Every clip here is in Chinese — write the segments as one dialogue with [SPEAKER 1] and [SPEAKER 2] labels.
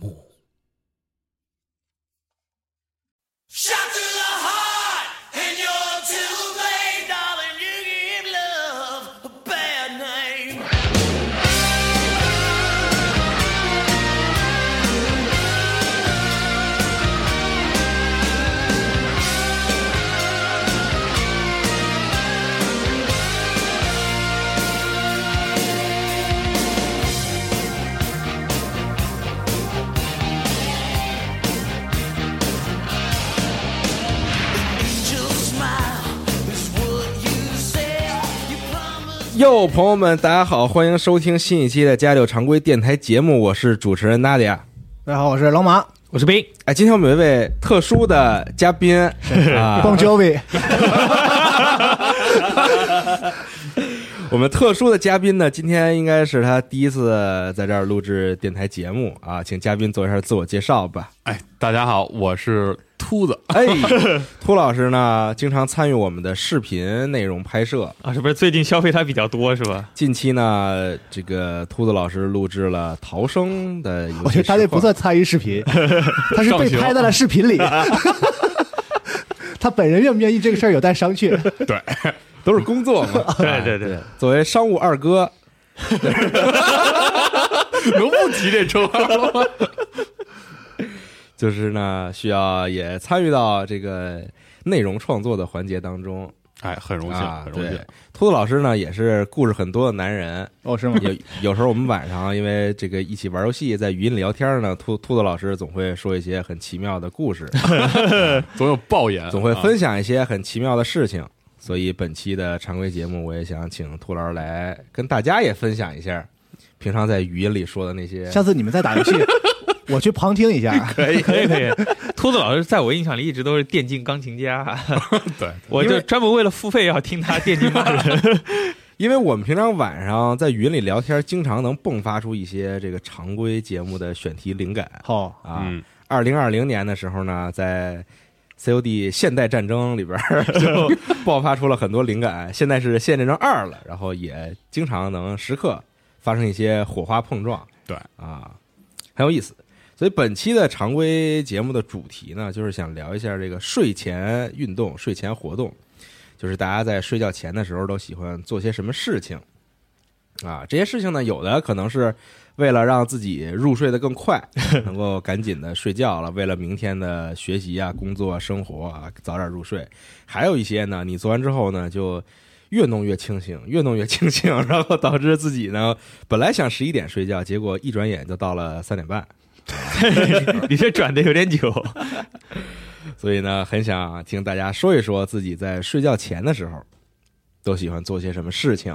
[SPEAKER 1] 幕。
[SPEAKER 2] Shot to the heart, and you're too late, darling. You give love a bad name. Angel smile is what you said. You promised
[SPEAKER 3] 哟，朋友们，大家好，欢迎收听新一期的家里有常规电台节目，我是主持人娜迪亚。
[SPEAKER 4] 大家好，我是老马。
[SPEAKER 5] 我是冰，
[SPEAKER 3] 哎，今天我们有一位特殊的嘉宾啊，
[SPEAKER 4] Bon Jovi，
[SPEAKER 3] 我们特殊的嘉宾呢，今天应该是他第一次在这儿录制电台节目啊，请嘉宾做一下自我介绍 吧。
[SPEAKER 6] 哎，大家好，我是秃子。
[SPEAKER 3] 哎，秃老师呢，经常参与我们的视频内容拍摄，
[SPEAKER 5] 啊，是不是最近消费它比较多是吧？
[SPEAKER 3] 近期呢，这个秃子老师录制了逃生的游戏，
[SPEAKER 4] 我觉得他这不算参与视频， 他是被拍在了视频里。
[SPEAKER 5] 啊
[SPEAKER 4] 他本人愿不愿意这个事儿有待商榷。
[SPEAKER 6] 对，
[SPEAKER 3] 都是工作 嘛。哎
[SPEAKER 5] 对对对，
[SPEAKER 3] 作为商务二哥，
[SPEAKER 6] 能不提这称号吗？
[SPEAKER 3] 就是呢，需要也参与到这个内容创作的环节当中
[SPEAKER 6] 哎，很荣幸，
[SPEAKER 3] 啊。
[SPEAKER 6] 很荣
[SPEAKER 3] 对
[SPEAKER 6] 幸。，
[SPEAKER 3] 秃子老师呢也是故事很多的男 人，
[SPEAKER 4] 哦，是吗？
[SPEAKER 3] 有有时候我们晚上因为这个一起玩游戏，在语音里聊天呢，秃秃子老师总会说一些很奇妙的故事，
[SPEAKER 6] 总有爆言，
[SPEAKER 3] 总会
[SPEAKER 6] 啊。
[SPEAKER 3] 分享一些很奇妙的事情。所以本期的常规节目，我也想请秃老师来跟大家也分享一下，平常在语音里说的那些。
[SPEAKER 4] 下次你们再打游戏，我去旁听一下。
[SPEAKER 5] 可以可以可以。秃子老师在我印象里一直都是电竞钢琴 家，
[SPEAKER 6] 对，
[SPEAKER 5] 我就专门为了付费要听他电 竞骂人。
[SPEAKER 3] 因为我们平常晚上在语音里聊天，经常能迸发出一些这个常规节目的选题灵感
[SPEAKER 4] 好，
[SPEAKER 3] 啊。
[SPEAKER 6] 嗯
[SPEAKER 3] 二零二零年的时候呢，在 COD 现代战争里边 儿就爆发出了很多灵感。现在是现代战争二了，然后也经常能时刻发生一些火花碰撞。
[SPEAKER 6] 对
[SPEAKER 3] 啊，很有意思。所以本期的常规节目的主题呢，就是想聊一下这个睡前运动、睡前活动，就是大家在睡觉前的时候都喜欢做些什么事情啊？这些事情呢，有的可能是为了让自己入睡的更快，能够赶紧的睡觉了；为了明天的学习啊、工作、啊、生活啊，早点入睡。还有一些呢，你做完之后呢，就越弄越清醒，越弄越清醒， 然后导致自己呢，本来想十一点睡觉，结果一转眼就到了三点半。
[SPEAKER 5] 你这转的有点久，
[SPEAKER 3] 所以呢，很想听大家说一说自己在睡觉前的时候都喜欢做些什么事情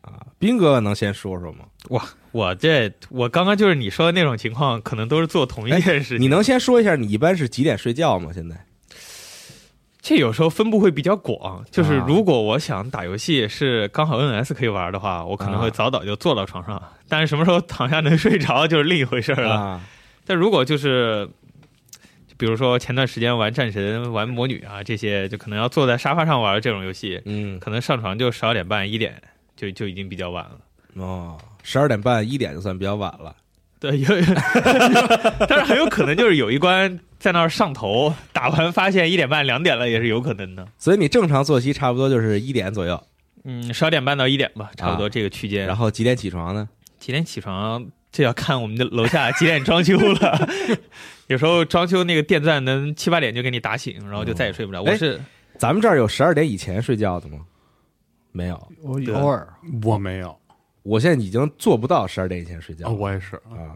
[SPEAKER 3] 啊。斌哥能先说说吗？
[SPEAKER 5] 我这我刚刚就是你说的那种情况，可能都是做同一件事情。
[SPEAKER 3] 你能先说一下你一般是几点睡觉吗？现在
[SPEAKER 5] 这有时候分布会比较广，就是
[SPEAKER 3] 啊
[SPEAKER 5] 如果我想打游戏是刚好 NS 可以玩的话，我可能
[SPEAKER 3] 啊
[SPEAKER 5] 会早早就坐到床上，但是什么时候躺下能睡着就是另一回事儿了。
[SPEAKER 3] 啊，
[SPEAKER 5] 但如果就是，就比如说前段时间玩战神、玩魔女啊这些，就可能要坐在沙发上玩这种游戏，
[SPEAKER 3] 嗯，
[SPEAKER 5] 可能上床就十二点半、一点就就已经比较晚了。
[SPEAKER 3] 哦，十二点 半一点就算比较晚了。
[SPEAKER 5] 对，有，但是很有可能就是有一关在那儿上头，打完发现一点半、两点了也是有可能的。
[SPEAKER 3] 所以你正常作息差不多就是一点左右，
[SPEAKER 5] 嗯，十二点半到一点吧，差不多这个区间。
[SPEAKER 3] 然
[SPEAKER 5] 啊后
[SPEAKER 3] 后几点起床呢？
[SPEAKER 5] 几点起床？这要看我们的楼下几点装修了。 有时候装修那个电钻能七八点就给你打醒，然后就再也睡不着。我是
[SPEAKER 3] 咱们这儿有十二点以前睡觉的吗？没有，
[SPEAKER 4] 我
[SPEAKER 5] 对
[SPEAKER 4] 偶尔
[SPEAKER 6] 我没有
[SPEAKER 3] 我现在已经做不到十二点以前睡觉
[SPEAKER 6] 啊，
[SPEAKER 3] 了
[SPEAKER 6] 我也是，
[SPEAKER 3] 啊。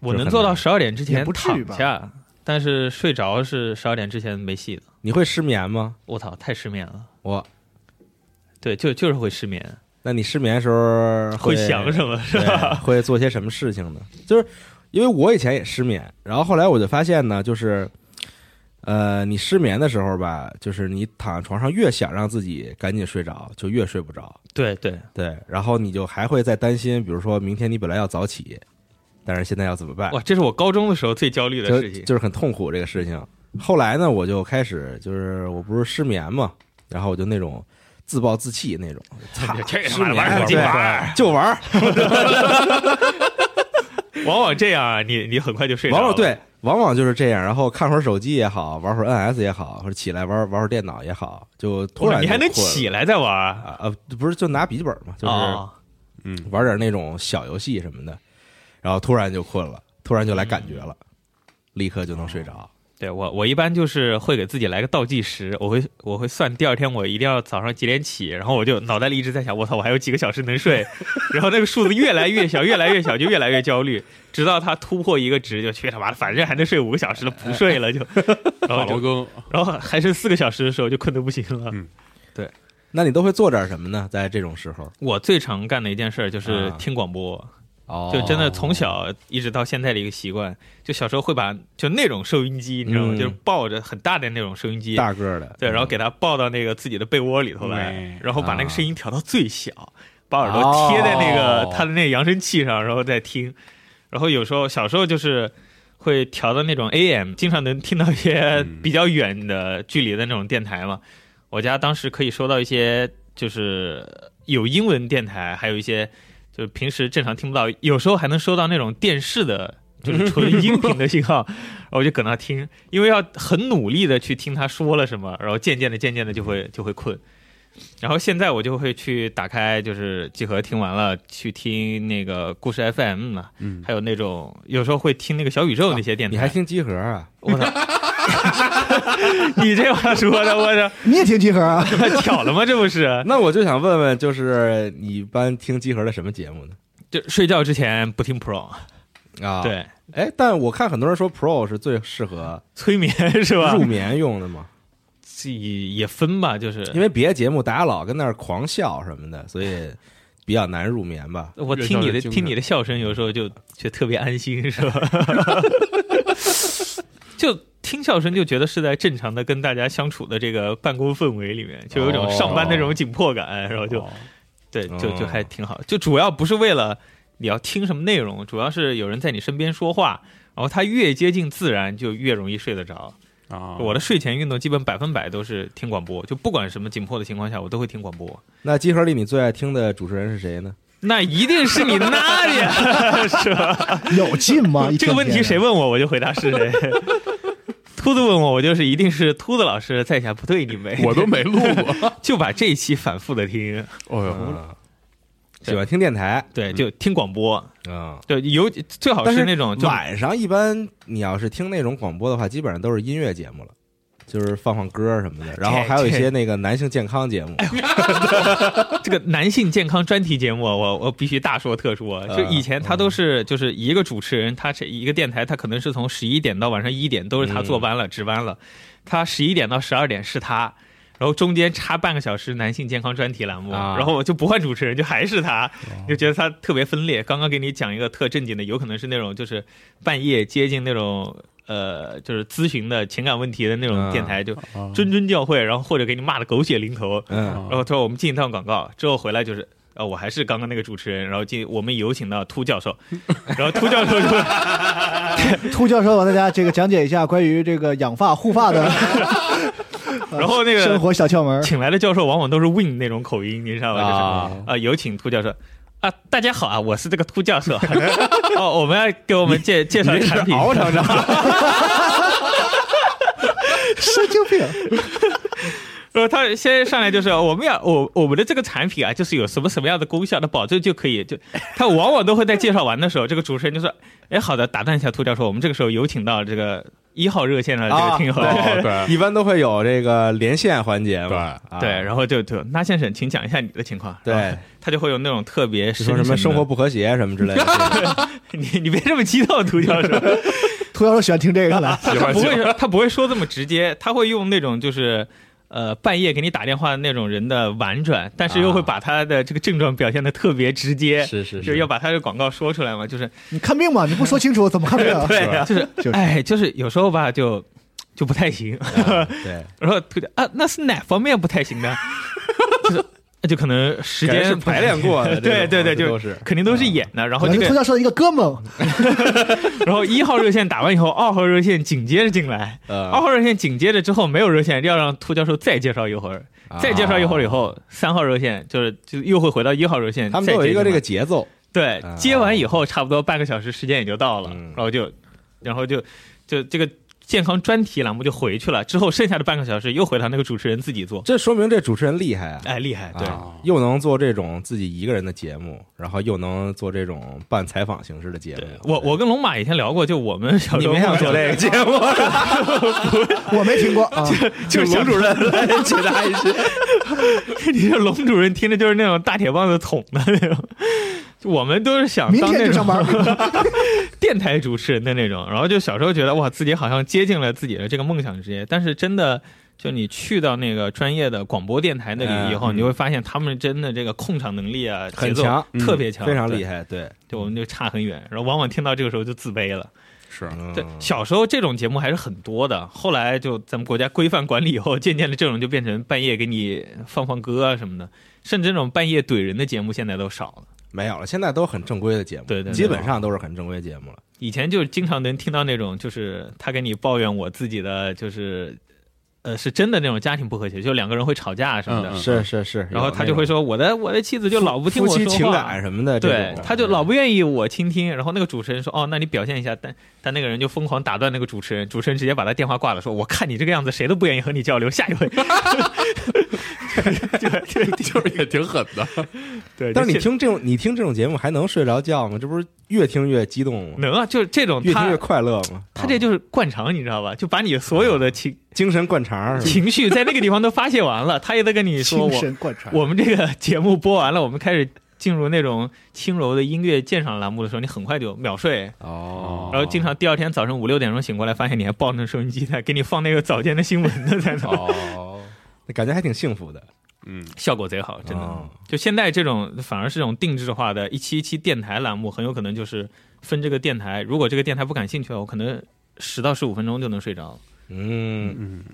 [SPEAKER 5] 我能做到十二点之
[SPEAKER 4] 也
[SPEAKER 5] 前
[SPEAKER 4] 不至于
[SPEAKER 5] 躺
[SPEAKER 4] 吧
[SPEAKER 5] 下，但是睡着是十二点之前没戏的。
[SPEAKER 3] 你会失眠吗？
[SPEAKER 5] 我操，太失眠了。
[SPEAKER 3] 我，
[SPEAKER 5] 对，就就是会失眠，
[SPEAKER 3] 那你失眠的时候
[SPEAKER 5] 会
[SPEAKER 3] 会
[SPEAKER 5] 想什么？是吧？
[SPEAKER 3] 对，会做些什么事情呢？就是因为我以前也失眠，然后后来我就发现呢，就是，呃，你失眠的时候吧，就是你躺在床上越想让自己赶紧睡着，就越睡不着。
[SPEAKER 5] 对对，
[SPEAKER 3] 对，然后你就还会再担心，比如说明天你本来要早起，但是现在要怎么办？
[SPEAKER 5] 哇，这是我高中的时候最焦虑的
[SPEAKER 3] 就
[SPEAKER 5] 事情。
[SPEAKER 3] 就是很痛苦这个事情。后来呢，我就开始就是我不是失眠嘛，然后我就那种自暴自弃那种，操，
[SPEAKER 5] 去
[SPEAKER 3] 失
[SPEAKER 5] 他妈的
[SPEAKER 3] 眠
[SPEAKER 5] 玩手机
[SPEAKER 3] 对
[SPEAKER 5] 玩儿
[SPEAKER 3] 就玩 儿，
[SPEAKER 5] 往往这样啊，你你很快就睡着
[SPEAKER 3] 往
[SPEAKER 5] 了。
[SPEAKER 3] 往对，往往就是这样。然后看会儿手机也好，玩会儿 NS 也好，或者起来玩玩会儿电脑也好，就突
[SPEAKER 5] 哇，
[SPEAKER 3] 然
[SPEAKER 5] 你还
[SPEAKER 3] 就
[SPEAKER 5] 能
[SPEAKER 3] 困了
[SPEAKER 5] 起来再玩儿，
[SPEAKER 3] 啊？呃，不是，就拿笔记本嘛，就是
[SPEAKER 5] 哦
[SPEAKER 6] 嗯，
[SPEAKER 3] 玩点那种小游戏什么的，然后突然就困了，突然就来感觉了，
[SPEAKER 5] 嗯
[SPEAKER 3] 立刻就能睡着。
[SPEAKER 5] 对我，我一般就是会给自己来个倒计时，我会我会算第二天我一定要早上几点起，然后我就脑袋里一直在想，我操，我还有几个小时 能睡，然后那个数字越来越小，越来越小，就越来越焦虑，直到它突破一个值，就去他妈的，反正还能睡五个小时了，不 睡了就，然
[SPEAKER 6] 老
[SPEAKER 5] 后
[SPEAKER 6] 罗
[SPEAKER 5] 就
[SPEAKER 6] 庚
[SPEAKER 5] 然后还剩四个小时的时候就困得不行了。
[SPEAKER 3] 那你都会做点什么呢？在这种时候，
[SPEAKER 5] 我最常干的一件事儿
[SPEAKER 3] 啊
[SPEAKER 5] 就是听广播，
[SPEAKER 3] 哦
[SPEAKER 5] 就真的从小一直到现在的一个习惯，就小时候会把就那种收音机，你知道吗？
[SPEAKER 3] 嗯
[SPEAKER 5] 就是抱着很大的那种收音机，
[SPEAKER 3] 大个儿的，
[SPEAKER 5] 对，然后给它抱到那个自己的被窝里头来
[SPEAKER 6] 嗯，
[SPEAKER 5] 然后把那个声音调到最小，把耳朵贴在那个
[SPEAKER 6] 哦
[SPEAKER 5] 它的那个扬声器上，然后再听。然后有时候小时候就是会调到那种 AM，经常能听到一些
[SPEAKER 6] 嗯
[SPEAKER 5] 比较远的距离的那种电台嘛。我家当时可以收到一些就是有英文电台，还有一些就是平时正常听不到，有时候还能收到那种电视 的。就是纯音频的信号，然后我就搁那听，因为要很努力的去听他说了什么，然后渐渐的、渐渐的就会
[SPEAKER 3] 嗯
[SPEAKER 5] 就会困。然后现在我就会去打开，就是集合听完了，去听那个故事 FM 嘛，
[SPEAKER 6] 嗯
[SPEAKER 5] 还有那种有时候会听那个小宇宙那些电台。
[SPEAKER 3] 你还听集合啊？
[SPEAKER 5] 我操！ 你这话说的，我操，
[SPEAKER 4] 你也听集合啊？
[SPEAKER 5] 巧了吗？这 不是？
[SPEAKER 3] 那我就想问问，就是你一般听集合的什么节目呢？
[SPEAKER 5] 就睡觉之前不听 Pro，
[SPEAKER 3] 啊，，
[SPEAKER 5] 对，
[SPEAKER 3] 哎，但我看很多人说 Pro 是最适合
[SPEAKER 5] 催眠是吧
[SPEAKER 3] 入？眠用的嘛，
[SPEAKER 5] 也也分吧，就是
[SPEAKER 3] 因为别的节目大家老跟那儿狂笑什么的，所以比较难入眠吧。
[SPEAKER 5] 我听你
[SPEAKER 6] 越
[SPEAKER 5] 的
[SPEAKER 6] 叫越
[SPEAKER 5] 听你的笑声，有时候就就特别安心，是 吧？就听笑声就觉得是在正常的跟大家相处的这个办公氛围里面，就有一种上班的这种紧迫感，然后就
[SPEAKER 6] 哦
[SPEAKER 5] 对，就就
[SPEAKER 3] 哦
[SPEAKER 5] 还挺好。就主要不是为了你要听什么内容，主要是有人在你身边说话，然后他越接近自然，就越容易睡得着。
[SPEAKER 6] 啊，
[SPEAKER 5] 我的睡前运动基本百分百都是听广播，就不管什么紧迫的情况下，我都会听广播。
[SPEAKER 3] 那集合里你最爱听的主持人是谁呢？
[SPEAKER 5] 那一定是 你那里，啊是吧？
[SPEAKER 4] 有劲吗？一
[SPEAKER 5] 这个
[SPEAKER 4] 天
[SPEAKER 5] 问题
[SPEAKER 4] 天
[SPEAKER 5] 谁
[SPEAKER 4] 的？
[SPEAKER 5] 问我，我就回答是谁。秃子问我，我就是一定是秃子老师在下不对你没，
[SPEAKER 6] 我都没录 过，
[SPEAKER 5] 就把这一期反复的听，
[SPEAKER 6] 哦呦，
[SPEAKER 3] 啊，喜欢听电台
[SPEAKER 5] 对，就听广播，
[SPEAKER 3] 啊。
[SPEAKER 5] 对，有最好
[SPEAKER 3] 但
[SPEAKER 5] 哦那种就
[SPEAKER 3] 晚上一般你要是听那种广播的话，基本上都是音乐节目了，就是放放歌什么
[SPEAKER 5] 哎
[SPEAKER 3] 的，然后还有一些那个男性健康节目。
[SPEAKER 5] 这个男性健康专题节目，我我必须大说特说。就以前他都是就是一个主持人，他是一个电台，他可能是从十一点到晚上一点都是他坐班了、值班了，他十一点到十二点是他。然后中间插半个小时男性健康专题栏目，
[SPEAKER 3] 啊
[SPEAKER 5] 然后我就不换主持人，就还是他，就觉得他特别分裂。刚刚给你讲一个特正经的，有可能是那种就是半夜接近那种呃，就是咨询的情感问题的那种电台，就
[SPEAKER 6] 啊
[SPEAKER 5] 谆谆教诲，然后或者给你骂的狗血淋头，
[SPEAKER 4] 啊
[SPEAKER 3] 嗯，
[SPEAKER 5] 然后他说我们进一趟广告之后回来就是。呃，我还是刚刚那个主持人，然后进我们有请到秃教授， 然后秃教授 就
[SPEAKER 4] 秃教授，大家这个讲解一下关于这个养发护发的
[SPEAKER 5] 然后那
[SPEAKER 4] 生
[SPEAKER 5] 个
[SPEAKER 4] 活小窍 门儿。
[SPEAKER 5] 请来的教授往往都是 Win 那种口音，你知道吧？就是啊、
[SPEAKER 6] 啊
[SPEAKER 5] 有请秃教授啊，大家好啊，我是这个秃教 授，哦，我们要给我们介介绍
[SPEAKER 3] 你这
[SPEAKER 5] 产
[SPEAKER 3] 是
[SPEAKER 5] 品，
[SPEAKER 3] 敖厂长，
[SPEAKER 4] 病？
[SPEAKER 5] 然呃后他现在上来就是我们要我我们的这个产品啊，就是有什么什么样的功效的保证就可以，就他往往都会在介绍完的时候，这个主持人就说：“哎，好的，打断一下兔教授，我们这个时候有请到这个一号热线哎的这
[SPEAKER 3] 啊
[SPEAKER 5] 个听友。
[SPEAKER 6] 哦 对
[SPEAKER 3] 一般都会有这个连线环节
[SPEAKER 6] 对，
[SPEAKER 3] 嘛，啊
[SPEAKER 5] 对，哦然后就就那先生，请讲一下你的情况。
[SPEAKER 3] 对
[SPEAKER 5] 然后他就会有那种特别
[SPEAKER 3] 就
[SPEAKER 5] 深
[SPEAKER 3] 说什
[SPEAKER 5] 沉
[SPEAKER 3] 么
[SPEAKER 5] 的
[SPEAKER 3] 生活，不和谐什么之类的，
[SPEAKER 5] 你你别这么激动，涂教授，
[SPEAKER 4] 涂教授喜欢听这个，看 来
[SPEAKER 5] 他他不会说他不会说这么直接，他会用那种就是呃半夜给你打电话的那种人的婉转，但是又会把他的这个症状表现的特别直接，
[SPEAKER 3] 啊是是
[SPEAKER 5] 就要把他的广告说出来嘛，就是
[SPEAKER 4] 你看病嘛，你不说清楚怎么看病啊？
[SPEAKER 5] 对呀、就是
[SPEAKER 4] 就是
[SPEAKER 5] 哎，就是有时候吧就。就不太行，
[SPEAKER 3] 对，
[SPEAKER 5] 然后涂教啊，那是哪方面不太行呢？ 就是就可能时
[SPEAKER 3] 感觉是
[SPEAKER 5] 间
[SPEAKER 3] 排练过的，
[SPEAKER 5] 对对对，
[SPEAKER 3] 这种
[SPEAKER 5] 就
[SPEAKER 3] 这都是啊
[SPEAKER 5] 肯定都是演的。然后
[SPEAKER 4] 可能是
[SPEAKER 5] 这
[SPEAKER 4] 涂
[SPEAKER 5] 个，
[SPEAKER 4] 教授的一个哥们儿，
[SPEAKER 5] 然后一号热线打完以后，二号热线紧接着进来，二
[SPEAKER 3] 呃，
[SPEAKER 5] 号热线紧接着之后没有热线，要让涂教授再介绍一会儿，再介绍一会儿以
[SPEAKER 3] 啊，
[SPEAKER 5] 后，三号热线就是就又会回到一号热线，
[SPEAKER 3] 他们都有
[SPEAKER 5] 再接
[SPEAKER 3] 一个这
[SPEAKER 5] 进
[SPEAKER 3] 个
[SPEAKER 5] 来
[SPEAKER 3] 节奏，啊
[SPEAKER 5] 对，接完以后差不多半个小时时间也就到了，
[SPEAKER 3] 嗯
[SPEAKER 5] 然后就，然后就就这个健康专题栏目就回去了，之后剩下的半个小时又回到那个主持人自己做，
[SPEAKER 3] 这说明这主持人厉害啊，
[SPEAKER 5] 哎，厉害，对。
[SPEAKER 3] 啊，又能做这种自己一个人的节目，然后又能做这种半采访形式的节目
[SPEAKER 5] 对，我我跟龙马以前聊过， 就我们小
[SPEAKER 3] 你
[SPEAKER 5] 时候
[SPEAKER 3] 没想
[SPEAKER 5] 做
[SPEAKER 3] 做这个节目，
[SPEAKER 4] 我没听过啊。
[SPEAKER 5] 就
[SPEAKER 3] 请
[SPEAKER 5] 想
[SPEAKER 3] 龙主任来解答一些，
[SPEAKER 5] 你这龙主任听着就是那种大铁棒子捅的那种，就我们都是想
[SPEAKER 4] 啊明
[SPEAKER 5] 当
[SPEAKER 4] 天
[SPEAKER 5] 那
[SPEAKER 4] 就上
[SPEAKER 5] 种
[SPEAKER 4] 班，
[SPEAKER 5] 电台主持人的那种，然后就小时候觉得哇，自己好像接近了自己的这个梦想职业，但是真的。就你去到那个专业的广播电台那里以后，
[SPEAKER 6] 嗯
[SPEAKER 5] 你就会发现他们真的这个控场能力啊，
[SPEAKER 3] 哎很
[SPEAKER 5] 节奏
[SPEAKER 3] 强嗯
[SPEAKER 5] 特别强，
[SPEAKER 3] 非常
[SPEAKER 5] 对
[SPEAKER 3] 厉。害，对，
[SPEAKER 5] 就我们就差很远，然后往往听到这个时候就自卑了。
[SPEAKER 6] 是
[SPEAKER 3] 嗯
[SPEAKER 5] 对，小时候这种节目还是很多的，后来就咱们国家规范管理以后，渐渐的这种就变成半夜给你放放歌啊什么的，甚至这种半夜怼人的节目现在都少了。
[SPEAKER 3] 没有了，现在都很正规的节目，
[SPEAKER 5] 对对对
[SPEAKER 3] 基本上都是很正规的节目了。
[SPEAKER 5] 以前就是经常能听到那种，就是他给你抱怨我自己的，就是呃是真的那种家庭不和谐，就两个人会吵架什么的，
[SPEAKER 6] 嗯嗯
[SPEAKER 3] 是是是，
[SPEAKER 5] 然后
[SPEAKER 3] 有
[SPEAKER 5] 他
[SPEAKER 3] 那
[SPEAKER 5] 就会
[SPEAKER 3] 种
[SPEAKER 5] 说我的我的妻子就老不听我
[SPEAKER 3] 夫
[SPEAKER 5] 说
[SPEAKER 3] 妻情
[SPEAKER 5] 话，
[SPEAKER 3] 感什么的这种
[SPEAKER 5] 对
[SPEAKER 3] 的，，
[SPEAKER 5] 他就老不愿意我倾听，然后那个主持人说：“哦，那你表现一下。”但但那个人就疯狂打断那个主持人，主持人直接把他电话挂了，说：“我看你这个样子，谁都不愿意和你交流，下 一回。
[SPEAKER 6] 就是也挺狠的，
[SPEAKER 5] 对”
[SPEAKER 3] 但是你
[SPEAKER 5] 就
[SPEAKER 3] 听这种，你听这种节目还能睡着觉吗？这不是越听越激动吗？
[SPEAKER 5] 能啊，就是这种
[SPEAKER 3] 越听
[SPEAKER 5] 他
[SPEAKER 3] 越快乐吗？
[SPEAKER 5] 他这
[SPEAKER 3] 就
[SPEAKER 5] 就是惯常，你知道吧？就把你所有的情
[SPEAKER 3] 精神灌肠是吧？
[SPEAKER 5] 情绪在那个地方都发泄完了，他也在跟你说
[SPEAKER 4] 精
[SPEAKER 5] 我
[SPEAKER 4] 神贯穿。
[SPEAKER 5] 我们这个节目播完了，我们开始进入那种轻柔的音乐鉴赏栏目的时候，你很快就秒睡，
[SPEAKER 3] 哦
[SPEAKER 5] 然后经常第二天早上五六点钟醒过来，发现你还抱着收音机在给你放那个早间的新闻呢，在那儿，
[SPEAKER 6] 哦，
[SPEAKER 3] 那感觉还挺幸福的，
[SPEAKER 6] 嗯，
[SPEAKER 5] 效果贼好，真的
[SPEAKER 3] 哦。
[SPEAKER 5] 就现在这种反而是这种定制化的一期一期电台栏目，很有可能就是分这个电台，如果这个电台不感兴趣，我可能十到十五分钟就能睡着。
[SPEAKER 3] 嗯嗯。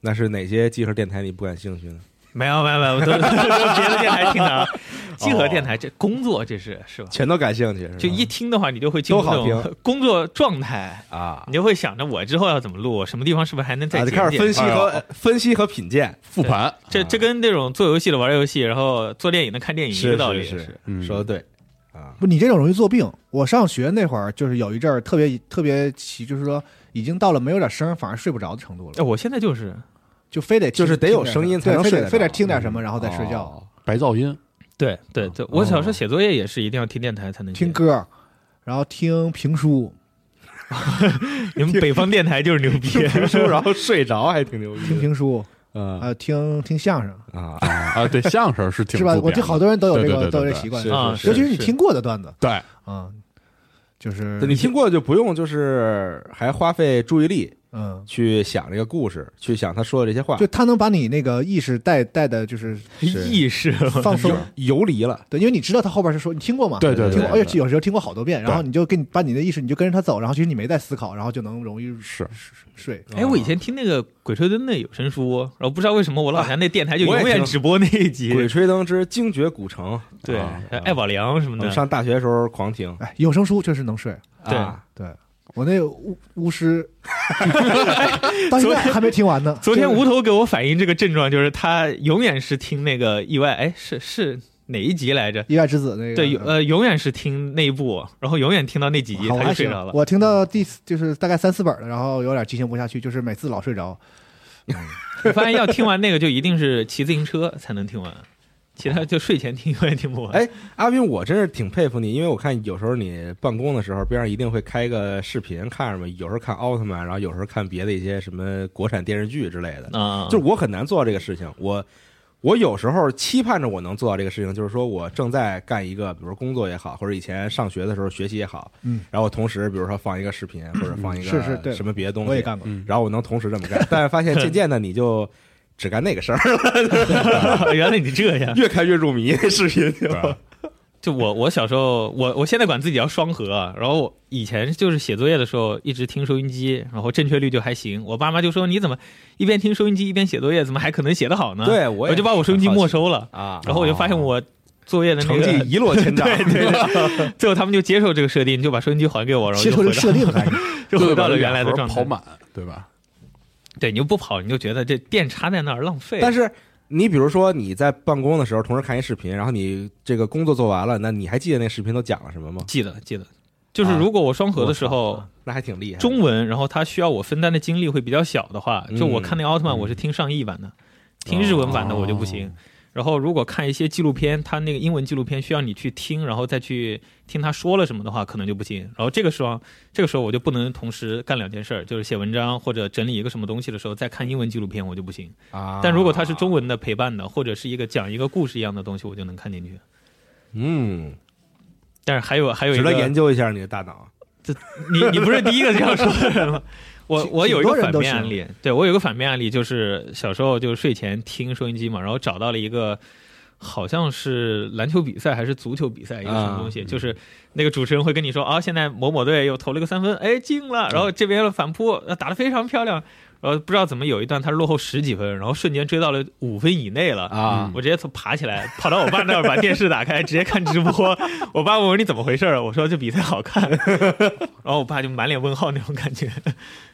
[SPEAKER 3] 那是哪些集合电台你不感兴趣呢？
[SPEAKER 5] 没有没有没有，我都都别的电台听的，啊， 集合电台这工作这是是吧？
[SPEAKER 3] 全都感兴趣是吧？
[SPEAKER 5] 就一听的话，你就会进入
[SPEAKER 3] 嗯都好
[SPEAKER 5] 那种工作状态，
[SPEAKER 3] 啊
[SPEAKER 5] 你就会想着我之后要怎么录，我什么地方是不是还能再
[SPEAKER 3] 啊，就
[SPEAKER 5] 节
[SPEAKER 3] 开始
[SPEAKER 5] 俭
[SPEAKER 3] 分析
[SPEAKER 6] 哎
[SPEAKER 5] 哦
[SPEAKER 3] 和啊分析和品鉴，
[SPEAKER 6] 复盘
[SPEAKER 5] 这这跟那种做游戏的玩游戏，然后做电影的看电影一
[SPEAKER 3] 是
[SPEAKER 5] 个道理。
[SPEAKER 3] 是是
[SPEAKER 6] 嗯
[SPEAKER 3] 说的对啊，
[SPEAKER 4] 不，你这种容易做病。我上学那会儿，就是有一阵儿特别特别奇，就是说已经到了没有点声儿反而睡不着的程度
[SPEAKER 5] 哎，
[SPEAKER 4] 了，
[SPEAKER 5] 我现在就是
[SPEAKER 4] 就非得
[SPEAKER 3] 哦就是
[SPEAKER 4] 听
[SPEAKER 3] 得有声音才能
[SPEAKER 4] 对非
[SPEAKER 3] 睡
[SPEAKER 4] 得
[SPEAKER 3] 得
[SPEAKER 4] 非得
[SPEAKER 3] 着嗯
[SPEAKER 4] 听点什么，然后再睡觉。
[SPEAKER 3] 哦
[SPEAKER 6] 白噪音，
[SPEAKER 5] 对对
[SPEAKER 3] 嗯
[SPEAKER 5] 对，我小时候写作业也是一定要听电台才能写
[SPEAKER 4] 听。歌，然后听评书，
[SPEAKER 5] 你们北方电台就是牛逼，
[SPEAKER 3] 听书然后睡着还挺牛逼的，
[SPEAKER 4] 听评书，
[SPEAKER 3] 嗯
[SPEAKER 4] 呃，听听相声，
[SPEAKER 3] 啊，
[SPEAKER 6] 啊，对，相声是挺
[SPEAKER 4] 是吧？
[SPEAKER 6] 不
[SPEAKER 4] 我
[SPEAKER 6] 变
[SPEAKER 4] 觉
[SPEAKER 6] 的
[SPEAKER 4] 得好多人都有这
[SPEAKER 6] 对对
[SPEAKER 4] 个
[SPEAKER 6] 对
[SPEAKER 4] 都有这
[SPEAKER 6] 对
[SPEAKER 4] 习惯
[SPEAKER 3] 是，
[SPEAKER 5] 啊
[SPEAKER 4] 尤其是你听过的段子
[SPEAKER 6] 对，
[SPEAKER 4] 啊，就是
[SPEAKER 3] 对你听过就不用，就是还花费注意力
[SPEAKER 4] 嗯。
[SPEAKER 3] 去想这个故事，去想他说的这些话，
[SPEAKER 4] 就他能把你那个意识带带的，就是
[SPEAKER 3] 是
[SPEAKER 5] 意识
[SPEAKER 4] 放松，
[SPEAKER 3] 游离了。
[SPEAKER 4] 对，因为你知道他后边是说你听过吗？
[SPEAKER 6] 对对
[SPEAKER 4] 听过，
[SPEAKER 3] 对
[SPEAKER 4] 而且有时候听过好多遍，然后
[SPEAKER 6] 对
[SPEAKER 4] 你就跟你把你的意识，你就跟着他走，然后其实你没在思考，然后就能容易
[SPEAKER 6] 是
[SPEAKER 4] 睡。
[SPEAKER 5] 哎，
[SPEAKER 3] 嗯
[SPEAKER 5] 我以前听那个《鬼吹灯》的有声书，然后不知道为什么 我老家那电台就
[SPEAKER 3] 啊我也
[SPEAKER 5] 永远
[SPEAKER 3] 听
[SPEAKER 5] 只播那一
[SPEAKER 3] 《鬼
[SPEAKER 5] 集，
[SPEAKER 3] 吹灯之精绝古城》
[SPEAKER 5] 对
[SPEAKER 3] 啊，
[SPEAKER 5] 艾宝良什么
[SPEAKER 3] 我们
[SPEAKER 5] 的，
[SPEAKER 3] 上大学时候狂听，
[SPEAKER 4] 哎，有声书确实能睡。
[SPEAKER 5] 对
[SPEAKER 3] 啊
[SPEAKER 4] 对我那巫巫 师到现在还没听完呢。
[SPEAKER 5] 昨天
[SPEAKER 4] 就是
[SPEAKER 5] 无头给我反映这个症状，就是他永远是听那个意外，哎，是是哪一集来着？
[SPEAKER 4] 意外之子那个
[SPEAKER 5] 对，呃，永远是听那一部，然后永远听到那几集，
[SPEAKER 4] 好我
[SPEAKER 5] 他
[SPEAKER 4] 还
[SPEAKER 5] 就睡
[SPEAKER 4] 行
[SPEAKER 5] 着了。
[SPEAKER 4] 我听到第四就是大概三四本了，然后有点进行不下去，就是每次老睡着。
[SPEAKER 5] 我 发现要听完那个，就一定是骑自行车才能听完，其他就睡前听永远听不完。
[SPEAKER 3] 哎，阿斌，我真是挺佩服你，因为我看有时候你办公的时候，边上一定会开个视频看着嘛，有时候看奥特曼，然后有时候看别的一些什么国产电视剧之类的。
[SPEAKER 5] 啊，
[SPEAKER 3] 就是我很难做到这个事情，我我有时候期盼着我能做到这个事情，就是说我正在干一个，比如说工作也好，或者以前上学的时候学习也好，
[SPEAKER 4] 嗯，
[SPEAKER 3] 然后我同时比如说放一个视频或者放一个
[SPEAKER 4] 是是对
[SPEAKER 3] 什么别的东西，
[SPEAKER 4] 我也干过，
[SPEAKER 5] 嗯
[SPEAKER 3] 然后我能同时这么 干，但是发现渐渐的你就只干那个事儿 了，
[SPEAKER 5] 原来你这样。
[SPEAKER 3] 越看越入迷，视频就。
[SPEAKER 5] 就我我小时候，我我现在管自己叫双核啊，然后我以前就是写作业的时候一直听收音机，然后正确率就还行。我爸妈就说你怎么一边听收音机一边写作业，怎么还可能写得好 呢？
[SPEAKER 3] 对我
[SPEAKER 5] 我
[SPEAKER 3] 也
[SPEAKER 5] 就把我收音机没收了，
[SPEAKER 3] 啊，
[SPEAKER 5] 然后我就发现我作业的那
[SPEAKER 3] 成
[SPEAKER 5] 个
[SPEAKER 3] 绩一落千丈。
[SPEAKER 5] 对对对， 最后他们就接受这个设定，就把收音机还给我，然后
[SPEAKER 4] 接
[SPEAKER 5] 就
[SPEAKER 4] 受
[SPEAKER 5] 回
[SPEAKER 4] 这
[SPEAKER 5] 到
[SPEAKER 4] 个设定还
[SPEAKER 5] 就回到了原来的状
[SPEAKER 6] 跑
[SPEAKER 5] 态。
[SPEAKER 6] 满，对吧？
[SPEAKER 5] 对，你就不跑，你就觉得这电插在那儿浪费。
[SPEAKER 3] 但
[SPEAKER 5] 是
[SPEAKER 3] 是你比如说你在办公的时候，同时看一视频，然后你这个工作做完了，那你还记得那视频都讲了什么吗？
[SPEAKER 5] 记得记得，就是如啊果我双核的时候。
[SPEAKER 3] 那还挺厉害的。
[SPEAKER 5] 中文，然后它需要我分担的精力会比较小的话，就我
[SPEAKER 3] 嗯哦
[SPEAKER 5] 看那个奥特曼，我是听上译版的，听日文版的我就不行。然后如果看一些纪录片，它那个英文纪录片需要你去听，然后再去听他说了什么的话，可能就不行。然后这个时候，这个时候我就不能同时干两件事儿，就是写文章或者整理一个什么东西的时候再看英文纪录片，我就不行。
[SPEAKER 3] 啊，
[SPEAKER 5] 但如果它是中文的陪伴的，或者是一个讲一个故事一样的东西，我就能看进去。
[SPEAKER 3] 嗯，
[SPEAKER 5] 但是还有还有一
[SPEAKER 3] 值
[SPEAKER 5] 个
[SPEAKER 3] 得研究一下你的大脑。
[SPEAKER 5] 你你不是第一个这样说的人 吗？我
[SPEAKER 4] 挺
[SPEAKER 5] 我有一个反
[SPEAKER 4] 挺多
[SPEAKER 5] 面
[SPEAKER 4] 人都
[SPEAKER 5] 案例，对我有一个反面案例，就是小时候就是睡前听收音机嘛，然后找到了一个好像是篮球比赛还是足球比赛一个什么东西，
[SPEAKER 4] 嗯
[SPEAKER 3] 啊
[SPEAKER 5] 就是那个主持人会跟你说啊，现在某某队又投了个三分，哎进了，然后这边的反扑呃打得非常漂亮，然后呃不知道怎么有一段他是落后十几分，然后瞬间追到了五分以内了嗯
[SPEAKER 3] 啊
[SPEAKER 5] 我直接从爬起来跑到我爸那儿把电视打开，直接看直 播。我爸问我你怎么回事儿，啊我说这比赛好看， 然后我爸就满脸问号那种感觉。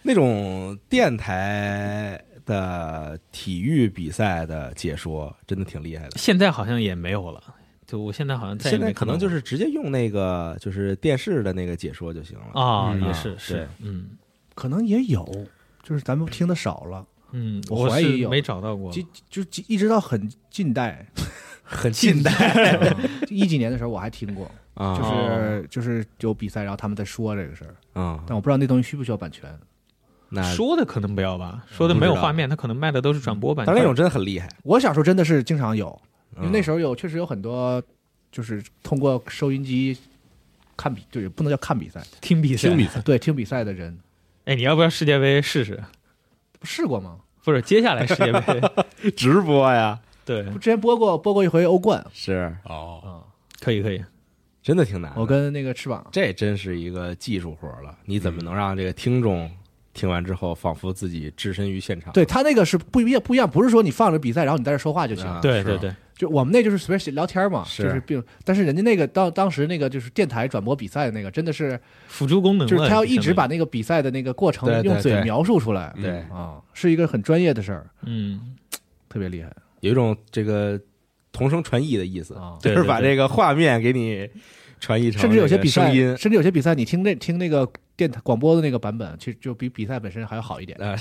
[SPEAKER 3] 那种电台的体育比赛的解说真的挺厉害的。
[SPEAKER 5] 现在好像也没有了，就我现在好像再也
[SPEAKER 3] 现在
[SPEAKER 5] 没
[SPEAKER 3] 可
[SPEAKER 5] 看到
[SPEAKER 3] 能
[SPEAKER 5] 过
[SPEAKER 3] 就是直接用那个就是电视的那个解说就行了。
[SPEAKER 5] 啊，
[SPEAKER 6] 嗯
[SPEAKER 5] 也
[SPEAKER 3] 啊
[SPEAKER 5] 是
[SPEAKER 3] 对
[SPEAKER 5] 是，嗯
[SPEAKER 4] 可能也有，就是咱们听的少了，
[SPEAKER 5] 嗯，
[SPEAKER 4] 我怀
[SPEAKER 5] 是
[SPEAKER 4] 疑有
[SPEAKER 5] 没找到过
[SPEAKER 4] 就就就一直到很近代，
[SPEAKER 3] 很近代
[SPEAKER 4] 一几年的时候我还听过，就
[SPEAKER 3] 啊
[SPEAKER 4] 是就是有比赛，然后他们在说这个事儿，
[SPEAKER 3] 啊，
[SPEAKER 4] 但我不知道那东西需不需要版权。
[SPEAKER 3] 那
[SPEAKER 5] 说的可能不要吧，说的没有画面，他可能卖的都是转播版
[SPEAKER 3] 但
[SPEAKER 5] 权。
[SPEAKER 3] 是那种真的很厉害，嗯
[SPEAKER 4] 我小时候真的是经常有，因为那时
[SPEAKER 3] 候
[SPEAKER 4] 候有确实有很多，就是通过收音机看比，就是不能叫看比 赛，
[SPEAKER 5] 听比赛，
[SPEAKER 6] 听比赛，
[SPEAKER 4] 对，听比赛的人
[SPEAKER 5] 哎，你要不要世界杯试试？
[SPEAKER 4] 不试过吗？
[SPEAKER 5] 不是，接下来世 界杯，
[SPEAKER 3] 直播呀，
[SPEAKER 5] 对，
[SPEAKER 4] 不之前播过播过一回欧冠，
[SPEAKER 3] 是
[SPEAKER 6] 哦，
[SPEAKER 5] 可以可以，
[SPEAKER 3] 真的挺难的。
[SPEAKER 4] 我跟那个翅膀
[SPEAKER 3] 这真是一个技术活儿了，你怎么能让这个听众听完之后仿佛自己置身于现场？
[SPEAKER 4] 对他那个是不一样，不一样，不是说你放着比赛，然后你在这说话就行。
[SPEAKER 3] 啊
[SPEAKER 5] 对
[SPEAKER 6] 是
[SPEAKER 5] 对
[SPEAKER 6] 啊
[SPEAKER 5] 对，
[SPEAKER 4] 就我们那就是随便闲聊天嘛，
[SPEAKER 3] 是
[SPEAKER 4] 就是并，但是人家那个当当时那个就是电台转播比赛的那个，真的是
[SPEAKER 5] 辅助功能
[SPEAKER 4] 就
[SPEAKER 5] 了
[SPEAKER 4] 是他要一
[SPEAKER 5] 相当
[SPEAKER 4] 直
[SPEAKER 5] 于
[SPEAKER 4] 把那个比赛的那个过程
[SPEAKER 3] 对对
[SPEAKER 4] 用嘴
[SPEAKER 3] 对
[SPEAKER 4] 描述出来，
[SPEAKER 3] 对，
[SPEAKER 4] 啊，是一个很专业的事儿，
[SPEAKER 5] 嗯，
[SPEAKER 4] 特别厉害
[SPEAKER 3] 有一种这个同声传译的意思，
[SPEAKER 4] 啊。
[SPEAKER 5] 对
[SPEAKER 3] 就是把这个画面给你传译成
[SPEAKER 4] 甚至有些比赛
[SPEAKER 3] 这个声 音，。
[SPEAKER 4] 甚至有些比赛，你听那听那个电台广播的那个版本，其实就比比赛本身还要好 一点。哦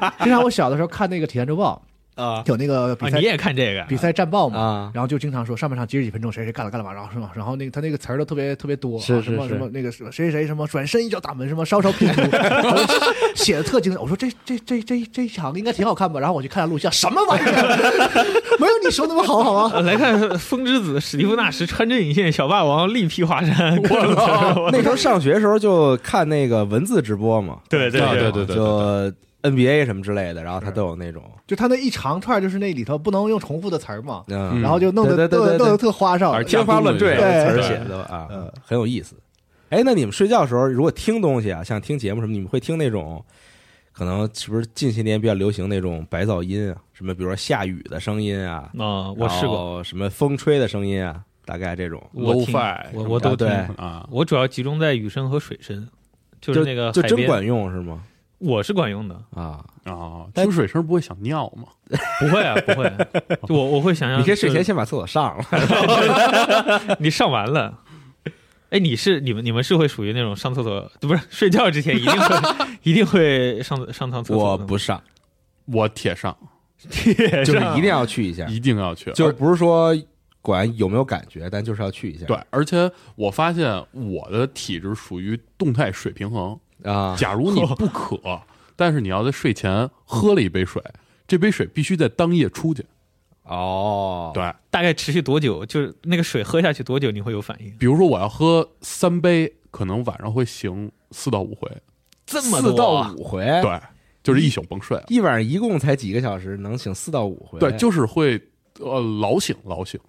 [SPEAKER 3] 啊
[SPEAKER 4] 经常我小的时候看那个《体坛周报
[SPEAKER 3] 啊》，
[SPEAKER 4] 有那个比
[SPEAKER 5] 啊，
[SPEAKER 4] 赛、
[SPEAKER 5] 你也看这个
[SPEAKER 4] 比赛战报嘛，
[SPEAKER 3] 啊！
[SPEAKER 4] 然后就经常说上半场几十几分钟谁谁干了干了嘛，然后是吧？然后那个他那个词儿都特别特别多，
[SPEAKER 3] 是
[SPEAKER 4] 啊
[SPEAKER 3] 是
[SPEAKER 4] 什么
[SPEAKER 3] 是
[SPEAKER 4] 什么那个什么谁谁谁什么转身一脚打门什么稍稍平足， 写的特精彩。我说这这这这这一场应该挺好看吧？然后我去看了录像，什么玩意儿？ 没有你说那么好好吗？
[SPEAKER 5] 啊，来看《风之子》，史蒂夫·纳什穿针引线，小霸王力劈华山，各种词儿我
[SPEAKER 3] 那时候上学的时候就看那个文字直播嘛，
[SPEAKER 5] 对对
[SPEAKER 6] 啊
[SPEAKER 5] 对
[SPEAKER 6] 对对对，
[SPEAKER 3] 就 NBA 什么之类的，然后他都有那种，
[SPEAKER 4] 就他那一长串就是那里头不能用重复的词儿嘛，
[SPEAKER 3] 嗯，
[SPEAKER 4] 然后就弄得
[SPEAKER 3] 对对对
[SPEAKER 4] 弄得
[SPEAKER 3] 对
[SPEAKER 4] 弄得
[SPEAKER 3] 对
[SPEAKER 4] 特花哨，
[SPEAKER 6] 而且
[SPEAKER 3] 天花乱坠，
[SPEAKER 6] 对
[SPEAKER 3] 词儿
[SPEAKER 5] 对
[SPEAKER 3] 写的啊，很有意思。哎，那你们睡觉的时候，如果听东西啊，像听节目什么，你们会听那种，可能是不是近些年比较流行那种白噪音啊？什么，比如说下雨的声音啊，
[SPEAKER 5] 啊，我试过，
[SPEAKER 3] 过，什么风吹的声音啊，大概这种
[SPEAKER 5] 我听
[SPEAKER 6] Lo-fi
[SPEAKER 5] 我我都
[SPEAKER 3] 啊对
[SPEAKER 5] 听，
[SPEAKER 6] 啊，
[SPEAKER 5] 我主要集中在雨声和水声，就
[SPEAKER 3] 就是
[SPEAKER 5] 那个
[SPEAKER 3] 就
[SPEAKER 5] 呃海
[SPEAKER 3] 真
[SPEAKER 5] 边，
[SPEAKER 3] 管用是吗？
[SPEAKER 5] 我是管用的，
[SPEAKER 3] 啊，
[SPEAKER 6] 哦，
[SPEAKER 3] 但
[SPEAKER 6] 听水声不会想尿吗？
[SPEAKER 5] 不会啊，不会啊， 就我我会想象，
[SPEAKER 3] 你可以睡前
[SPEAKER 5] 嗯就是
[SPEAKER 3] 先把厕所上了，
[SPEAKER 5] 你上完了。哎，你是你们你们是会属于那种 上厕所不是睡觉之前一定会哎一定会上上趟厕所
[SPEAKER 3] 我
[SPEAKER 5] 的吗
[SPEAKER 3] 不上，
[SPEAKER 6] 我铁上，
[SPEAKER 3] 就是一定要去一下，
[SPEAKER 6] 一定要 去。
[SPEAKER 3] 就是不是说管有没有感觉，但就是要去一下。
[SPEAKER 6] 对，而且我发现我的体质属于动态水平衡。
[SPEAKER 3] 啊，
[SPEAKER 6] 假如你不渴， 但是你要在睡前喝了一杯水，这杯水必须在当夜出去。
[SPEAKER 3] 哦，
[SPEAKER 6] 对，
[SPEAKER 5] 大概持续多久？就是那个水喝下去多久你会有反应？
[SPEAKER 6] 比如说我要喝三杯，可能晚上会醒四到五回。
[SPEAKER 5] 这么
[SPEAKER 3] 四到五回，，
[SPEAKER 6] 对，就是一宿甭睡了。
[SPEAKER 3] 一晚上一共才几个小时，能醒四到五回，
[SPEAKER 6] 对，就是会呃老醒老醒。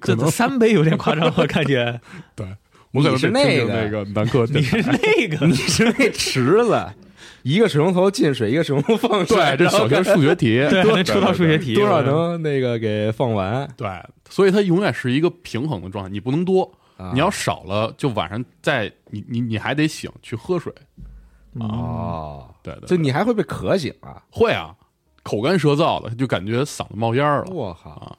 [SPEAKER 5] 这这三杯有点夸张，我感觉
[SPEAKER 6] 对，我可能
[SPEAKER 3] 你是
[SPEAKER 6] 得听听
[SPEAKER 3] 那
[SPEAKER 6] 那个南哥
[SPEAKER 5] 你
[SPEAKER 6] 电台，
[SPEAKER 5] 是那个，
[SPEAKER 3] 你是那池子， 一个水龙头进水，一个水龙头放水，
[SPEAKER 6] 对，这
[SPEAKER 3] 然后
[SPEAKER 6] 小学数学题，
[SPEAKER 5] 对，还能出道数学
[SPEAKER 6] 题。
[SPEAKER 5] 题，
[SPEAKER 3] 多少能那个给放完？
[SPEAKER 6] 对，所以它永远是一个平衡的状态，你不能多，你要少了，就晚上再你你你还得醒去喝水。
[SPEAKER 3] 哦，
[SPEAKER 6] 对对
[SPEAKER 3] 就
[SPEAKER 6] 对，
[SPEAKER 3] 你还会被渴醒啊？
[SPEAKER 6] 会啊，口干舌燥的，就感觉嗓子冒烟儿了。
[SPEAKER 3] 我靠！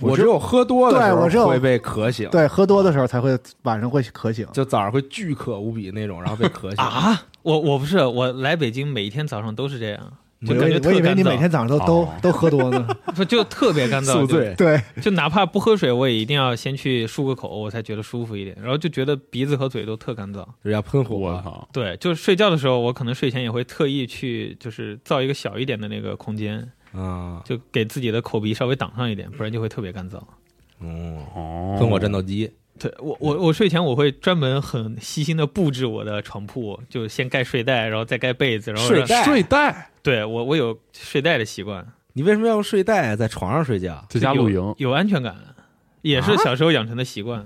[SPEAKER 6] 我
[SPEAKER 3] 我只有喝多的时
[SPEAKER 4] 对
[SPEAKER 3] 候
[SPEAKER 4] 我只有
[SPEAKER 3] 会被渴醒，，
[SPEAKER 4] 对，喝多的时候才会晚上会渴醒。
[SPEAKER 3] 就早上会巨渴无比那种，然后被渴醒。
[SPEAKER 5] 啊！我我不是我来北京，每一天早上都是这样，
[SPEAKER 4] 我
[SPEAKER 5] 就
[SPEAKER 4] 以为
[SPEAKER 5] 感觉
[SPEAKER 4] 我
[SPEAKER 5] 特
[SPEAKER 4] 以为
[SPEAKER 5] 干
[SPEAKER 4] 你每天
[SPEAKER 5] 燥，
[SPEAKER 4] 早上都都
[SPEAKER 6] 哦
[SPEAKER 4] 都喝多呢。
[SPEAKER 5] 不就特别干燥，
[SPEAKER 3] 宿
[SPEAKER 5] 就
[SPEAKER 3] 醉，
[SPEAKER 4] 对，
[SPEAKER 5] 就哪怕不喝水，我也一定要先去漱个口，我才觉得舒服一点，然后就觉得鼻子和嘴都特干燥。
[SPEAKER 3] 就要喷火
[SPEAKER 6] 我
[SPEAKER 3] 啊，
[SPEAKER 6] 操！
[SPEAKER 5] 对，就是睡觉的时候，我可能睡前也会特意去，就是造一个小一点的那个空间，
[SPEAKER 3] 嗯
[SPEAKER 5] 就给自己的口鼻稍微挡上一点，不然就会特别干燥。
[SPEAKER 3] 嗯，
[SPEAKER 6] 哦，
[SPEAKER 3] 喷火战斗机，
[SPEAKER 5] 对我，我我睡前我会专门很细心的布置我的床铺，就先盖睡袋，然后再盖被子，然后
[SPEAKER 3] 睡袋
[SPEAKER 6] 睡袋
[SPEAKER 5] 对我我有睡袋的习惯，
[SPEAKER 3] 你为什么要用睡袋在床上睡觉？
[SPEAKER 6] 在家露 营，
[SPEAKER 5] 有安全感，也是小时候养成的习惯。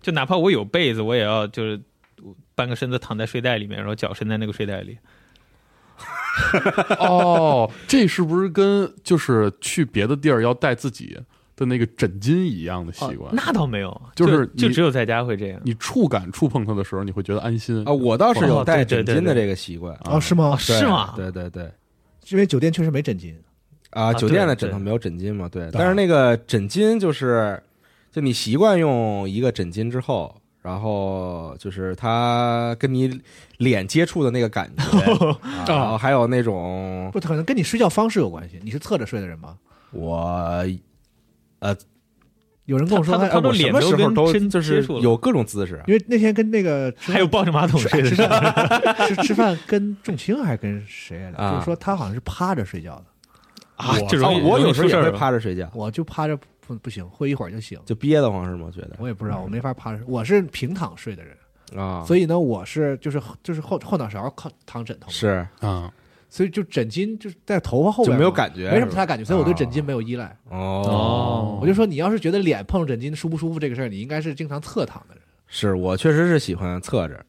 [SPEAKER 5] 就哪怕我有被子，我也要就是半个身子躺在睡袋里面，然后脚伸在那个睡袋里。
[SPEAKER 6] 哦，这是不是跟就是去别的地儿要带自己的那个枕巾一样的习惯？
[SPEAKER 5] 那倒没有，
[SPEAKER 6] 就
[SPEAKER 5] 就是就
[SPEAKER 6] 你
[SPEAKER 5] 只有在家会这样。
[SPEAKER 6] 你触感触碰它的时候，你会觉得安心
[SPEAKER 3] 啊，我倒是有
[SPEAKER 5] 哦
[SPEAKER 3] 带
[SPEAKER 5] 对
[SPEAKER 3] 枕
[SPEAKER 5] 对对
[SPEAKER 3] 巾的
[SPEAKER 5] 对
[SPEAKER 3] 这个习惯，
[SPEAKER 4] 哦，是吗？
[SPEAKER 3] 对
[SPEAKER 5] 是吗？
[SPEAKER 3] 对对对，
[SPEAKER 4] 因为酒店确实没枕巾。
[SPEAKER 3] 啊，
[SPEAKER 5] 啊
[SPEAKER 3] 酒店的
[SPEAKER 5] 对
[SPEAKER 3] 枕头
[SPEAKER 5] 对
[SPEAKER 3] 没有枕巾嘛，对，但是那个枕巾就是，就你习惯用一个枕巾之后，然后就是它跟你脸接触的那个感觉， 啊然后还有那种
[SPEAKER 5] 啊
[SPEAKER 4] 不，可能跟你睡觉方式有关系。你是侧着睡的人吗？
[SPEAKER 3] 我
[SPEAKER 4] 有人跟我说他，
[SPEAKER 5] 他他
[SPEAKER 4] 哎
[SPEAKER 5] 都
[SPEAKER 4] 我
[SPEAKER 5] 脸
[SPEAKER 3] 什么时候
[SPEAKER 5] 都
[SPEAKER 3] 都
[SPEAKER 5] 跟真
[SPEAKER 3] 就是
[SPEAKER 5] 接触了
[SPEAKER 3] 有各种姿势，啊
[SPEAKER 4] 因为那天跟那个 吃
[SPEAKER 5] 还有抱着马桶睡的时候，
[SPEAKER 4] 吃吃饭跟仲卿还是跟谁来着？
[SPEAKER 3] 啊
[SPEAKER 4] 就是说他好像是趴着睡觉的，
[SPEAKER 5] 啊，这
[SPEAKER 3] 啊
[SPEAKER 5] 容易、
[SPEAKER 3] 我
[SPEAKER 5] 容
[SPEAKER 3] 有
[SPEAKER 5] 易
[SPEAKER 3] 时候
[SPEAKER 5] 出事
[SPEAKER 3] 也
[SPEAKER 5] 儿
[SPEAKER 3] 会
[SPEAKER 5] 吧
[SPEAKER 3] 趴着睡觉，
[SPEAKER 4] 我就趴着不不行，会一会儿就醒。
[SPEAKER 3] 就憋得慌是吗？觉得
[SPEAKER 4] 我也不知道，我没法趴着睡，我是平躺睡的人，
[SPEAKER 3] 啊，
[SPEAKER 4] 所以呢，我是就是就是后后脑勺靠躺枕头，，
[SPEAKER 3] 是
[SPEAKER 6] 啊。
[SPEAKER 4] 所以就枕巾就是在头发后
[SPEAKER 3] 就
[SPEAKER 4] 边
[SPEAKER 3] 没有
[SPEAKER 4] 嘛
[SPEAKER 3] 感觉
[SPEAKER 4] 没什
[SPEAKER 3] 是
[SPEAKER 4] 么
[SPEAKER 3] 吧啊
[SPEAKER 4] 太大感觉，所以我对枕巾没有依赖。
[SPEAKER 3] 哦，
[SPEAKER 5] 哦
[SPEAKER 4] 我就说，你要是觉得脸碰枕巾舒不舒服这个事儿，你应该是经常侧躺的人。
[SPEAKER 3] 是我确实是喜欢侧着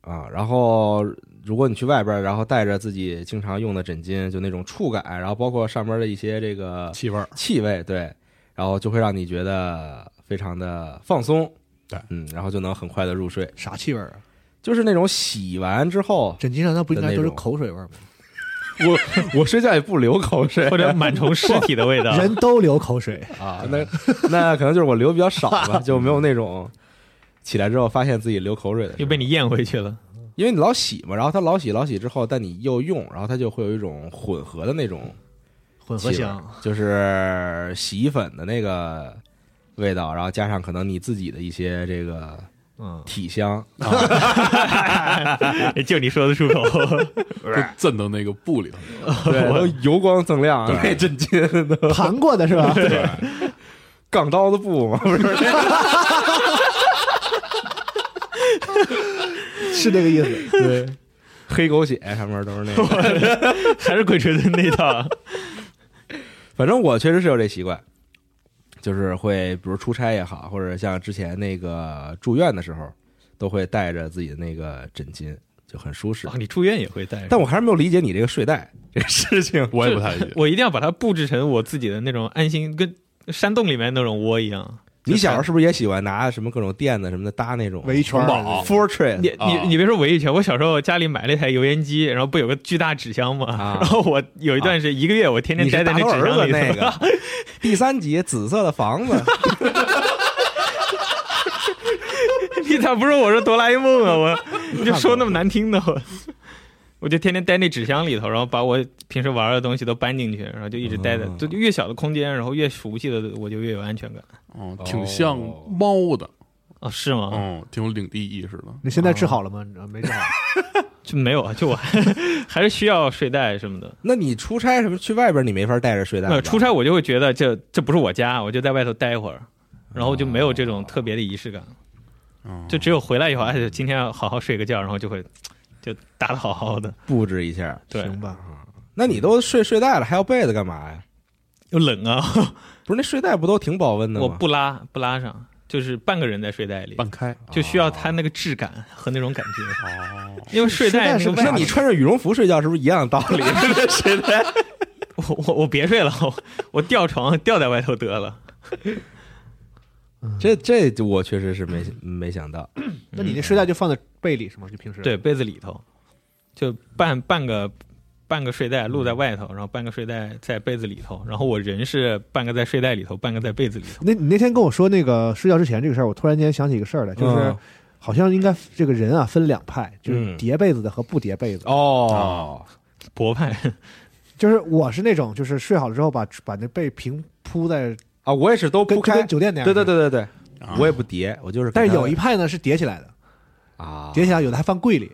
[SPEAKER 3] 啊，然后如果你去外边儿，然后带着自己经常用的枕巾，就那种触感，然后包括上面的一些这个
[SPEAKER 6] 气味儿，
[SPEAKER 3] 气味，对，然后就会让你觉得非常的放松，
[SPEAKER 6] 对
[SPEAKER 3] 嗯，然后就能很快的入睡，
[SPEAKER 4] 啥气味儿啊？
[SPEAKER 3] 就是那种洗完之后，
[SPEAKER 4] 枕巾上那不应该都
[SPEAKER 3] 的那
[SPEAKER 4] 是
[SPEAKER 3] 种
[SPEAKER 4] 口水味儿吗？
[SPEAKER 3] 我我睡觉也不流口水
[SPEAKER 5] 或者螨虫尸体的味道。
[SPEAKER 4] 人都流 口水，
[SPEAKER 3] 啊，那那可能就是我流比较少吧，就没有那种起来之后发现自己流口水的时
[SPEAKER 5] 又
[SPEAKER 3] 候
[SPEAKER 5] 被你咽回去了，
[SPEAKER 3] 因为你老洗嘛，然后它老洗老洗之后，但你又用，然后它就会有一种混合的那种
[SPEAKER 4] 混合
[SPEAKER 3] 气味
[SPEAKER 4] 香。，
[SPEAKER 3] 就是洗衣粉的那个味道，然后加上可能你自己的一些这个
[SPEAKER 4] 嗯，
[SPEAKER 3] 体香，
[SPEAKER 5] 哎就你说得出口。
[SPEAKER 6] 就震到那个布里头。
[SPEAKER 3] 对，都油光锃亮，啊那震惊都
[SPEAKER 4] 盘过的是 吧？
[SPEAKER 3] 杠刀子布嘛，不是
[SPEAKER 4] 是这个意思。
[SPEAKER 3] 对，黑狗血上面都是那个，
[SPEAKER 5] 还是鬼吹灯那套。
[SPEAKER 3] 反正我确实是有这习惯。就是会，比如出差也好，或者像之前那个住院的时候，都会带着自己的那个枕巾，就很舒适
[SPEAKER 5] 哦，。你住院也会带？
[SPEAKER 3] 但我还是没有理解你这个睡袋这个事情。
[SPEAKER 6] 我也不太理解。
[SPEAKER 5] 我一定要把它布置成我自己的那种安心，跟山洞里面那种窝一样。
[SPEAKER 3] 你小时候是不是也喜欢拿什么各种垫子什么的搭那种哦
[SPEAKER 4] 围一圈儿
[SPEAKER 6] 城堡
[SPEAKER 3] Fortress？
[SPEAKER 5] 你
[SPEAKER 6] 啊
[SPEAKER 5] 你你别说围一圈，我小时候家里买了一台油烟机，然后不有个巨大纸箱吗？
[SPEAKER 3] 啊
[SPEAKER 5] 然后我有一段是一个月，我天天
[SPEAKER 3] 你
[SPEAKER 5] 待
[SPEAKER 3] 是
[SPEAKER 5] 在
[SPEAKER 3] 大
[SPEAKER 5] 那
[SPEAKER 3] 头
[SPEAKER 5] 纸
[SPEAKER 3] 儿
[SPEAKER 5] 箱
[SPEAKER 3] 子
[SPEAKER 5] 里头。
[SPEAKER 3] 那 个第三集紫色的房子，
[SPEAKER 5] 你咋不说我是哆啦 A 梦啊？我你就说那么难听的我。我就天天待那纸箱里头，然后把我平时玩的东西都搬进去，然后就一直待在，
[SPEAKER 3] 哦
[SPEAKER 5] 就越小的空间，然后越熟悉的，我就越有安全感。
[SPEAKER 6] 哦，挺像猫的，
[SPEAKER 5] 哦，是吗？
[SPEAKER 6] 嗯，挺有领地意识的。
[SPEAKER 4] 你现在治好了吗？你知道
[SPEAKER 3] 嗯
[SPEAKER 4] 没治好，
[SPEAKER 5] 就没有啊，就我 还是需要睡袋什么的。
[SPEAKER 3] 那你出差什么去外边，你没法带着睡袋吧。
[SPEAKER 5] 那出差我就会觉得这这不是我家，我就在外头待一会儿，然后就没有这种特别的仪式感，
[SPEAKER 6] 哦
[SPEAKER 5] 就只有回来以后，哎，今天要好好睡个觉，然后就会就打的好好的。
[SPEAKER 3] 布置一下，
[SPEAKER 5] 对，
[SPEAKER 4] 行吧？
[SPEAKER 3] 嗯那你都睡睡袋了，还要被子干嘛呀？
[SPEAKER 5] 又冷啊，
[SPEAKER 3] 不是那睡袋不都挺保温的吗？
[SPEAKER 5] 我不拉不拉上，就是半个人在睡袋里，
[SPEAKER 6] 半开
[SPEAKER 5] 就需要它那个质感和那种感觉，
[SPEAKER 6] 哦，
[SPEAKER 5] 因为睡
[SPEAKER 4] 睡袋
[SPEAKER 5] 袋那
[SPEAKER 4] 是
[SPEAKER 5] 个
[SPEAKER 4] 不
[SPEAKER 5] 外
[SPEAKER 4] 是
[SPEAKER 3] 那你穿着羽绒服睡觉是不是一样的道 理？
[SPEAKER 5] 睡袋， 我我我别睡了，我我掉床掉在外头得了。
[SPEAKER 3] 这这我确实是没没想到。
[SPEAKER 4] 那你那睡袋就放在被里是吗？就平时
[SPEAKER 5] 对，被子里头，就半半个半个睡袋
[SPEAKER 3] 嗯
[SPEAKER 5] 露在外头，然后半个睡袋在被子里头，然后我人是半个在睡袋里头，半个在被子里头。
[SPEAKER 4] 那你那天跟我说那个睡觉之前这个事儿，我突然间想起一个事儿来，就是
[SPEAKER 3] 嗯
[SPEAKER 4] 好像应该这个人啊分两派，就是
[SPEAKER 3] 嗯
[SPEAKER 4] 叠被子的和不叠被子。
[SPEAKER 3] 哦，
[SPEAKER 5] 博派
[SPEAKER 4] 就是我是那种就是睡好了之后把把那被平铺在
[SPEAKER 3] 啊，我也是都
[SPEAKER 4] 跟
[SPEAKER 3] 铺
[SPEAKER 4] 就
[SPEAKER 3] 开
[SPEAKER 4] 跟。酒店那样。
[SPEAKER 3] 对对。对对对，
[SPEAKER 6] 啊
[SPEAKER 3] 我也不叠，我就是给它。
[SPEAKER 4] 但是有一派呢是叠起来的，
[SPEAKER 3] 啊
[SPEAKER 4] 叠起来有的还放柜里，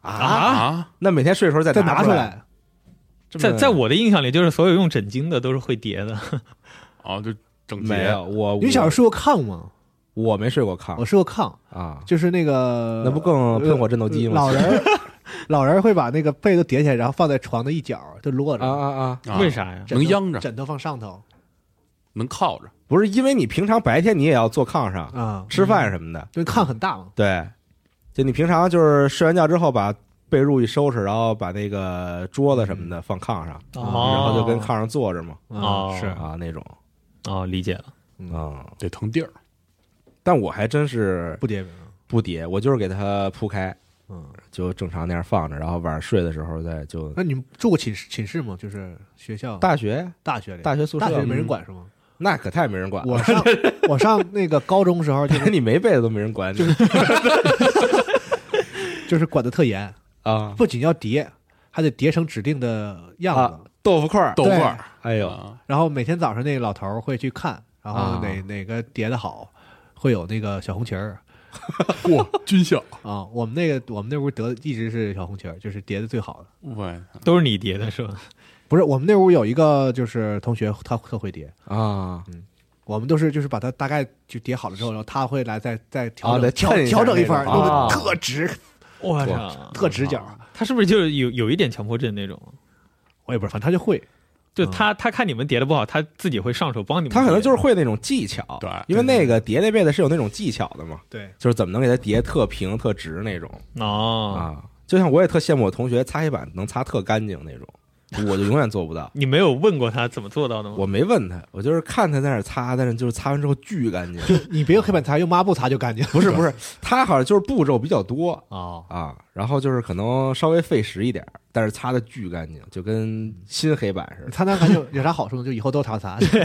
[SPEAKER 3] 啊，
[SPEAKER 6] 啊，
[SPEAKER 3] 那每天睡的时候再
[SPEAKER 4] 再
[SPEAKER 3] 拿
[SPEAKER 4] 拿出
[SPEAKER 3] 来。
[SPEAKER 4] 来。
[SPEAKER 3] 这
[SPEAKER 5] 在
[SPEAKER 3] 么
[SPEAKER 5] 在我的印象里，就是所有用枕巾的都是会叠的。
[SPEAKER 6] 哦，就整洁
[SPEAKER 3] 没有我，
[SPEAKER 4] 你小时候
[SPEAKER 3] 我
[SPEAKER 4] 睡过炕吗？
[SPEAKER 3] 我没睡过炕
[SPEAKER 4] 我睡过炕，
[SPEAKER 3] 啊，
[SPEAKER 4] 就是那个呃
[SPEAKER 3] 那不更喷火战斗机吗？
[SPEAKER 4] 老人 儿老人儿会把那个被子叠起来，然后放在床的一角儿，就摞着
[SPEAKER 3] 啊啊啊！
[SPEAKER 6] 啊
[SPEAKER 5] 为啥呀？
[SPEAKER 4] 枕头
[SPEAKER 6] 能央着
[SPEAKER 4] 枕头放上头
[SPEAKER 6] 能靠着，
[SPEAKER 3] 不是因为你平常白天你也要坐炕上
[SPEAKER 4] 啊，
[SPEAKER 3] 吃饭什么的，
[SPEAKER 4] 因为炕很大嘛。
[SPEAKER 3] 对，就你平常就是睡完觉之后把被褥一收拾，然后把那个桌子什么的放炕上，
[SPEAKER 5] 哦
[SPEAKER 3] 然后就跟炕上坐着嘛，
[SPEAKER 5] 哦，
[SPEAKER 4] 是
[SPEAKER 3] 啊那种
[SPEAKER 5] 哦，理解了。
[SPEAKER 3] 啊、嗯
[SPEAKER 6] 得腾地儿。
[SPEAKER 3] 但我还真是
[SPEAKER 4] 不叠被
[SPEAKER 3] 不叠，我就是给它铺开，
[SPEAKER 4] 嗯，
[SPEAKER 3] 就正常那样放着，然后晚上睡的时候再就
[SPEAKER 4] 那你们住过寝室寝室吗？就是学校
[SPEAKER 3] 大学
[SPEAKER 4] 大学里
[SPEAKER 3] 大学宿舍嗯
[SPEAKER 4] 大学没人管是吗？
[SPEAKER 3] 那可太没人管了，
[SPEAKER 4] 我上 我上那个高中时候就 是
[SPEAKER 3] 你没被子都没人管你
[SPEAKER 4] 就是管的特严，
[SPEAKER 3] 啊，
[SPEAKER 4] 不仅要叠，还得叠成指定的样
[SPEAKER 3] 啊
[SPEAKER 4] 子。
[SPEAKER 3] 豆腐块儿
[SPEAKER 6] 豆
[SPEAKER 4] 对
[SPEAKER 6] 瓣儿，
[SPEAKER 3] 哎呦
[SPEAKER 6] 啊
[SPEAKER 4] 然后每天早上那个老头儿会去看，然后
[SPEAKER 3] 啊
[SPEAKER 4] 哪、哪个叠的好，会有那个小红旗儿
[SPEAKER 6] 哇，军校，
[SPEAKER 4] 啊。我们那个我们那屋得一直是小红旗儿，就是叠的最好的。
[SPEAKER 6] 喂，
[SPEAKER 5] 都是你叠的 是吧？
[SPEAKER 4] 不是我们那屋有一个就是同学，他特会叠。
[SPEAKER 3] 啊，
[SPEAKER 4] 我们都是就是把它大概就叠好了之后，然后他会来再再调
[SPEAKER 3] 啊
[SPEAKER 4] 整、
[SPEAKER 3] 得
[SPEAKER 4] 调
[SPEAKER 3] 衬一下
[SPEAKER 4] 调整一番，
[SPEAKER 3] 那种
[SPEAKER 4] 弄得
[SPEAKER 3] 啊
[SPEAKER 4] 特直、
[SPEAKER 5] 我操，
[SPEAKER 4] 特直角。
[SPEAKER 5] 他是不是就是有有一点强迫症那种？
[SPEAKER 4] 我也不知道，反正他就会。
[SPEAKER 5] 就他他看你们叠的不好，他自己会上手帮你们
[SPEAKER 3] 嗯
[SPEAKER 5] 叠。
[SPEAKER 3] 他可能就是会那种技巧，
[SPEAKER 6] 对
[SPEAKER 3] 因为那个叠那被子是有那种技巧的嘛，
[SPEAKER 4] 对，
[SPEAKER 3] 就是怎么能给它叠特平特直那种
[SPEAKER 5] 哦，。
[SPEAKER 3] 啊。就像我也特羡慕我同学擦黑板能擦特干净那种，我就永远做不到
[SPEAKER 5] 你没有问过他怎么做到的吗？
[SPEAKER 3] 我没问他，我就是看他在那儿擦，但是就是擦完之后巨干净。
[SPEAKER 4] 你别用黑板擦，用抹布擦就干净。
[SPEAKER 3] 不是不是，他好像就是步骤比较多
[SPEAKER 4] 哦，
[SPEAKER 3] 啊，然后就是可能稍微费时一点儿，但是擦的巨干净，就跟新黑板似的。
[SPEAKER 4] 擦擦干净有啥好处呢？就以后都常擦， 这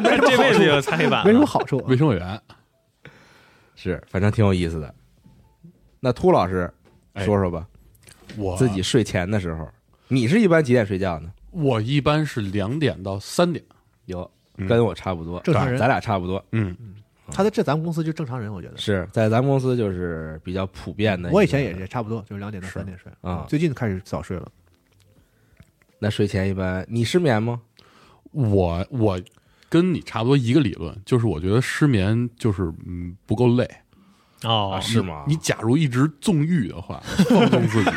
[SPEAKER 4] 没什么
[SPEAKER 5] 这
[SPEAKER 4] 好
[SPEAKER 5] 辈
[SPEAKER 4] 处
[SPEAKER 5] 子，就擦黑板了，
[SPEAKER 4] 没什么好处。
[SPEAKER 6] 卫生委员，
[SPEAKER 3] 是，反正挺有意思的。那秃老师
[SPEAKER 6] 哎
[SPEAKER 3] 说说吧，
[SPEAKER 6] 我
[SPEAKER 3] 自己睡前的时候，你是一般几点睡觉呢？
[SPEAKER 6] 我一般是两点到三点，
[SPEAKER 3] 有，
[SPEAKER 6] 嗯
[SPEAKER 3] 跟我差不多，
[SPEAKER 4] 正常人
[SPEAKER 3] 咱俩差不多。
[SPEAKER 6] 嗯，
[SPEAKER 4] 他啊在这咱们公司就正常人，我觉得。
[SPEAKER 3] 是在咱们公司就是比较普遍的一个。
[SPEAKER 4] 我以前也是差不多，就是两点到
[SPEAKER 3] 是
[SPEAKER 4] 三点睡
[SPEAKER 3] 啊
[SPEAKER 4] 最近开始早睡了。
[SPEAKER 3] 那睡前一般你失眠吗？
[SPEAKER 6] 我我跟你差不多一个理论，就是我觉得失眠就是嗯不够累。
[SPEAKER 5] 哦
[SPEAKER 3] 啊，是吗？
[SPEAKER 6] 你假如一直纵欲的话，放纵自己，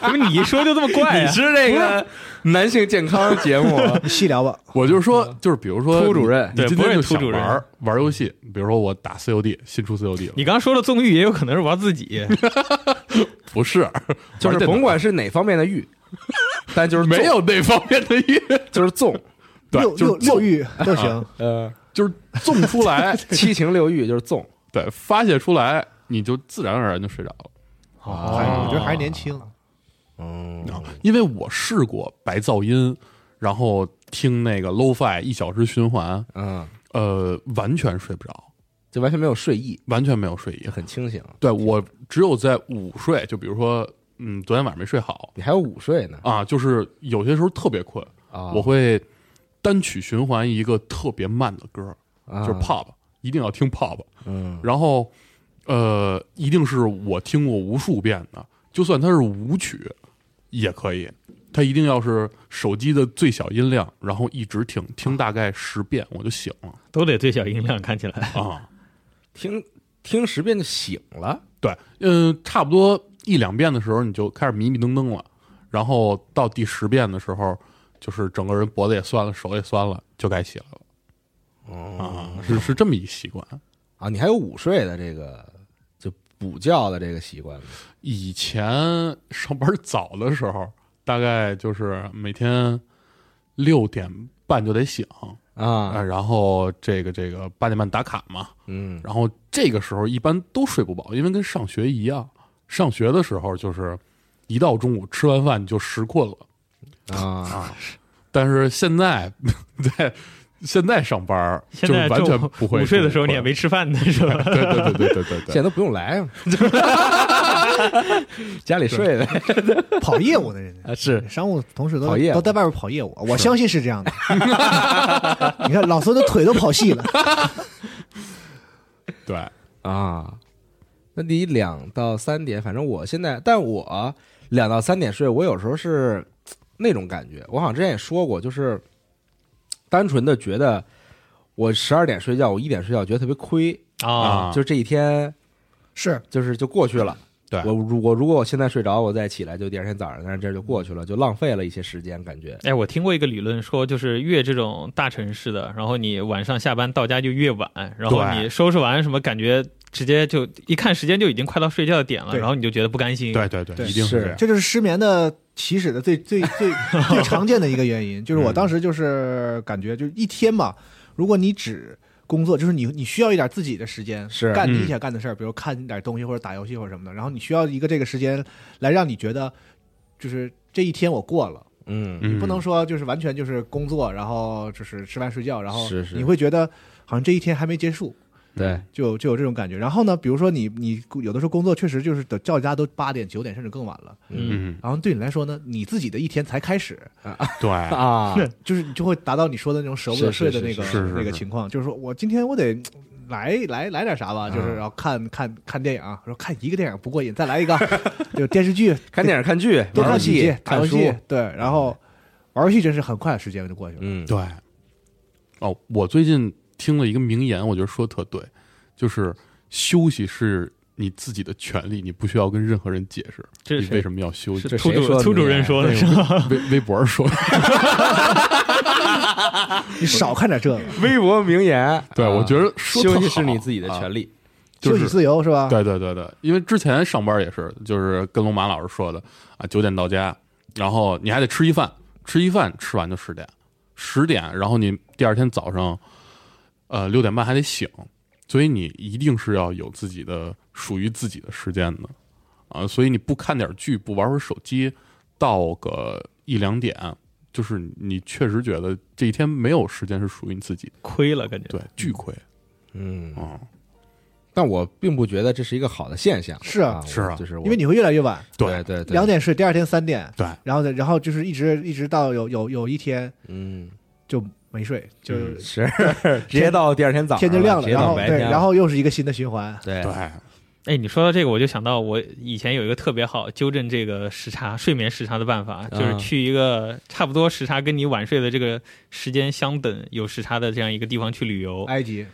[SPEAKER 5] 怎么你一说就这么 怪啊
[SPEAKER 3] 你
[SPEAKER 5] 呀？
[SPEAKER 3] 是那个男性健康节目
[SPEAKER 4] 你细聊吧，
[SPEAKER 6] 我就是说，就是比如说
[SPEAKER 3] 秃主任
[SPEAKER 6] 你你
[SPEAKER 5] 对
[SPEAKER 6] 今
[SPEAKER 5] 不
[SPEAKER 6] 天就
[SPEAKER 5] 是秃
[SPEAKER 6] 想
[SPEAKER 5] 主任
[SPEAKER 6] 玩儿玩儿游戏，比如说我打 COD 新出 COD 了，
[SPEAKER 5] 你刚说的纵欲也有可能是玩自己，
[SPEAKER 6] 不是，
[SPEAKER 3] 就是
[SPEAKER 6] 玩电脑
[SPEAKER 3] 甭管是哪方面的 欲，但就是
[SPEAKER 6] 没
[SPEAKER 3] 纵
[SPEAKER 6] 有那方面的欲，
[SPEAKER 3] 就是 纵，
[SPEAKER 6] 对
[SPEAKER 4] 六，
[SPEAKER 6] 就
[SPEAKER 4] 六
[SPEAKER 6] 是
[SPEAKER 4] 六
[SPEAKER 6] 纵
[SPEAKER 4] 欲都行。
[SPEAKER 3] 呃，
[SPEAKER 6] 就是纵出来，
[SPEAKER 3] 七情六欲就是纵。
[SPEAKER 6] 对，发泄出来，你就自然而然就睡着了。
[SPEAKER 3] 啊
[SPEAKER 4] 还是哎我觉得还是年轻，
[SPEAKER 3] 嗯，
[SPEAKER 6] 因为我试过白噪音，然后听那个 LoFi 一小时循环，
[SPEAKER 3] 嗯，
[SPEAKER 6] 呃，完全睡不着，
[SPEAKER 3] 就完全没有睡意，
[SPEAKER 6] 完全没有睡意
[SPEAKER 3] 就。很清醒。
[SPEAKER 6] 对我只有在午睡，就比如说嗯，昨天晚上没睡好
[SPEAKER 3] 你还有午睡呢
[SPEAKER 6] 啊，就是有些时候特别困，
[SPEAKER 3] 啊！
[SPEAKER 6] 我会单曲循环一个特别慢的歌，
[SPEAKER 3] 啊
[SPEAKER 6] 就是 pop，一定要听 pop。
[SPEAKER 3] 嗯
[SPEAKER 6] 然后，呃，一定是我听过无数遍的，就算它是舞曲也可以，它一定要是手机的最小音量，然后一直听，
[SPEAKER 3] 啊
[SPEAKER 6] 听大概十遍我就醒了
[SPEAKER 5] 都得最小音量，看起 来。
[SPEAKER 6] 啊。
[SPEAKER 3] 听听十遍就醒了
[SPEAKER 6] 对，嗯、差不多一两遍的时候你就开始迷迷瞪瞪了，然后到第十遍的时候，就是整个人脖子也酸了，手也酸了，就该起来了。啊，是是这么一习惯。
[SPEAKER 3] 啊！你还有午睡的这个就补觉的这个习惯呢
[SPEAKER 6] 以前上班早的时候，大概就是每天六点半就得醒啊，
[SPEAKER 3] 啊？
[SPEAKER 6] 然后这个这个八点半打卡嘛，
[SPEAKER 3] 嗯
[SPEAKER 6] 然后这个时候一般都睡不饱，因为跟上学一样，上学的时候就是一到中午吃完饭就食困了，
[SPEAKER 3] 啊
[SPEAKER 6] 但是现在在现在上班就
[SPEAKER 5] 现在
[SPEAKER 6] 是完全
[SPEAKER 5] 中午
[SPEAKER 6] 不会
[SPEAKER 5] 午睡的时候，
[SPEAKER 6] 这么困
[SPEAKER 5] 你也没吃饭呢，是吧？
[SPEAKER 6] 对对对对对对
[SPEAKER 3] 现
[SPEAKER 6] 对
[SPEAKER 3] 在都不用来 啊，家里睡呗。
[SPEAKER 4] 跑业务的人家
[SPEAKER 3] 啊是
[SPEAKER 4] 商务同事都
[SPEAKER 3] 跑业务
[SPEAKER 4] 都在外边跑业务，我相信是这样 的。你看老孙的腿都跑细了，
[SPEAKER 6] 对，
[SPEAKER 3] 啊，那你两到三点，反正我现在，但我两到三点睡，我有时候是那种感觉。我好像之前也说过，就是单纯的觉得我十二点睡觉，我一点睡觉，觉得特别亏，
[SPEAKER 6] 啊
[SPEAKER 3] 就这一天
[SPEAKER 4] 是
[SPEAKER 3] 就是就过去了。
[SPEAKER 6] 对
[SPEAKER 3] 我如我如果我现在睡着，我再起来就第二天早上，但是这就过去了，就浪费了一些时间，感觉
[SPEAKER 5] 哎，我听过一个理论说，就是越这种大城市的，然后你晚上下班到家就越晚，然后
[SPEAKER 6] 对
[SPEAKER 5] 你收拾完什么，感觉直接就一看时间就已经快到睡觉的点了，
[SPEAKER 4] 对
[SPEAKER 5] 然后你就觉得不甘心。
[SPEAKER 6] 对对对，
[SPEAKER 4] 对
[SPEAKER 6] 一定
[SPEAKER 3] 是
[SPEAKER 6] 这样。
[SPEAKER 4] 这就是失眠的起始的最最最最常见的一个原因，就是我当时就是感觉就是一天嘛，如果你只工作，就是你你需要一点自己的时间，
[SPEAKER 3] 是
[SPEAKER 4] 干你
[SPEAKER 6] 嗯
[SPEAKER 4] 想干的事儿，比如看点东西或者打游戏或者什么的，然后你需要一个这个时间来让你觉得就是这一天我过了。
[SPEAKER 3] 嗯
[SPEAKER 6] 嗯
[SPEAKER 4] 你不能说就是完全就是工作，然后就是吃饭睡觉，然后
[SPEAKER 3] 是是
[SPEAKER 4] 你会觉得好像这一天还没结束，
[SPEAKER 3] 对，
[SPEAKER 4] 就有就有这种感觉。然后呢，比如说你你有的时候工作确实就是等到家都八点九点甚至更晚了，
[SPEAKER 5] 嗯，
[SPEAKER 6] 嗯，
[SPEAKER 4] 然后对你来说呢，你自己的一天才开始，
[SPEAKER 6] 对
[SPEAKER 3] 啊，
[SPEAKER 4] 就是你就会达到你说的那种舍不得睡的那个
[SPEAKER 6] 是是是是是
[SPEAKER 4] 那个情况，就是说我今天我得。来来来点啥吧，就是
[SPEAKER 3] 嗯
[SPEAKER 4] 然后看看看电影啊，说看一个电影不过瘾，再来一个， 就电视剧
[SPEAKER 3] 看电影、看剧、玩游
[SPEAKER 4] 多看几
[SPEAKER 3] 戏
[SPEAKER 4] 集、，打
[SPEAKER 3] 看
[SPEAKER 4] 游
[SPEAKER 3] 书，
[SPEAKER 4] 戏，对，然后玩游戏真是很快时间就过去了，
[SPEAKER 3] 嗯，
[SPEAKER 6] 对，哦，我最近听了一个名言，我觉得说得特对，就是休息是你自己的权利，你不需要跟任何人解释
[SPEAKER 5] 这
[SPEAKER 6] 你
[SPEAKER 5] 是
[SPEAKER 6] 为什么要休息
[SPEAKER 5] 是。
[SPEAKER 3] 这
[SPEAKER 5] 兔
[SPEAKER 3] 谁说
[SPEAKER 5] 主
[SPEAKER 3] 的
[SPEAKER 5] 兔主任说的是吧？
[SPEAKER 6] 微微博上说，
[SPEAKER 4] 你少看点这个，
[SPEAKER 3] 微博名言，啊
[SPEAKER 6] 对我觉得说得
[SPEAKER 3] 休息
[SPEAKER 6] 好啊
[SPEAKER 3] 是你自己的权利。
[SPEAKER 6] 就
[SPEAKER 4] 休息
[SPEAKER 6] 是
[SPEAKER 4] 自由是吧？
[SPEAKER 6] 对对对对，因为之前上班也是，就是跟龙马老师说的啊，九点到家，然后你还得吃一饭，吃一饭吃完就十点，十点，然后你第二天早上，呃六点半还得醒，所以你一定是要有自己的属于自己的时间的啊，所以你不看点剧，不玩会儿手机，到个一两点，就是你确实觉得这一天没有时间是属于你自己的，
[SPEAKER 5] 亏了，感觉。
[SPEAKER 6] 对，巨亏
[SPEAKER 3] 嗯，
[SPEAKER 6] 啊、
[SPEAKER 3] 但我并不觉得这是一个好的现象。
[SPEAKER 4] 是啊
[SPEAKER 3] 啊，
[SPEAKER 6] 是啊
[SPEAKER 3] 我就是我
[SPEAKER 4] 因为你会越来越晚，
[SPEAKER 3] 对对对
[SPEAKER 4] 两点睡，第二天三点，
[SPEAKER 6] 对
[SPEAKER 4] 然后呢，然后就是一直一直到有有有一天
[SPEAKER 3] 嗯
[SPEAKER 4] 就没睡，就
[SPEAKER 3] 是直接到第二嗯天早上
[SPEAKER 4] 天就亮了，
[SPEAKER 3] 直接
[SPEAKER 4] 然
[SPEAKER 3] 到
[SPEAKER 4] 后
[SPEAKER 3] 白
[SPEAKER 4] 对，
[SPEAKER 3] 天了，
[SPEAKER 4] 然后又是一个新的循环。
[SPEAKER 3] 对
[SPEAKER 6] 对，
[SPEAKER 5] 哎，你说到这个，我就想到我以前有一个特别好纠正这个时差、睡眠时差的办法，就是
[SPEAKER 3] 嗯
[SPEAKER 5] 去一个差不多时差跟你晚睡的这个时间相等、有时差的这样一个地方去旅游。
[SPEAKER 4] 埃及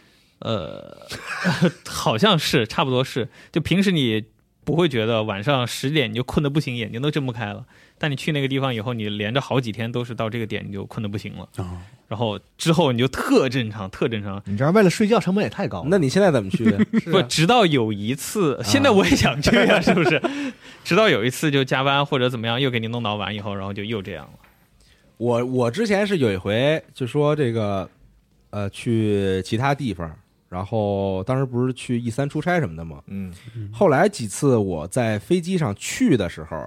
[SPEAKER 5] 呃， 好像是差不多是，就平时你不会觉得晚上十点你就困得不行，眼睛都睁不开了。但你去那个地方以后，你连着好几天都是到这个点你就困得不行了，
[SPEAKER 4] 哦
[SPEAKER 6] 啊，
[SPEAKER 5] 然后之后你就特正常，特正常。
[SPEAKER 4] 你知道为了睡觉成本也太高了，
[SPEAKER 3] 那你现在怎么 去？
[SPEAKER 4] 是
[SPEAKER 5] 不，
[SPEAKER 4] 啊
[SPEAKER 5] 直到有一次，现在我也想这样，是不是？直到有一次就加班或者怎么样，又给你弄到晚以后，然后就又这样了。
[SPEAKER 3] 我我之前是有一回就说这个，呃，去其他地方，然后当时不是去 E 三出差什么的吗？
[SPEAKER 4] 嗯，
[SPEAKER 3] 后来几次我在飞机上去的时候，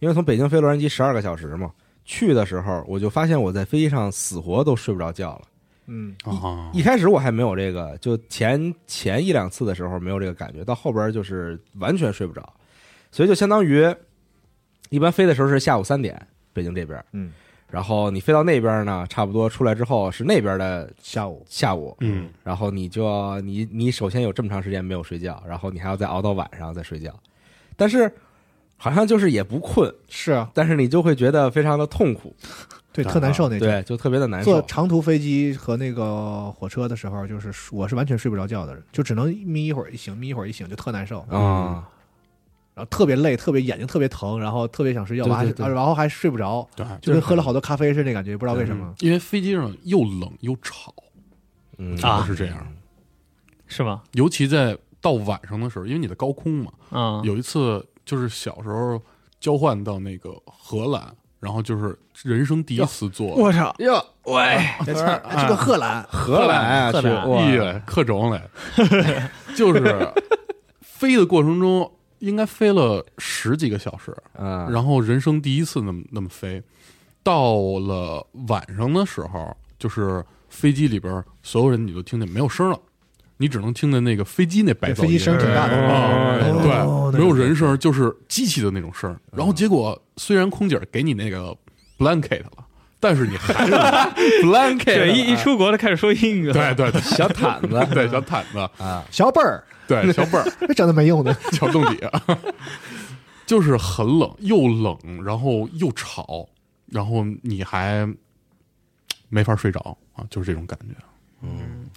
[SPEAKER 3] 因为从北京飞洛杉矶十二个小时嘛，去的时候我就发现我在飞机上死活都睡不着觉了。
[SPEAKER 4] 嗯，
[SPEAKER 6] 啊
[SPEAKER 3] 一开始我还没有这个，就前前一两次的时候没有这个感觉，到后边就是完全睡不着。所以就相当于一般飞的时候是下午三点，北京这边，
[SPEAKER 5] 嗯，
[SPEAKER 3] 然后你飞到那边呢，差不多出来之后是那边的
[SPEAKER 4] 下午
[SPEAKER 3] 下午，
[SPEAKER 6] 嗯，
[SPEAKER 3] 然后你就要你你首先有这么长时间没有睡觉，然后你还要再熬到晚上再睡觉，但是好像就是也不困，
[SPEAKER 4] 是啊，
[SPEAKER 3] 但是你就会觉得非常的痛苦，
[SPEAKER 4] 对，特难受那种。
[SPEAKER 3] 啊对，就特别的难
[SPEAKER 4] 坐
[SPEAKER 3] 受。
[SPEAKER 4] 长途飞机和那个火车的时候，就是我是完全睡不着觉的人，就只能眯一会儿一醒，眯一会儿一醒，就特难受，
[SPEAKER 3] 啊、
[SPEAKER 4] 然后特别累，特别眼睛特别疼，然后特别想睡觉，
[SPEAKER 3] 对
[SPEAKER 4] 然后还
[SPEAKER 3] 对对
[SPEAKER 4] 然后还睡不着，
[SPEAKER 6] 对，啊
[SPEAKER 4] 就跟喝了好多咖啡似的，感觉不知道为什么。
[SPEAKER 6] 嗯因为飞机上又冷又吵，
[SPEAKER 3] 嗯
[SPEAKER 5] 啊
[SPEAKER 6] 是这样，
[SPEAKER 5] 是吗？
[SPEAKER 6] 尤其在到晚上的时候，因为你在高空嘛。
[SPEAKER 5] 嗯，
[SPEAKER 6] 有一次就是小时候交换到那个荷兰，然后就是人生第一次坐
[SPEAKER 5] 操
[SPEAKER 3] 哟，
[SPEAKER 5] 喂，
[SPEAKER 4] 这啊这个荷兰，
[SPEAKER 3] 荷兰啊，
[SPEAKER 5] 荷
[SPEAKER 3] 去
[SPEAKER 5] 兰
[SPEAKER 3] 哇
[SPEAKER 6] 耶，各种嘞， 就是飞的过程中应该飞了十几个小时，
[SPEAKER 3] 啊，
[SPEAKER 6] 然后人生第一次那么那么飞，到了晚上的时候，就是飞机里边所有人你都听见没有声了，你只能听见那个飞机那白噪
[SPEAKER 4] 飞机
[SPEAKER 6] 音
[SPEAKER 4] 声挺大的，
[SPEAKER 6] 啊，
[SPEAKER 4] 哦
[SPEAKER 6] 对，没有人声，就是机器的那种声儿。然后结果虽然空姐给你那个 blanket 了，但是你 还是
[SPEAKER 5] 对，
[SPEAKER 3] blanket
[SPEAKER 5] 一一出国就开始说英语了，
[SPEAKER 6] 对 对对
[SPEAKER 3] 小毯子
[SPEAKER 6] 对小毯子，
[SPEAKER 4] 小辈儿，
[SPEAKER 6] 对小被儿，
[SPEAKER 4] 这整的没用的，
[SPEAKER 6] 小洞底，啊就是很冷，又冷，然后又吵，然后你还没法睡着啊，就是这种感觉。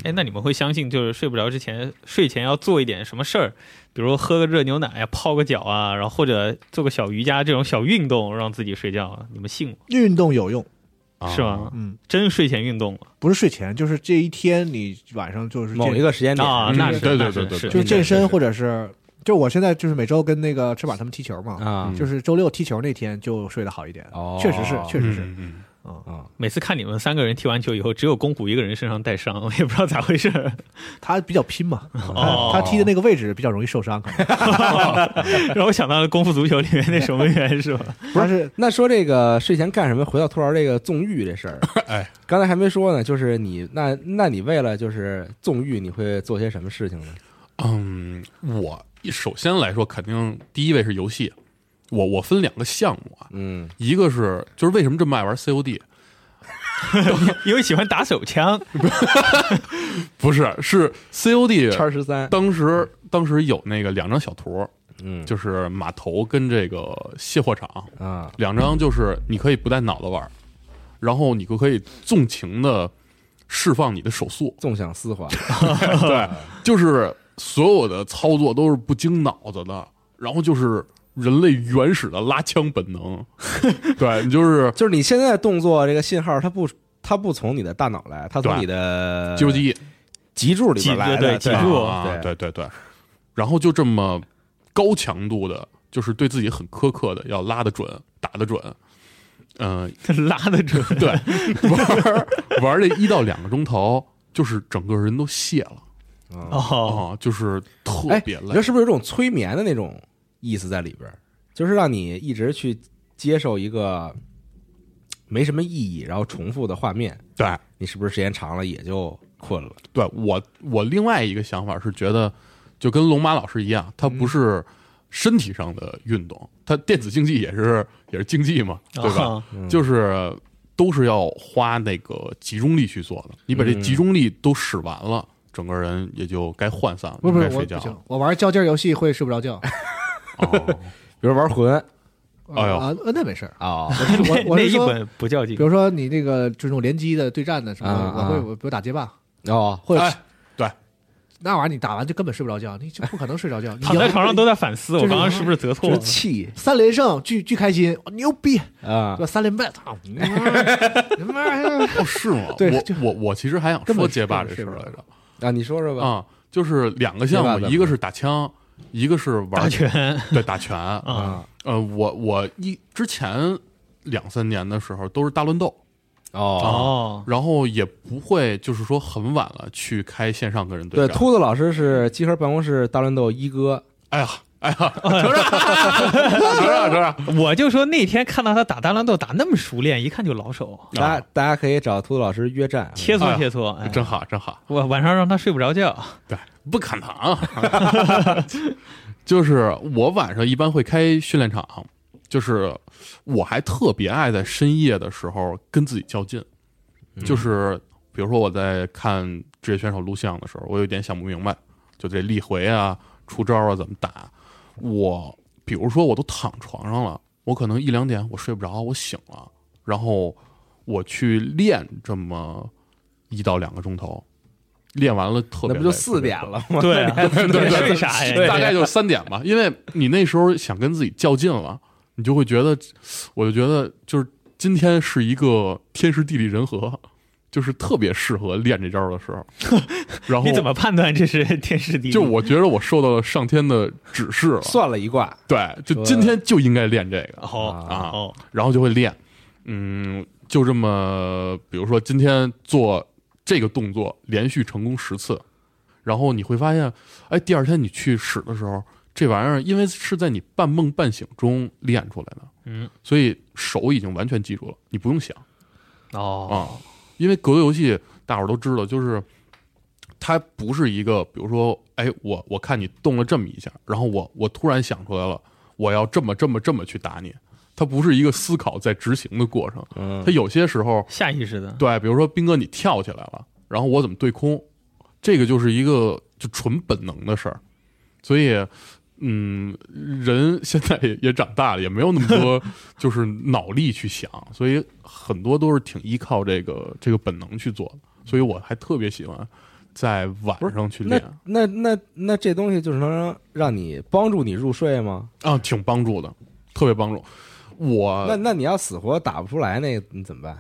[SPEAKER 5] 哎，那你们会相信就是睡不着之前，睡前要做一点什么事儿，比如喝个热牛奶呀、泡个脚啊，然后或者做个小瑜伽这种小运动，让自己睡觉啊？你们信吗？
[SPEAKER 4] 运动有用，
[SPEAKER 6] 啊、
[SPEAKER 5] 是？吗？
[SPEAKER 4] 嗯，
[SPEAKER 5] 真睡前运动了
[SPEAKER 4] 不是睡前，就是这一天你晚上就是
[SPEAKER 3] 某
[SPEAKER 4] 健
[SPEAKER 3] 一个时间点
[SPEAKER 5] 啊？
[SPEAKER 6] 嗯
[SPEAKER 5] 那是
[SPEAKER 6] 对对
[SPEAKER 5] 那是
[SPEAKER 6] 对对
[SPEAKER 5] 是
[SPEAKER 4] 就是健
[SPEAKER 3] 是
[SPEAKER 4] 身
[SPEAKER 3] 是
[SPEAKER 4] 或者是。就我现在就是每周跟那个翅膀他们踢球嘛，嗯
[SPEAKER 3] 啊，
[SPEAKER 4] 就是周六踢球那天就睡得好一点，
[SPEAKER 3] 哦
[SPEAKER 4] 确实是，确实是，
[SPEAKER 6] 嗯嗯
[SPEAKER 5] 每次看你们三个人踢完球以后，只有公虎一个人身上带伤， 我也不知道咋回事儿。
[SPEAKER 4] 他比较拼嘛，
[SPEAKER 5] 哦
[SPEAKER 4] 他他踢的那个位置比较容易受伤，可能
[SPEAKER 5] 让我想到了功夫足球里面那守门员是吧？
[SPEAKER 4] 但是
[SPEAKER 3] 那说这个睡前干什么？回到吐槽这个纵欲这事儿，
[SPEAKER 6] 哎，
[SPEAKER 3] 刚才还没说呢，就是你那那你为了就是纵欲，你会做些什么事情呢？
[SPEAKER 6] 嗯嗯，我首先来说，肯定第一位是游戏，我我分两个项目啊，
[SPEAKER 3] 嗯，
[SPEAKER 6] 一个是就是为什么这么爱玩 COD，
[SPEAKER 5] 因为喜欢打手枪，
[SPEAKER 6] 不是是 COD
[SPEAKER 3] 叉十三，
[SPEAKER 6] 当时当时有那个两张小图，
[SPEAKER 3] 嗯，
[SPEAKER 6] 就是码头跟这个卸货场
[SPEAKER 3] 啊，，
[SPEAKER 6] 两张，就是你可以不带脑子玩，然后你就可以纵情的释放你的手速
[SPEAKER 3] 纵享丝滑，
[SPEAKER 6] 对，就是所有的操作都是不经脑子的，然后就是人类原始的拉枪本 能，对你就是
[SPEAKER 3] 就是你现在动作这个信号，它不它不从你的大脑来，它从
[SPEAKER 6] 对
[SPEAKER 3] 你的
[SPEAKER 6] 肌肉记忆，
[SPEAKER 3] 脊柱里
[SPEAKER 5] 脊
[SPEAKER 3] 边来的，
[SPEAKER 5] 对脊
[SPEAKER 3] 吧
[SPEAKER 5] 柱
[SPEAKER 6] 啊，
[SPEAKER 3] 对
[SPEAKER 6] 对对对，然后就这么高强度的，就是对自己很苛刻的，要拉得准，打得准，嗯、
[SPEAKER 5] 拉得准。
[SPEAKER 6] 对，玩儿玩儿这一到两个钟头，就是整个人都卸了啊、
[SPEAKER 5] 哦，
[SPEAKER 6] 就是特
[SPEAKER 3] 哎，
[SPEAKER 6] 别
[SPEAKER 3] 你
[SPEAKER 6] 累
[SPEAKER 3] 说。是不是有种催眠的那种意思在里边儿？就是让你一直去接受一个没什么意义，然后重复的画面，
[SPEAKER 6] 对，
[SPEAKER 3] 你是不是时间长了也就困了？
[SPEAKER 6] 对我我另外一个想法是觉得，就跟龙马老师一样，他不是身体上的运动，他电子竞技也是也是竞技嘛，对吧？
[SPEAKER 5] 啊
[SPEAKER 6] 就是都是要花那个集中力去做的。你把这集中力都使完了，整个人也就该涣散了，
[SPEAKER 4] 不是不
[SPEAKER 6] 该
[SPEAKER 4] 是我
[SPEAKER 6] 睡
[SPEAKER 4] 不
[SPEAKER 6] 觉
[SPEAKER 4] 行
[SPEAKER 6] 了。，
[SPEAKER 4] 我玩较劲儿游戏会睡不着觉，
[SPEAKER 6] 哦
[SPEAKER 3] 比如玩魂
[SPEAKER 6] 哎呦
[SPEAKER 4] 啊，那没 事儿，
[SPEAKER 3] 啊、
[SPEAKER 4] 我是
[SPEAKER 5] 那
[SPEAKER 4] 我我
[SPEAKER 5] 那
[SPEAKER 4] 是
[SPEAKER 5] 一
[SPEAKER 4] 说，
[SPEAKER 5] 本不较劲
[SPEAKER 4] 比，如说你那个这种联机的对战的什
[SPEAKER 3] 啊
[SPEAKER 4] 么，我
[SPEAKER 3] 啊
[SPEAKER 4] 会我比如打街霸，
[SPEAKER 3] 哦，
[SPEAKER 4] 或者
[SPEAKER 6] 哎，对，
[SPEAKER 4] 那玩意儿你打完就根本睡不着觉，你就不可能睡着觉，你
[SPEAKER 5] 躺在 床上都在反思，我
[SPEAKER 4] 就是
[SPEAKER 5] 刚刚是不是择错
[SPEAKER 3] 就
[SPEAKER 5] 了
[SPEAKER 3] 是？气
[SPEAKER 4] 三连胜，巨巨开心，哇牛逼，
[SPEAKER 3] 啊
[SPEAKER 4] 对吧？三连败，操你妈你妈！
[SPEAKER 6] 哦，是吗？
[SPEAKER 4] 对
[SPEAKER 6] 我
[SPEAKER 4] 就
[SPEAKER 6] 我我其实还想
[SPEAKER 4] 根
[SPEAKER 6] 说
[SPEAKER 4] 本
[SPEAKER 6] 街霸
[SPEAKER 4] 根
[SPEAKER 6] 这
[SPEAKER 4] 本睡不
[SPEAKER 6] 事儿
[SPEAKER 4] 着
[SPEAKER 6] 来着
[SPEAKER 3] 啊！你说说吧，
[SPEAKER 6] 啊、就是两个项
[SPEAKER 3] 街霸
[SPEAKER 6] 目，
[SPEAKER 3] 怎么
[SPEAKER 6] 一个是打枪，一个是玩
[SPEAKER 5] 打，拳
[SPEAKER 6] 对打拳。
[SPEAKER 5] 啊，
[SPEAKER 6] 呃，我我一之前两三年的时候都是大乱斗，啊
[SPEAKER 3] 哦，
[SPEAKER 5] 哦，
[SPEAKER 6] 然后也不会就是说很晚了去开线上跟人
[SPEAKER 3] 对，
[SPEAKER 6] 战。
[SPEAKER 3] 秃子老师是集合办公室大乱斗一哥，
[SPEAKER 6] 哎呀，哎呀， 承认，承
[SPEAKER 5] 哎
[SPEAKER 6] 认，承认。
[SPEAKER 5] 我就说那天看到他打大乱斗打那么熟练，一看就老
[SPEAKER 6] 啊
[SPEAKER 5] 手，
[SPEAKER 3] 大家、大家可以找秃子老师约战，啊
[SPEAKER 5] 切磋
[SPEAKER 6] 哎
[SPEAKER 5] 切磋。哎
[SPEAKER 6] 真好，真好，
[SPEAKER 5] 我晚上让他睡不着觉，
[SPEAKER 6] 对，不可能，就是我晚上一般会开训练场，就是我还特别爱在深夜的时候跟自己较劲，
[SPEAKER 3] 嗯
[SPEAKER 6] 就是比如说我在看职业选手录像的时候，我有点想不明白，就这立回啊、出招啊怎么打，我比如说我都躺床上了，我可能一两点我睡不着，我醒了，然后我去练这么一到两个钟头。练完了特别
[SPEAKER 3] 那
[SPEAKER 6] 累，
[SPEAKER 3] 不就
[SPEAKER 6] 特
[SPEAKER 3] 四
[SPEAKER 6] 别
[SPEAKER 3] 点
[SPEAKER 6] 累 啊
[SPEAKER 3] 了吗？
[SPEAKER 5] 对，对睡啥呀？
[SPEAKER 6] 大概就三点吧，因为你那时候想跟自己较劲了，你就会觉得，我就觉得就是今天是一个天时地利人和，就是特别适合练这招的 时候。然后
[SPEAKER 5] 你怎么判断这是天时地利？
[SPEAKER 6] 就我觉得我受到了上天的指示了，
[SPEAKER 3] 算了一卦，
[SPEAKER 6] 对，就今天就应该练这个，
[SPEAKER 5] 哦
[SPEAKER 6] 啊
[SPEAKER 5] 哦，
[SPEAKER 6] 然后就会练，嗯，就这么，比如说今天做这个动作，连续成功十次，然后你会发现，哎，第二天你去使的时候，这玩意儿因为是在你半梦半醒中练出来的，
[SPEAKER 5] 嗯，
[SPEAKER 6] 所以手已经完全记住了，你不用想
[SPEAKER 5] 哦，
[SPEAKER 6] 啊，因为格斗游戏大伙儿都知道，就是它不是一个，比如说，哎，我我看你动了这么一下，然后我我突然想出来了，我要这么这么这么去打你。它不是一个思考在执行的过程，
[SPEAKER 3] 嗯
[SPEAKER 6] 它有些时候，
[SPEAKER 5] 下意识的，
[SPEAKER 6] 对，比如说斌哥你跳起来了，然后我怎么对空，这个就是一个就纯本能的事儿，所以。嗯，人现在也也长大了，也没有那么 多就是脑力去想，所以很多都是挺依靠这个这个本能去做的。所以我还特别喜欢在晚上去
[SPEAKER 3] 那
[SPEAKER 6] 练
[SPEAKER 3] 那那那这东西就是能让让你帮助你入睡吗？
[SPEAKER 6] 啊，挺帮助的，特别帮助。我
[SPEAKER 3] 那那你要死活打不出来，那你怎么办？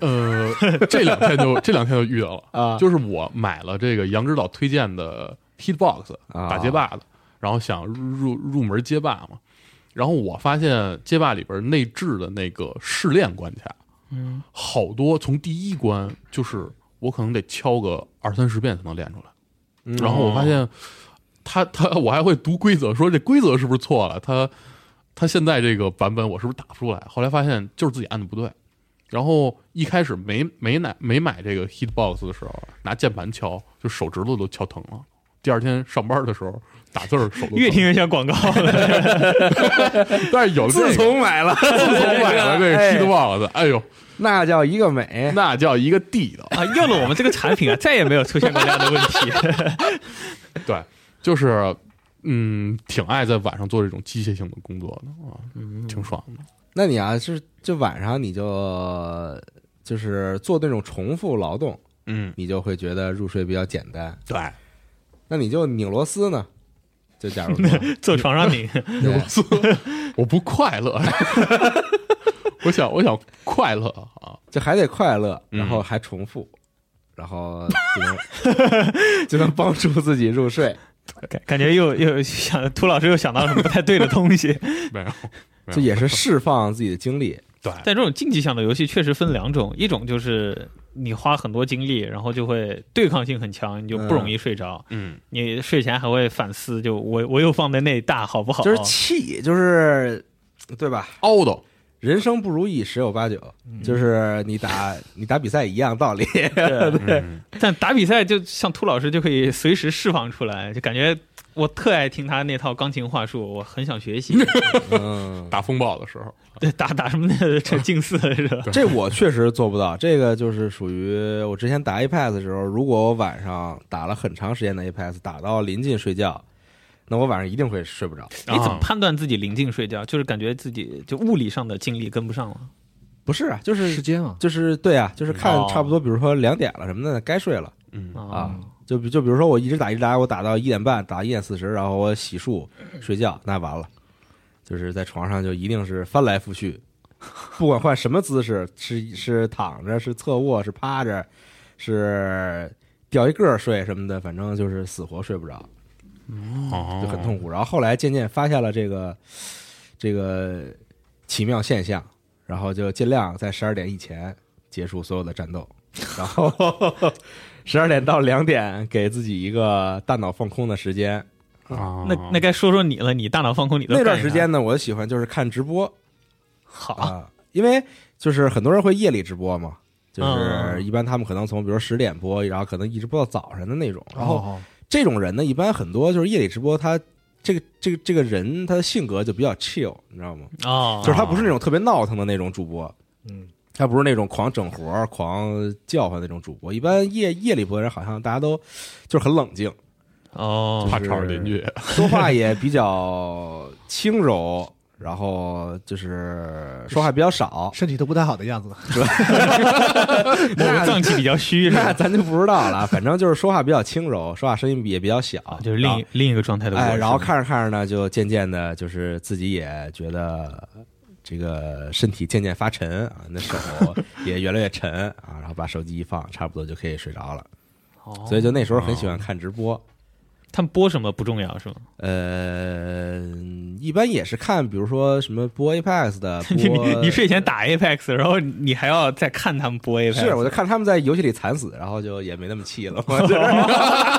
[SPEAKER 6] 呃，这两天就这两天就遇到了
[SPEAKER 3] 啊
[SPEAKER 6] 就是我买了这个杨指导推荐的 Hitbox
[SPEAKER 3] 啊
[SPEAKER 6] 打街霸的，然后想入入门街霸嘛，然后我发现街霸里边内置的那个试炼关卡，嗯，好多从第一关就是我可能得敲个二三十遍才能练出来，
[SPEAKER 3] 嗯
[SPEAKER 6] 然后我发现他他我还会读规则，说这规则是不是错了？他他现在这个版本我是不是打不出来？后来发现就是自己按的不对。然后一开始没没买没买这个 Hitbox 的时候，拿键盘敲，就手指头都敲疼了。第二天上班的时候打字儿手都疼
[SPEAKER 5] 越听越像广告了。
[SPEAKER 6] 但是有了这个
[SPEAKER 3] 自从买了，
[SPEAKER 6] 自从买了这个
[SPEAKER 3] 哎
[SPEAKER 6] Hitbox，哎呦，
[SPEAKER 3] 那叫一个美。
[SPEAKER 6] 那叫一个地道。
[SPEAKER 5] 啊，用了我们这个产 品啊，再也没有出现过这样的问 题。
[SPEAKER 6] 对，就是嗯，挺爱在晚上做这种机械性的工作的啊，挺爽的。
[SPEAKER 3] 那你啊，是就晚上你就就是做那种重复劳动，
[SPEAKER 6] 嗯，
[SPEAKER 3] 你就会觉得入睡比较简单。
[SPEAKER 6] 对，
[SPEAKER 3] 那你就拧螺丝呢？就假如说
[SPEAKER 5] 坐床上 拧，
[SPEAKER 3] 对
[SPEAKER 6] 我不快乐， 我想我想快乐啊，
[SPEAKER 3] 就还得快乐，
[SPEAKER 6] 嗯
[SPEAKER 3] 然后还重复，然后就能就能 帮助自己入睡。
[SPEAKER 5] 感感觉又又想，涂老师又想到了什么不太 对的东西。
[SPEAKER 6] 没有，没有
[SPEAKER 3] 这也是释放自己的精力。
[SPEAKER 6] 对，
[SPEAKER 5] 但这种竞技项的游戏确实分两种，一种就是你花很多精力，然后就会对抗性很强，你就不容易睡着。
[SPEAKER 6] 嗯，
[SPEAKER 5] 你睡前还会反思，就我我又放在那大好
[SPEAKER 6] 哦
[SPEAKER 5] 不好？
[SPEAKER 3] 就是气，就是对吧？
[SPEAKER 6] 凹斗，
[SPEAKER 3] 人生不如意十有八九，就是你打你打比赛一样道理。
[SPEAKER 5] 对
[SPEAKER 6] 嗯，
[SPEAKER 5] 但打比赛就像涂老师就可以随时释放出来，就感觉我特爱听他那套钢琴话术，我很 想学习。
[SPEAKER 3] 嗯，
[SPEAKER 6] 打风暴的时候，
[SPEAKER 5] 对，打打什么的这竞赛是吧？
[SPEAKER 3] 这我确实做不到，这个就是属于我之前打 Apex 的时候，如果我晚上打了很长时间的 Apex，打到临近睡觉，那我晚上一定会睡不着。
[SPEAKER 5] 你怎么判断自己临近睡觉？就是感觉自己就物理上的精力跟不上了。
[SPEAKER 3] 不是啊，就是
[SPEAKER 4] 时间啊，
[SPEAKER 3] 就是对啊，就是看
[SPEAKER 5] 哦
[SPEAKER 3] 差不多，比如说两点了什么的，该睡了
[SPEAKER 6] 嗯
[SPEAKER 3] 啊。就比就比如说我一直打一直打，我打到一点半，打一点四十，然后我洗漱睡觉，那完了，就是在床上就一定是翻来覆去，不管换什么姿势，是是躺着，是侧卧，是趴着，是掉一个儿睡什么的，反正就是死活睡不着，
[SPEAKER 6] 哦
[SPEAKER 3] 就很痛苦。然后后来渐渐发现了这个这个奇妙现象，然后就尽量在十二点以前结束所有的战斗，然后十二点到两点给自己一个大脑放空的时间。
[SPEAKER 6] 啊
[SPEAKER 5] 那那该说说你了，你大脑放空，你都
[SPEAKER 3] 那
[SPEAKER 5] 干
[SPEAKER 3] 段
[SPEAKER 5] 啥
[SPEAKER 3] 时间呢，我喜欢就是看直播
[SPEAKER 5] 好，
[SPEAKER 3] 啊，因为就是很多人会夜里直播嘛。就是
[SPEAKER 5] 嗯
[SPEAKER 3] 一般他们可能从比如十点播，然后可能一直播到早上的那种。然后
[SPEAKER 4] 哦，
[SPEAKER 3] 这种人呢，一般很多就是夜里直播，他这个这个这个人他的性格就比较 chill，你知道吗？
[SPEAKER 5] 哦，
[SPEAKER 3] 就是他不是那种特别闹腾的那种主播，
[SPEAKER 4] 嗯，，
[SPEAKER 3] 他不是那种狂整活儿、狂叫唤那种主播。一般夜夜里播的人好像大家都就是很冷静，
[SPEAKER 5] 哦，
[SPEAKER 6] 怕吵着邻居，
[SPEAKER 3] 说话也比较轻柔，然后就是说话比较少
[SPEAKER 4] 身体都不太好的样子。
[SPEAKER 5] 某个脏器比较虚是
[SPEAKER 3] 那
[SPEAKER 5] 吧？
[SPEAKER 3] 咱就不知道了。啊反正就是说话比较轻柔，说话声音也比较小，
[SPEAKER 5] 啊就是另一另一个状态的我，
[SPEAKER 3] 哎，然后
[SPEAKER 5] 是吗
[SPEAKER 3] 看着看着呢，就渐渐的，就是自己也觉得这个身体渐渐发沉啊，那 手也越来越沉啊，然后把手机一放，差不多就可以睡着了。
[SPEAKER 5] 哦
[SPEAKER 3] 所以就那时候很喜欢看直播，
[SPEAKER 5] 他们播什么不重要是吗？
[SPEAKER 3] 呃，一般也是看，比如说什么播 Apex 的，播
[SPEAKER 5] 你你你睡前打 Apex，然后你还要再看他们播 Apex，
[SPEAKER 3] 是，我就看他们在游戏里惨死，然后就也没那么气了嘛。
[SPEAKER 5] 哦
[SPEAKER 3] 就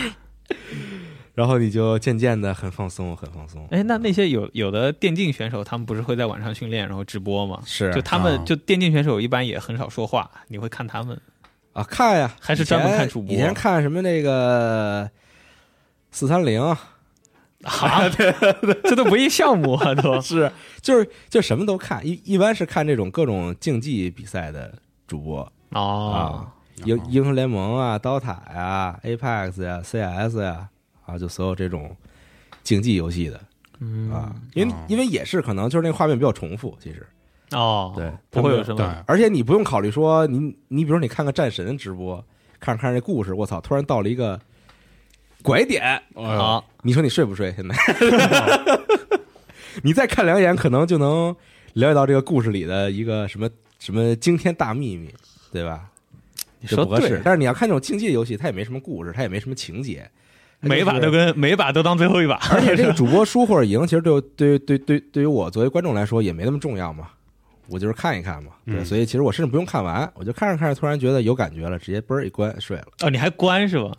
[SPEAKER 3] 是 然后你就渐渐的很放松，很放松。
[SPEAKER 5] 哎，那那些有有的电竞选手，他们不是会在晚上训练，然后直播吗？
[SPEAKER 3] 是
[SPEAKER 5] 就他们、
[SPEAKER 6] 啊
[SPEAKER 5] 就电竞选手一般也很少说话，你会看他们
[SPEAKER 3] 啊，看呀，
[SPEAKER 5] 还是专门
[SPEAKER 3] 以前
[SPEAKER 5] 看主播
[SPEAKER 3] 以前看什么那个四三零，
[SPEAKER 5] 啊？对这都不一项目啊，都
[SPEAKER 3] 是就是就什么都看，一一般是看这种各种竞技比赛的主播啊，
[SPEAKER 5] 哦
[SPEAKER 3] 英英雄联盟啊、DOTA 呀、Apex 呀、CS 呀啊，就所有这种竞技游戏的
[SPEAKER 5] 嗯
[SPEAKER 3] 啊，因为因为也是可能就是那个画面比较重复，其实
[SPEAKER 5] 哦，
[SPEAKER 3] 对，
[SPEAKER 5] 不会有什
[SPEAKER 6] 对，
[SPEAKER 5] 么
[SPEAKER 3] 而且你不用考虑说你你比如说你看个战神直播，看着看着这故事，我操，突然到了一个拐点。
[SPEAKER 6] 哎呦
[SPEAKER 5] 啊
[SPEAKER 3] 你说你睡不睡？现在， 你再看两眼，可能就能了解到这个故事里的一个什么什么惊天大秘密，对吧？
[SPEAKER 5] 你
[SPEAKER 3] 这
[SPEAKER 5] 说
[SPEAKER 3] 不合适
[SPEAKER 5] 对。
[SPEAKER 3] 但是你要看这种竞技游戏，它也没什么故事，它也没什么情节，它就是
[SPEAKER 5] 每一把都跟每一把都当最后一把，
[SPEAKER 3] 而且这 个主播输或者赢，其实对我对对对对于我作为观众来说也没那么重要嘛。我就是看一看嘛，对，
[SPEAKER 6] 嗯
[SPEAKER 3] 所以其实我甚至不用看完，我就看着看着，突然觉得有感觉了，直接嘣儿一关睡了
[SPEAKER 5] 哦，你还关是吧？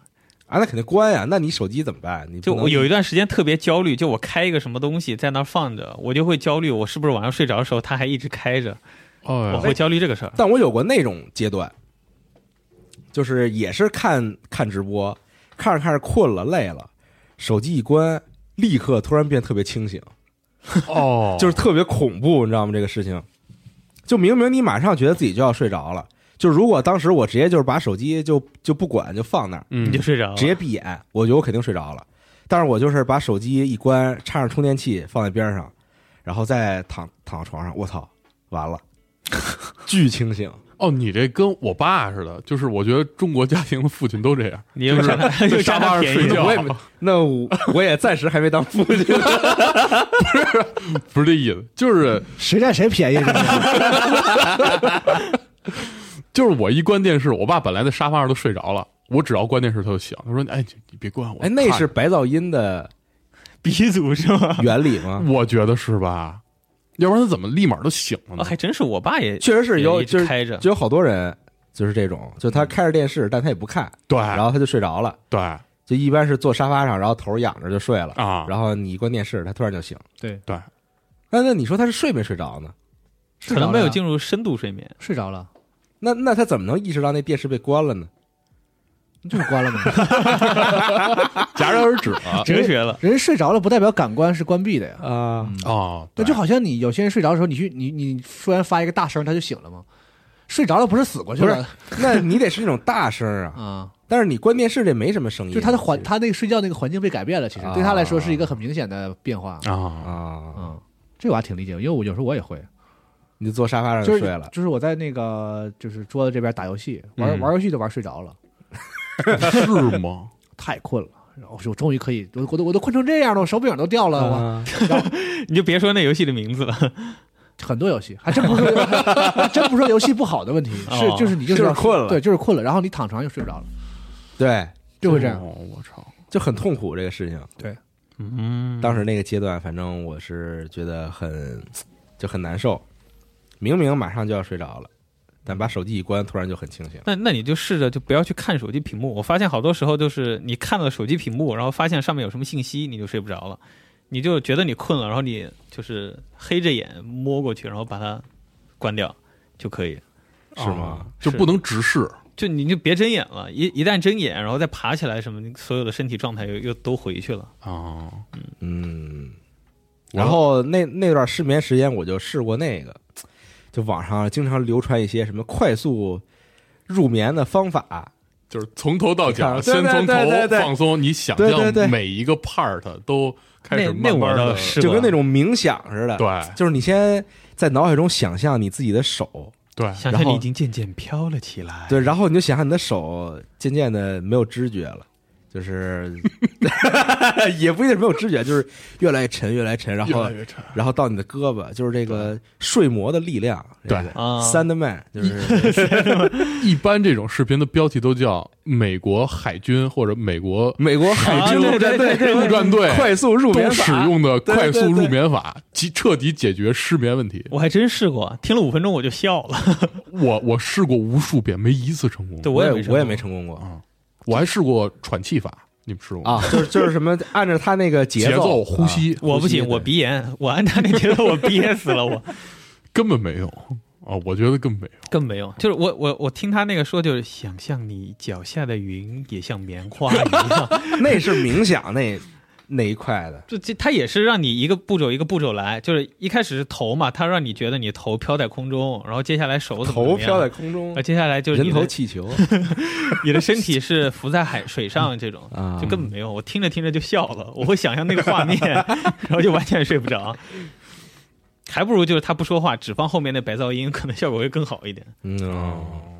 [SPEAKER 3] 啊，那肯定关呀，那你手机怎么办？你不
[SPEAKER 5] 就
[SPEAKER 3] 能
[SPEAKER 5] 我有一段时间特别焦虑，就我开一个什么东西在那儿放着，我就会焦虑，我是不是晚上睡着的时候它还一直开着？
[SPEAKER 3] 嗯
[SPEAKER 6] 哎
[SPEAKER 5] 我
[SPEAKER 6] 呦
[SPEAKER 5] 会焦虑这个事儿。
[SPEAKER 3] 但我有过那种阶段，就是也是看看直播，看着看着困了累了，手机一关，立刻突然变特别清醒，
[SPEAKER 6] 哦，
[SPEAKER 3] 就是特别恐怖，你知道吗？这个事情，就明明你马上觉得自己就要睡着了，就如果当时我直接就是把手机就就不管就放那儿，
[SPEAKER 6] 嗯
[SPEAKER 5] 你就睡着了，
[SPEAKER 3] 直接闭眼，我觉得我肯定睡着了。但是我就是把手机一关，插上充电器放在边上，然后再躺躺床上，我操，完了，巨清醒。
[SPEAKER 6] 哦，你这跟我爸似的，就是我觉得中国家庭的父亲都这 样，
[SPEAKER 5] 你又占他
[SPEAKER 6] 在
[SPEAKER 5] 又
[SPEAKER 6] 沙
[SPEAKER 5] 占
[SPEAKER 6] 发
[SPEAKER 5] 他
[SPEAKER 6] 上
[SPEAKER 5] 便
[SPEAKER 6] 睡
[SPEAKER 5] 宜
[SPEAKER 6] 觉
[SPEAKER 3] 我，也没那我我也暂时还没当父亲，
[SPEAKER 6] 不是这意思，就是
[SPEAKER 4] 谁占谁便宜？这是
[SPEAKER 6] 就是我一关电视，我爸本来在沙发上都睡着了，我只要关电视他就醒，他说：“哎，你你别关我。”
[SPEAKER 3] 哎，那是 白噪音的
[SPEAKER 5] 鼻祖是吗？
[SPEAKER 3] 原理吗？
[SPEAKER 6] 我觉得是吧？要不然他怎么立马都醒了
[SPEAKER 5] 哦，
[SPEAKER 6] 呢？
[SPEAKER 5] 还真是，我爸也
[SPEAKER 3] 确实是有，
[SPEAKER 5] 也一
[SPEAKER 3] 就
[SPEAKER 5] 直
[SPEAKER 3] 是
[SPEAKER 5] 开着
[SPEAKER 3] 就有好多人就是这种，就他开着电视，但他也不看，
[SPEAKER 6] 对，
[SPEAKER 3] 然后他就睡着了。
[SPEAKER 6] 对
[SPEAKER 3] 就一般是坐沙发上，然后头仰着就睡了
[SPEAKER 6] 啊
[SPEAKER 3] 然后你一关电视，他突然就醒。
[SPEAKER 6] 对，
[SPEAKER 3] 那那你说他是睡没睡着呢？
[SPEAKER 5] 可能没有进入深度睡眠。
[SPEAKER 4] 睡着了，
[SPEAKER 3] 那那他怎么能意识到那电视被关了呢？
[SPEAKER 4] 就是关了嘛。
[SPEAKER 6] 戛然而止了
[SPEAKER 5] 哲学了，
[SPEAKER 4] 人睡着了不代表感官是关闭的呀。
[SPEAKER 3] 啊、
[SPEAKER 6] 哦，
[SPEAKER 4] 那
[SPEAKER 6] 对
[SPEAKER 4] 就好像你有些人睡着的时候，你去你你突然发一个大声，他就醒了吗？睡着了不是死过去了
[SPEAKER 3] 那你得是那种大声啊，
[SPEAKER 4] 啊？
[SPEAKER 3] 但是你关电视这没什么声音，
[SPEAKER 4] 就是他的环，他那个睡觉那个环境被改变了，其实
[SPEAKER 3] 啊
[SPEAKER 4] 对他来说是一个很明显的变化。
[SPEAKER 6] 啊，
[SPEAKER 3] 啊，
[SPEAKER 4] 嗯，这我还挺理解，因为我有时候我也会，
[SPEAKER 3] 你就坐沙发上
[SPEAKER 4] 就
[SPEAKER 3] 就是睡了。
[SPEAKER 4] 就是我在那个就是桌子这边打游戏，玩、
[SPEAKER 6] 嗯
[SPEAKER 4] 玩游戏都玩睡着了，
[SPEAKER 6] 是 吗？
[SPEAKER 4] 太困了。然后我说我终于可以，我我都我都困成这样了，我手柄都掉了。我
[SPEAKER 3] 啊
[SPEAKER 5] 你就别说那游戏的名字了，
[SPEAKER 4] 很多游戏还真不是， 还真不是说游戏不好的问题，是
[SPEAKER 5] 哦
[SPEAKER 4] 就是你就
[SPEAKER 3] 就是
[SPEAKER 4] 要
[SPEAKER 3] 困了
[SPEAKER 4] 对，就是困了，然后你躺床上就睡不着了，
[SPEAKER 3] 对，
[SPEAKER 4] 就会这样。
[SPEAKER 6] 哦我操！
[SPEAKER 3] 就很痛苦这个事情。
[SPEAKER 5] 嗯，
[SPEAKER 3] 当时那个阶段，反正我是觉得很就很难受，明明马上就要睡着了，但把手机一关，突然就很清醒。
[SPEAKER 5] 那那你就试着就不要去看手机屏幕。我发现好多时候就是你看了手机屏幕，然后发现上面有什么信息，你就睡不着了，你就觉得你困了，然后你就是黑着眼摸过去，然后把它关掉就可以。
[SPEAKER 3] 是吗
[SPEAKER 6] 啊？就不能直视，
[SPEAKER 5] 就你就别睁眼了，一一旦睁眼，然后再爬起来什么，你所有的身体状态又又都回去了。
[SPEAKER 6] 哦，
[SPEAKER 3] 啊嗯，然后那那段失眠时间，我就试过那个，就网上经常流传一些什么快速入眠的方法，
[SPEAKER 6] 就是从头到脚，
[SPEAKER 3] 你看
[SPEAKER 6] 先从
[SPEAKER 3] 对对对
[SPEAKER 6] 头
[SPEAKER 3] 对
[SPEAKER 6] 放松，你想
[SPEAKER 3] 对对对
[SPEAKER 6] 象每一个 part 都开始
[SPEAKER 5] 那那
[SPEAKER 6] 慢
[SPEAKER 5] 我
[SPEAKER 6] 慢
[SPEAKER 5] 倒
[SPEAKER 6] 的
[SPEAKER 5] 是
[SPEAKER 3] 就跟那种冥想似的。
[SPEAKER 6] 对
[SPEAKER 3] 就是你先在脑海中想象你自己的手，
[SPEAKER 6] 对
[SPEAKER 5] 想
[SPEAKER 3] 然
[SPEAKER 5] 象
[SPEAKER 3] 后
[SPEAKER 5] 你已经渐渐飘了起来。
[SPEAKER 3] 对，然后你就想象你的手渐渐的没有知觉了。就是 也不一定是没有知觉，就是越来越沉，越来越沉，然后
[SPEAKER 6] 越沉
[SPEAKER 3] 然后到你的胳膊，就是这个睡魔的力量。这个
[SPEAKER 6] 对
[SPEAKER 5] 啊
[SPEAKER 3] Sandman 就是
[SPEAKER 6] 一般这种视频的标题都叫美国海军或者美国
[SPEAKER 3] 美国 海军
[SPEAKER 5] 啊
[SPEAKER 3] 陆战队
[SPEAKER 5] 对对对
[SPEAKER 6] 陆战队
[SPEAKER 3] 快速入
[SPEAKER 6] 都
[SPEAKER 3] 眠法
[SPEAKER 6] 使用的
[SPEAKER 3] 对
[SPEAKER 6] 快
[SPEAKER 3] 对
[SPEAKER 6] 速
[SPEAKER 3] 对
[SPEAKER 6] 入眠法，及彻底解决失眠问题。
[SPEAKER 5] 我还真试过，听了五分钟我就笑了。
[SPEAKER 6] 我我试过无数遍，没一次成功。
[SPEAKER 5] 对，
[SPEAKER 3] 我
[SPEAKER 5] 也
[SPEAKER 3] 也
[SPEAKER 5] 没
[SPEAKER 3] 我也
[SPEAKER 5] 过
[SPEAKER 3] 没成功过
[SPEAKER 6] 啊我还试过喘气法，你们试过吗？
[SPEAKER 3] 啊，就是就是什么按照他那个
[SPEAKER 6] 节
[SPEAKER 3] 奏啊
[SPEAKER 6] 呼吸，
[SPEAKER 5] 啊我不
[SPEAKER 3] 呼吸
[SPEAKER 5] 行，
[SPEAKER 3] 对
[SPEAKER 5] 我鼻炎，我按他那节奏，我憋死了，我
[SPEAKER 6] 根本没有啊！我觉得根本没有。
[SPEAKER 5] 更没有。就是我我我听他那个说，就是想象你脚下的云也像棉花一样，
[SPEAKER 3] 啊那是冥想那那一块的，
[SPEAKER 5] 就这他也是让你一个步骤一个步骤来，就是一开始是头嘛，他让你觉得你头飘在空中，然后接下来手怎么
[SPEAKER 3] 头飘在
[SPEAKER 5] 空
[SPEAKER 3] 空中
[SPEAKER 5] 中，啊，，接下来就是
[SPEAKER 3] 人
[SPEAKER 5] 你
[SPEAKER 3] 头
[SPEAKER 5] 的
[SPEAKER 3] 气 球
[SPEAKER 5] 你的身体是浮在海水上这 种
[SPEAKER 3] 啊，
[SPEAKER 5] 就根本没有。我听着听着就笑了，我会想象那个画 面，然后就完全睡不着。还不如就是他不说话，只放后面那白噪音，可能效果会更好一点。
[SPEAKER 3] 嗯。
[SPEAKER 5] 哦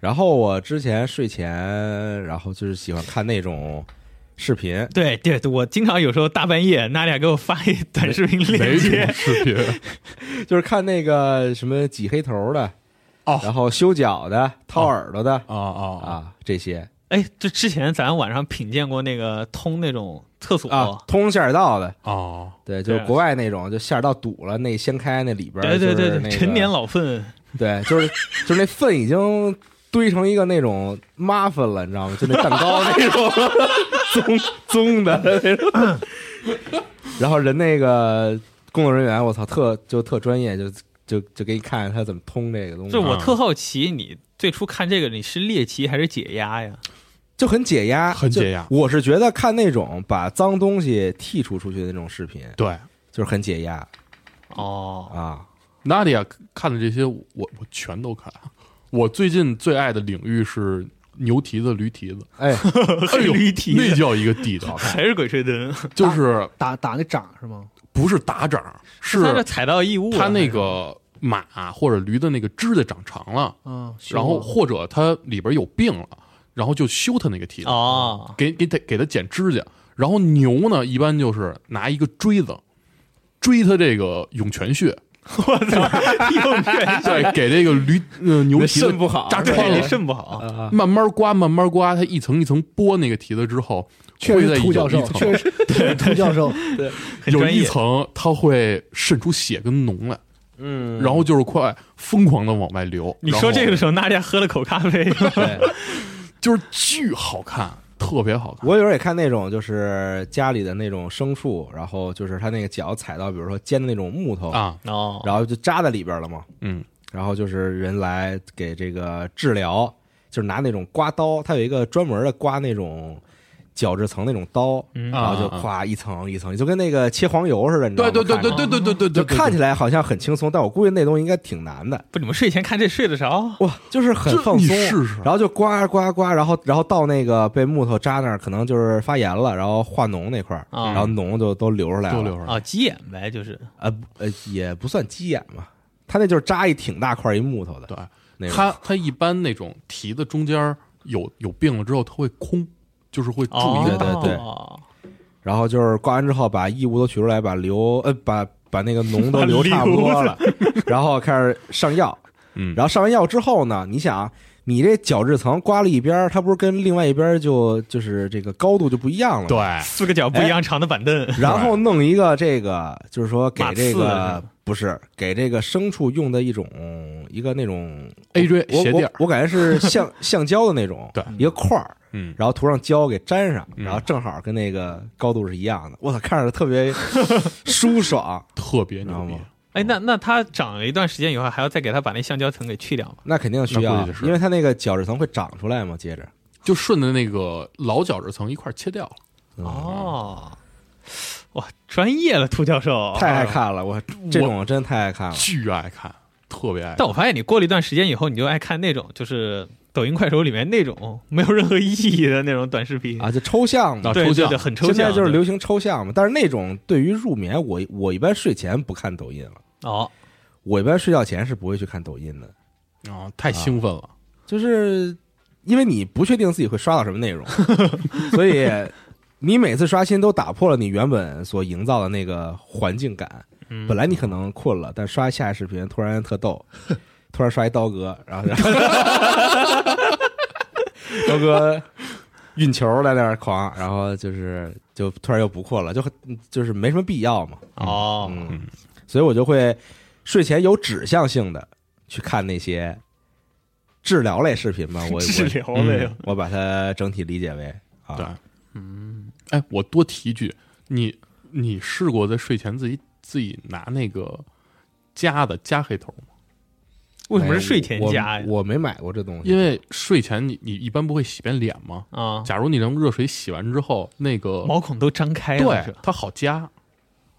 [SPEAKER 3] 然后我之前睡前，然后就是喜欢看那种视频，
[SPEAKER 5] 对对，对我经常有时候大半夜，娜俩给我发一短视频
[SPEAKER 6] 哪
[SPEAKER 5] 链
[SPEAKER 6] 种
[SPEAKER 5] 接，
[SPEAKER 6] 视频？
[SPEAKER 3] 就是看那个什么挤黑头的，
[SPEAKER 6] 哦
[SPEAKER 3] 然后修脚的、掏
[SPEAKER 6] 哦
[SPEAKER 3] 耳朵的
[SPEAKER 6] 啊啊啊！
[SPEAKER 3] 啊这些
[SPEAKER 5] 哎，就之前咱晚上品鉴过那个通那种厕所，
[SPEAKER 3] 啊，通下水道的，
[SPEAKER 6] 哦，
[SPEAKER 3] 对，就是
[SPEAKER 5] 哦对啊
[SPEAKER 3] 国外那种，就下水道堵了，那掀开那里边儿
[SPEAKER 5] 对对
[SPEAKER 3] 就是
[SPEAKER 5] 对
[SPEAKER 3] 那
[SPEAKER 5] 对，
[SPEAKER 3] 个
[SPEAKER 5] 陈年老粪，
[SPEAKER 3] 对，就是就是那粪已经堆成一个那种麻粉了，你知道吗？就那蛋糕那 种棕棕的那种。然后人那个工作人员，我操，特就特专业，就就就给你看他怎么通这个东西啊
[SPEAKER 5] 就，我特好奇你最初看这个你是猎奇还是解压呀？
[SPEAKER 3] 就很解压，
[SPEAKER 6] 很解
[SPEAKER 3] 就
[SPEAKER 6] 压
[SPEAKER 3] 我是觉得看那种把脏东西剔除出去的那种视频，
[SPEAKER 6] 对，
[SPEAKER 3] 就是很解压
[SPEAKER 5] 哦，
[SPEAKER 3] 啊。
[SPEAKER 6] 娜迪亚看的这些，我我全都看。我最近最爱的领域是牛蹄子、驴蹄子，
[SPEAKER 3] 哎，
[SPEAKER 6] 哎呦
[SPEAKER 5] 驴蹄子
[SPEAKER 6] 那叫一个地道，
[SPEAKER 5] 还是鬼吹灯，
[SPEAKER 6] 就是
[SPEAKER 4] 打打那掌是吗？
[SPEAKER 6] 不是打掌，是
[SPEAKER 5] 他这踩到异物了，
[SPEAKER 6] 它那个马或者驴的那个指甲长长了，
[SPEAKER 4] 嗯，
[SPEAKER 6] 然后或者它里边有病了，然后就修它那个蹄子，
[SPEAKER 5] 哦，
[SPEAKER 6] 给给它给它剪指甲。然后牛呢，一般就是拿一个锥子追它这个涌泉穴，
[SPEAKER 5] 我操，又吹，
[SPEAKER 6] 再给这个驴呃牛蹄子
[SPEAKER 3] 肾不好
[SPEAKER 6] 扎
[SPEAKER 5] 对
[SPEAKER 6] 穿
[SPEAKER 5] 你
[SPEAKER 6] 了，
[SPEAKER 5] 肾不好，
[SPEAKER 3] 啊
[SPEAKER 6] 慢慢刮，慢慢刮，它一层一层剥那个蹄子之后，
[SPEAKER 4] 确
[SPEAKER 6] 会
[SPEAKER 4] 实
[SPEAKER 6] 在
[SPEAKER 4] 是
[SPEAKER 6] 有
[SPEAKER 4] 涂教
[SPEAKER 6] 一
[SPEAKER 4] 授，
[SPEAKER 6] 层
[SPEAKER 4] 确实 是涂教授，
[SPEAKER 5] 很
[SPEAKER 6] 有
[SPEAKER 5] 专
[SPEAKER 6] 一
[SPEAKER 5] 业。
[SPEAKER 6] 层它会渗出血跟脓来，
[SPEAKER 3] 嗯，
[SPEAKER 6] 然后就是快疯狂的往外流。
[SPEAKER 5] 你说这
[SPEAKER 6] 然后
[SPEAKER 5] 个时候，娜姐喝了口咖 啡，
[SPEAKER 3] 对。
[SPEAKER 6] 就是巨好看，特别好看。
[SPEAKER 3] 我有时候也看那种，就是家里的那种牲畜，然后就是它那个脚踩到，比如说尖的那种木头，
[SPEAKER 6] 啊，
[SPEAKER 5] 哦，
[SPEAKER 3] 然后就扎在里边了嘛。
[SPEAKER 6] 嗯，
[SPEAKER 3] 然后就是人来给这个治疗，就是拿那种刮刀，它有一个专门的刮那种角质层那种刀，然后就
[SPEAKER 6] 啊啊
[SPEAKER 3] 咵一层一层，就跟那个切黄油似的，你知道
[SPEAKER 6] 对
[SPEAKER 3] 吗？
[SPEAKER 6] 对对
[SPEAKER 3] 看
[SPEAKER 6] 对
[SPEAKER 3] 着
[SPEAKER 6] 对对对对
[SPEAKER 3] 就
[SPEAKER 6] 对，
[SPEAKER 3] 看起来好像很轻松，但我估计那东西应该挺难的。
[SPEAKER 5] 不，你们睡前看这睡得着？
[SPEAKER 3] 哇，就是很
[SPEAKER 6] 这
[SPEAKER 3] 放
[SPEAKER 6] 你
[SPEAKER 3] 松，
[SPEAKER 6] 试试
[SPEAKER 3] 然后就刮刮刮，然后然后到那个被木头扎那儿，可能就是发炎了，然后化脓那块儿，
[SPEAKER 5] 啊
[SPEAKER 3] 然后脓就都流出来了，
[SPEAKER 6] 都流出来。
[SPEAKER 5] 啊，急眼呗，就是
[SPEAKER 3] 呃不呃也不算鸡眼嘛，他那就是扎一挺大块一木头的，
[SPEAKER 6] 对，
[SPEAKER 3] 那种
[SPEAKER 6] 它它一般那种蹄子中间有有病了之后，它会空，就是会住一
[SPEAKER 5] 哦
[SPEAKER 6] 个
[SPEAKER 3] 对对对然后就是刮完之后把异物都取出来，把流呃把把那个 脓都流差不多了， 然后开始上药，
[SPEAKER 6] 嗯
[SPEAKER 3] 然后上完药之后呢，你想你这角质层刮了一边儿，它不是跟另外一边儿就就是这个高度就不一样了吗？
[SPEAKER 6] 对，
[SPEAKER 5] 四个脚不一样长的板凳，
[SPEAKER 3] 哎然后弄一个这个，就是说给这
[SPEAKER 5] 马刺是
[SPEAKER 3] 个
[SPEAKER 5] 吧
[SPEAKER 3] 不是给这个牲畜用的一种一个那种
[SPEAKER 6] AJ
[SPEAKER 3] 我
[SPEAKER 6] 鞋
[SPEAKER 3] 我
[SPEAKER 6] 垫儿
[SPEAKER 3] 我感觉是橡 橡胶的那种，
[SPEAKER 6] 对
[SPEAKER 3] 一个块儿，
[SPEAKER 6] 嗯，
[SPEAKER 3] 然后涂上胶给粘上，
[SPEAKER 6] 嗯
[SPEAKER 3] 然后正好跟那个高度是一样的。我操，看着特别 舒爽，
[SPEAKER 6] 特别
[SPEAKER 3] 知道
[SPEAKER 6] 牛逼
[SPEAKER 3] 吗。
[SPEAKER 5] 哎，那那它长了一段时间以后，还要再给它把那橡胶层给去掉吗？
[SPEAKER 3] 那肯定需
[SPEAKER 6] 那
[SPEAKER 3] 要
[SPEAKER 6] 估计，是
[SPEAKER 3] 因为它那个角质层会长出来嘛。接着，
[SPEAKER 6] 就顺着那个老角质层一块儿切掉了。
[SPEAKER 3] 嗯
[SPEAKER 5] 哦，哇，专业了，涂教授，
[SPEAKER 3] 太爱。看了，我这种真太爱看了。
[SPEAKER 6] 巨爱看，特别爱看。
[SPEAKER 5] 但我发现你过了一段时间以后，你就爱看那种就是抖音、快手里面那种没有任何意义的那种短视频
[SPEAKER 3] 啊，，就抽象嘛
[SPEAKER 6] 啊，
[SPEAKER 5] 对
[SPEAKER 6] 抽
[SPEAKER 5] 对
[SPEAKER 6] 象
[SPEAKER 5] 对，很抽
[SPEAKER 3] 现
[SPEAKER 5] 象，
[SPEAKER 3] 在就是
[SPEAKER 5] 对
[SPEAKER 3] 流行抽象嘛。但是那种对于入眠，我我一般睡前不看抖音了，
[SPEAKER 5] 哦，
[SPEAKER 3] 我一般睡觉前是不会去看抖音的，
[SPEAKER 6] 啊、太兴奋了。
[SPEAKER 3] 就是因为你不确定自己会刷到什么内容，所以你每次刷新都打破了你原本所营造的那个环境感。
[SPEAKER 5] 嗯
[SPEAKER 3] 本来你可能困了，但刷下一视频突然特逗，突然刷一刀哥，然后刀哥运球在那儿狂，然后就是就突然又不困了，就很就是没什么必要嘛。
[SPEAKER 5] 哦，
[SPEAKER 3] 嗯，所以我就会睡前有指向性的去看那些治疗类视频嘛。我
[SPEAKER 5] 治
[SPEAKER 3] 我
[SPEAKER 5] 疗了呀，
[SPEAKER 3] 我把它整体理解为啊，
[SPEAKER 6] 对哎，我多提一句，你你试过在睡前自己自己拿那个加的加黑头吗？
[SPEAKER 5] 为什么是睡前
[SPEAKER 3] 我
[SPEAKER 5] 加呀？
[SPEAKER 3] 我我没买过这东西，
[SPEAKER 6] 因为睡前你你一般不会洗遍脸吗？
[SPEAKER 5] 啊，
[SPEAKER 6] 假如你用热水洗完之后，那个
[SPEAKER 5] 毛孔都张开了，
[SPEAKER 6] 对
[SPEAKER 5] 是吧
[SPEAKER 6] 它好加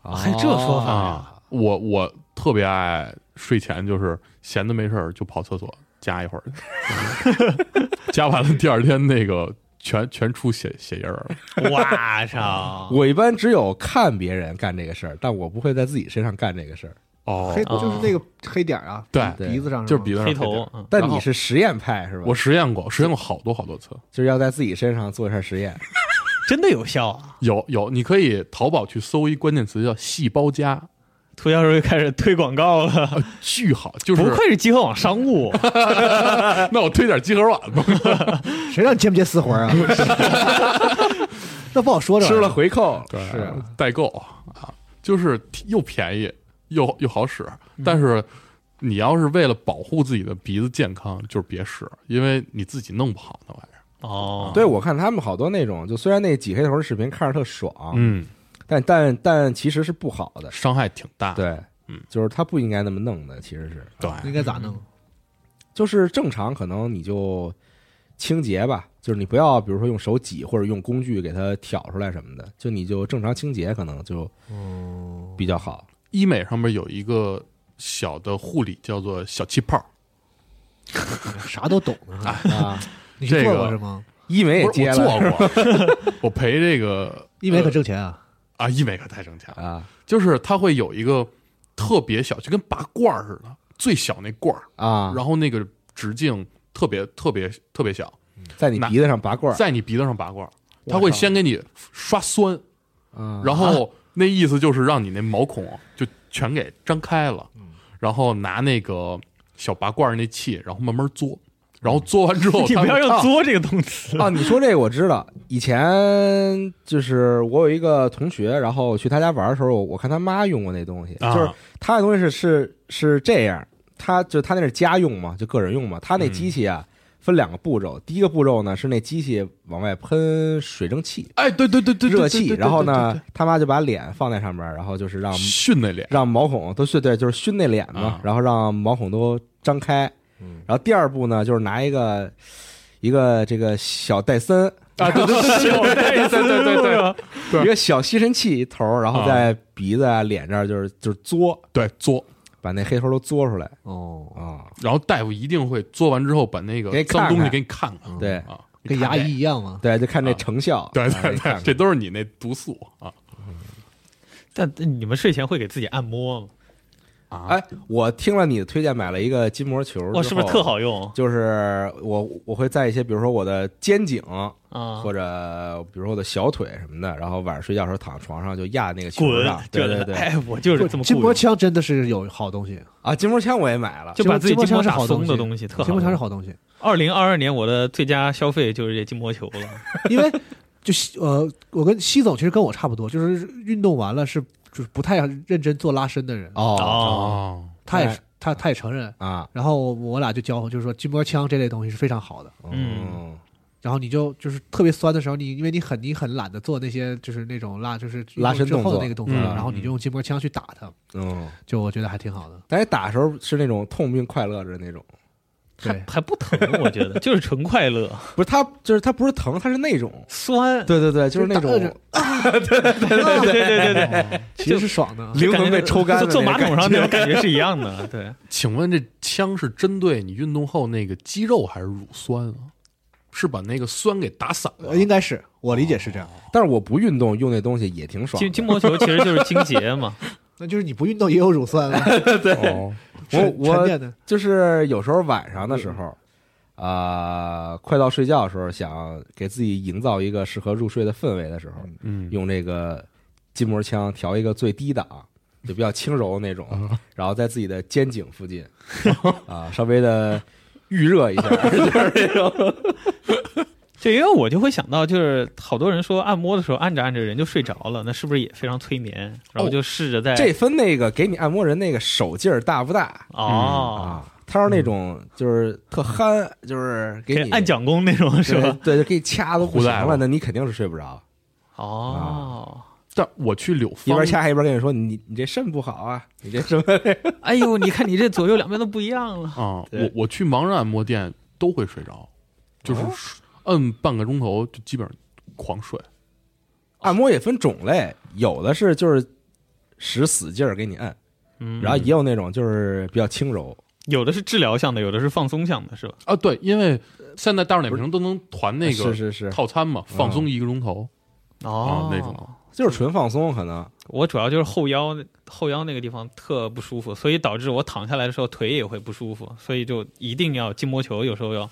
[SPEAKER 5] 还
[SPEAKER 3] 哎
[SPEAKER 5] 有这说法
[SPEAKER 6] 啊。我我特别爱睡前就是闲的没事儿就跑厕所加一 会儿，加完了第二天那个全全出血血印儿了。
[SPEAKER 5] 哇操！
[SPEAKER 3] 我一般只有看别人干这个事儿，但我不会在自己身上干这个事儿。
[SPEAKER 6] 哦
[SPEAKER 4] 黑，就是那个黑点儿啊，
[SPEAKER 6] 对
[SPEAKER 3] 对
[SPEAKER 4] 鼻子上
[SPEAKER 6] 就是
[SPEAKER 4] 吗
[SPEAKER 6] 鼻子上
[SPEAKER 5] 黑
[SPEAKER 6] 点
[SPEAKER 5] 头
[SPEAKER 6] 儿，
[SPEAKER 5] 嗯
[SPEAKER 3] 但
[SPEAKER 6] 然后
[SPEAKER 3] 你是实验派是吧？
[SPEAKER 6] 我实验过，实验过好多好多次。
[SPEAKER 3] 就是要在自己身上做一下实验。
[SPEAKER 5] 真的有效啊！
[SPEAKER 6] 有有，你可以淘宝去搜一关键词叫“细胞加
[SPEAKER 5] 涂教授又开始推广告了，”，
[SPEAKER 6] 巨好，就是
[SPEAKER 5] 不愧是集合网商务，
[SPEAKER 6] 那我推点鸡盒碗吧，
[SPEAKER 4] 谁让你接不接私 活儿啊？ 那不好说这玩意
[SPEAKER 3] 吃
[SPEAKER 4] 儿
[SPEAKER 3] 了回扣，
[SPEAKER 6] 对，
[SPEAKER 3] 是啊
[SPEAKER 6] 代购啊，就是又便宜又又好使。但是你要是为了保护自己的鼻子健康，就是别使，因为你自己弄不好那玩意儿。
[SPEAKER 5] 哦，
[SPEAKER 3] 对，我看他们好多那种，就虽然那挤黑头的视频看着特爽，
[SPEAKER 6] 嗯，
[SPEAKER 3] 但但但其实是不好的。
[SPEAKER 6] 伤害挺大。
[SPEAKER 3] 对，
[SPEAKER 6] 嗯，
[SPEAKER 3] 就是他不应该那么弄的，其实是，啊
[SPEAKER 6] 对，
[SPEAKER 4] 应该咋弄？
[SPEAKER 3] 就是正常可能你就清洁吧，就是你不要比如说用手挤或者用工具给它挑出来什么的，就你就正常清洁可能就比较好。
[SPEAKER 6] 医美上面有一个小的护理叫做小气泡，
[SPEAKER 4] 啥都懂啊！
[SPEAKER 3] 啊，
[SPEAKER 4] 你去做
[SPEAKER 6] 这
[SPEAKER 4] 过
[SPEAKER 6] 个
[SPEAKER 4] 是吗？
[SPEAKER 3] 医美也
[SPEAKER 6] 不是
[SPEAKER 3] 接
[SPEAKER 6] 我
[SPEAKER 3] 了
[SPEAKER 6] 做过， 我陪这个
[SPEAKER 4] 医美可挣钱啊！
[SPEAKER 6] 啊，医美可太挣钱了。
[SPEAKER 3] 啊
[SPEAKER 6] 就是它会有一个特别小，就跟拔罐儿似的，最小那罐儿，
[SPEAKER 3] 啊，
[SPEAKER 6] 然后那个直径特别特别特别小，
[SPEAKER 3] 在你鼻子上拔罐儿
[SPEAKER 6] 在你鼻子上拔罐儿，它会先给你刷酸，
[SPEAKER 3] 啊，
[SPEAKER 6] 然后那意思就是让你那毛孔就全给张开了，
[SPEAKER 3] 嗯
[SPEAKER 6] 然后拿那个小拔罐儿那器，然后慢慢
[SPEAKER 3] 嗯
[SPEAKER 6] 嘬，然后嘬完之 后，
[SPEAKER 5] 你
[SPEAKER 6] 它
[SPEAKER 5] 不要
[SPEAKER 6] 会
[SPEAKER 5] 用“作”这个 动词
[SPEAKER 3] 哦，你说这个我知道。以前就是我有一个同学，然后去他家玩的时候，我我看他妈用过那东西，
[SPEAKER 6] 啊
[SPEAKER 3] 就是他的东西是是是这样，他就他那是家用嘛，就个人用嘛。他
[SPEAKER 6] 嗯
[SPEAKER 3] 那机器啊、分两个步骤，第一个步骤呢是那机器往外喷水蒸气、
[SPEAKER 6] 哎，对对对对，对
[SPEAKER 3] 热气，然后，
[SPEAKER 6] 对对对对
[SPEAKER 3] 呢嗯
[SPEAKER 6] 对
[SPEAKER 3] 他妈就把脸放在上面，然后就是让
[SPEAKER 6] 对熏那脸，
[SPEAKER 3] 让毛孔都熏对，就是熏那脸嘛，
[SPEAKER 6] 啊
[SPEAKER 3] 然后让毛孔都张开。然后第二步呢，就是拿一个一个这个小戴森啊，对对对对对对对对
[SPEAKER 5] 吧？
[SPEAKER 3] 对，一个小吸尘器头儿，然后
[SPEAKER 6] 啊
[SPEAKER 3] 在鼻子啊、脸这儿就是就是嘬，
[SPEAKER 6] 对嘬，
[SPEAKER 3] 把那黑头都嘬出来
[SPEAKER 6] 呃
[SPEAKER 4] 哦，
[SPEAKER 3] 啊。
[SPEAKER 6] 然后大夫一定会嘬完之后把那
[SPEAKER 3] 给
[SPEAKER 6] 个
[SPEAKER 3] 你看
[SPEAKER 6] 脏东西
[SPEAKER 3] 看
[SPEAKER 6] 给你看看，
[SPEAKER 3] 对
[SPEAKER 6] 啊，
[SPEAKER 4] 跟牙医一样吗？
[SPEAKER 3] 对，就看这成效。
[SPEAKER 6] 对
[SPEAKER 3] 啊
[SPEAKER 6] 对
[SPEAKER 3] 你看
[SPEAKER 6] 对，
[SPEAKER 3] 看
[SPEAKER 6] 这都是你那毒素啊
[SPEAKER 5] 但但你们睡前会给自己按摩吗？
[SPEAKER 6] 啊！
[SPEAKER 3] 哎，我听了你的推荐，买了一个筋膜球，
[SPEAKER 5] 哇，哦是不是特？好用
[SPEAKER 3] 就是我我会在一些，比如说我的肩颈，
[SPEAKER 5] 啊？
[SPEAKER 3] 或者比如说我的小腿什么的，然后晚上睡觉的时候躺床上就压那个球
[SPEAKER 5] 滚
[SPEAKER 3] 上，，
[SPEAKER 5] 这
[SPEAKER 3] 对对对
[SPEAKER 5] 哎，我就是这么
[SPEAKER 4] 筋
[SPEAKER 5] 固
[SPEAKER 4] 膜
[SPEAKER 5] 有
[SPEAKER 4] 枪真的是有好东西，
[SPEAKER 3] 啊，筋膜枪我也买了，
[SPEAKER 5] 就把自己
[SPEAKER 4] 筋膜
[SPEAKER 5] 筋
[SPEAKER 4] 枪
[SPEAKER 5] 膜
[SPEAKER 4] 是
[SPEAKER 5] 打
[SPEAKER 4] 好
[SPEAKER 5] 松的
[SPEAKER 4] 东
[SPEAKER 5] 东西特好
[SPEAKER 4] 筋膜枪是好东 西，
[SPEAKER 5] 二零二二年我的最佳消费就是这筋膜球了。
[SPEAKER 4] 因为就呃，我跟西总其实跟我差不多，就是运动完了是就是不太认真做拉伸的人，
[SPEAKER 3] 哦
[SPEAKER 6] 哦，
[SPEAKER 4] 他也
[SPEAKER 3] 哎
[SPEAKER 4] 是他
[SPEAKER 5] 哦
[SPEAKER 4] 他也承认。
[SPEAKER 3] 啊，
[SPEAKER 4] 然后我俩就交换，就是说筋膜枪这类东西是非常好的，
[SPEAKER 5] 嗯，
[SPEAKER 4] 然后你就就是特别酸的时候，你因为你很你很懒得做那些就是那种拉就是
[SPEAKER 3] 拉伸
[SPEAKER 4] 之
[SPEAKER 3] 动
[SPEAKER 4] 后的
[SPEAKER 3] 作
[SPEAKER 4] 那个动作，
[SPEAKER 6] 嗯
[SPEAKER 4] 然后你就用筋膜枪去打它，
[SPEAKER 3] 嗯，
[SPEAKER 4] 就我觉得还 挺好的。
[SPEAKER 3] 但是打的时候是那种痛并快乐着那种，
[SPEAKER 5] 还
[SPEAKER 4] 对，
[SPEAKER 5] 还不疼，我觉得就是纯快乐，
[SPEAKER 3] 不是它就是它不是疼，它是那 种，
[SPEAKER 5] 酸，
[SPEAKER 3] 对对对，就是那种
[SPEAKER 4] 就是
[SPEAKER 5] 对对对对对，
[SPEAKER 4] 其实是爽的。
[SPEAKER 3] 灵魂被抽干的
[SPEAKER 5] 就坐
[SPEAKER 3] 那
[SPEAKER 5] 马
[SPEAKER 3] 种
[SPEAKER 5] 桶上
[SPEAKER 3] 感觉
[SPEAKER 5] 那种感觉是一样的， 对，
[SPEAKER 6] 请问这枪是针对你运动后那个肌肉还是乳酸啊？是把那个酸给打散了？
[SPEAKER 4] 呃应该是我理解是这样，
[SPEAKER 3] 但是我不运动用那东西也挺爽的
[SPEAKER 5] 筋筋膜球其实就是筋结 嘛，
[SPEAKER 4] 那就是你不运动也有乳酸了。
[SPEAKER 3] 哦 我
[SPEAKER 4] 沉沉淀
[SPEAKER 3] 我
[SPEAKER 4] 的，
[SPEAKER 3] 就是有时候晚上的时
[SPEAKER 5] 嗯
[SPEAKER 3] 候，啊、快到睡觉的时候，想给自己营造一个适合入睡的氛围的时候，
[SPEAKER 6] 嗯，
[SPEAKER 3] 用这个筋膜枪调一个最低档，就比较轻柔那种，
[SPEAKER 5] 嗯
[SPEAKER 3] 然后在自己的肩颈附近啊，稍微的预热 一下，就是那种
[SPEAKER 5] 就因为我就会想到，就是好多人说按摩的时候按着按着人就睡着了，那是不是也非常催眠？然后就试着在
[SPEAKER 3] 这分那个给你按摩人那个手劲儿大不大
[SPEAKER 5] 哦，
[SPEAKER 3] 啊？他要是那种就是特憨，就是给
[SPEAKER 5] 给
[SPEAKER 3] 你
[SPEAKER 5] 按蒋公那种是吧？
[SPEAKER 3] 对，对，给你掐都不行
[SPEAKER 6] 胡来了
[SPEAKER 3] 了，那你肯定是睡不着。啊
[SPEAKER 5] 哦，
[SPEAKER 6] 但我去柳
[SPEAKER 3] 一
[SPEAKER 6] 芳
[SPEAKER 3] 边掐一边跟你说你你这肾不好啊，你这 什么？
[SPEAKER 5] 哎呦，你看你这左右两边都不一样了。
[SPEAKER 6] 啊，
[SPEAKER 3] 对
[SPEAKER 6] 我我去盲人按摩店都会睡着，就是
[SPEAKER 3] 哦
[SPEAKER 6] 摁半个钟头就基本上狂睡。
[SPEAKER 3] 按摩也分种类，有的是就是使死劲儿给你按，
[SPEAKER 5] 嗯，
[SPEAKER 3] 然后也有那种就是比较轻柔。
[SPEAKER 5] 有的是治疗向的，有的是放松向的，是吧？
[SPEAKER 6] 啊，对，因为现在大众点评都能团那
[SPEAKER 3] 啊是
[SPEAKER 6] 个
[SPEAKER 3] 是嗯是，
[SPEAKER 6] 套餐嘛，放松一个钟头啊那
[SPEAKER 5] 哦
[SPEAKER 6] 种。
[SPEAKER 3] 就是纯放松，可能
[SPEAKER 5] 我主要就是后腰后腰那个地方特不舒服，所以导致我躺下来的时候腿也会不舒服，所以就一定要筋膜球，有时候要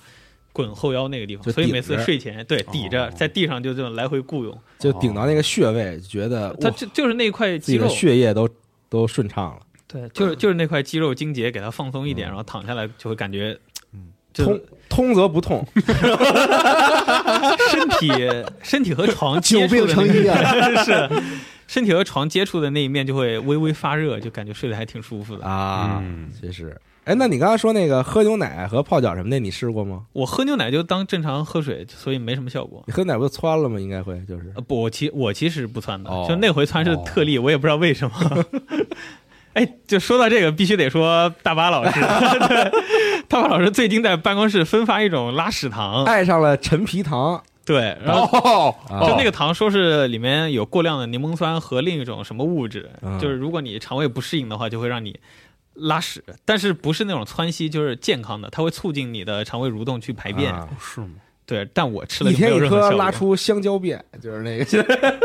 [SPEAKER 5] 滚后腰那个地方，
[SPEAKER 3] 就
[SPEAKER 5] 所以
[SPEAKER 3] 顶
[SPEAKER 5] 每次
[SPEAKER 3] 着哦
[SPEAKER 5] 睡前对抵着在地上就这种来回雇佣，
[SPEAKER 3] 就顶到那个穴位，觉得
[SPEAKER 5] 它
[SPEAKER 3] 哇
[SPEAKER 5] 就就是那块
[SPEAKER 3] 自
[SPEAKER 5] 肌
[SPEAKER 3] 己的
[SPEAKER 5] 肉，
[SPEAKER 3] 血液都都顺畅了，
[SPEAKER 5] 对，就是就是那块肌肉筋结给它放松一
[SPEAKER 3] 嗯
[SPEAKER 5] 点，然后躺下来就会感觉，就
[SPEAKER 3] 通
[SPEAKER 5] 是
[SPEAKER 3] 通则不 痛，
[SPEAKER 5] 身体 身体和床
[SPEAKER 4] 久病
[SPEAKER 5] 接触的那
[SPEAKER 4] 成医啊！
[SPEAKER 5] 是身体和床接触的那一面就会微微发热，就感觉睡得还挺舒服的。
[SPEAKER 3] 啊。
[SPEAKER 6] 嗯
[SPEAKER 3] 其实，哎，那你刚才说那个喝牛奶和泡脚什么的，你试过吗？
[SPEAKER 5] 我喝牛奶就当正常喝水，所以没什么效果。
[SPEAKER 3] 你喝牛奶不就窜了吗？应该会就是
[SPEAKER 5] 呃，不，我其我其实不窜的，
[SPEAKER 3] 哦
[SPEAKER 5] 就那回窜是特例，我也不知道为什么。 哎，就说到这个，必须得说大巴老师， 对大巴老师最近在办公室分发一种拉屎糖，
[SPEAKER 3] 爱上了陈皮糖，
[SPEAKER 5] 对，然后
[SPEAKER 6] 哦，
[SPEAKER 5] 就
[SPEAKER 3] 就
[SPEAKER 5] 那个糖说是里面有过量的柠檬酸和另一种什么物质，
[SPEAKER 3] 嗯
[SPEAKER 5] 就是如果你肠胃不适应的话，就会让你拉屎，但是不是那种窜稀，就是健康的，它会促进你的肠胃蠕动去排便。
[SPEAKER 3] 啊
[SPEAKER 6] 是吗？
[SPEAKER 5] 对，但我吃了
[SPEAKER 3] 一
[SPEAKER 5] 就没
[SPEAKER 3] 天
[SPEAKER 5] 有
[SPEAKER 3] 一
[SPEAKER 5] 任何
[SPEAKER 3] 颗
[SPEAKER 5] 效
[SPEAKER 3] 拉
[SPEAKER 5] 果
[SPEAKER 3] 出香蕉便，就是那个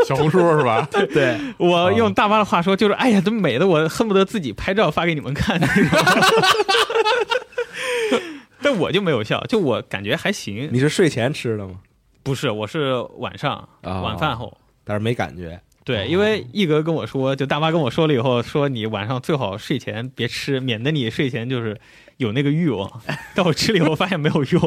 [SPEAKER 6] 小红书是吧？
[SPEAKER 3] 对，
[SPEAKER 5] 我用大妈的话说，就是哎呀，这美的我恨不得自己拍照发给你们看。但我就没有笑，就我感觉还行。
[SPEAKER 3] 你是睡前吃的吗？
[SPEAKER 5] 不是，我是晚上、
[SPEAKER 3] 啊
[SPEAKER 5] 晚饭后。
[SPEAKER 3] 但是没感觉，
[SPEAKER 5] 对，因为一格跟我说，就大妈跟我说了以后，说你晚上最好睡前别吃，免得你睡前就是有那个欲望。但我吃了以后发现没有用，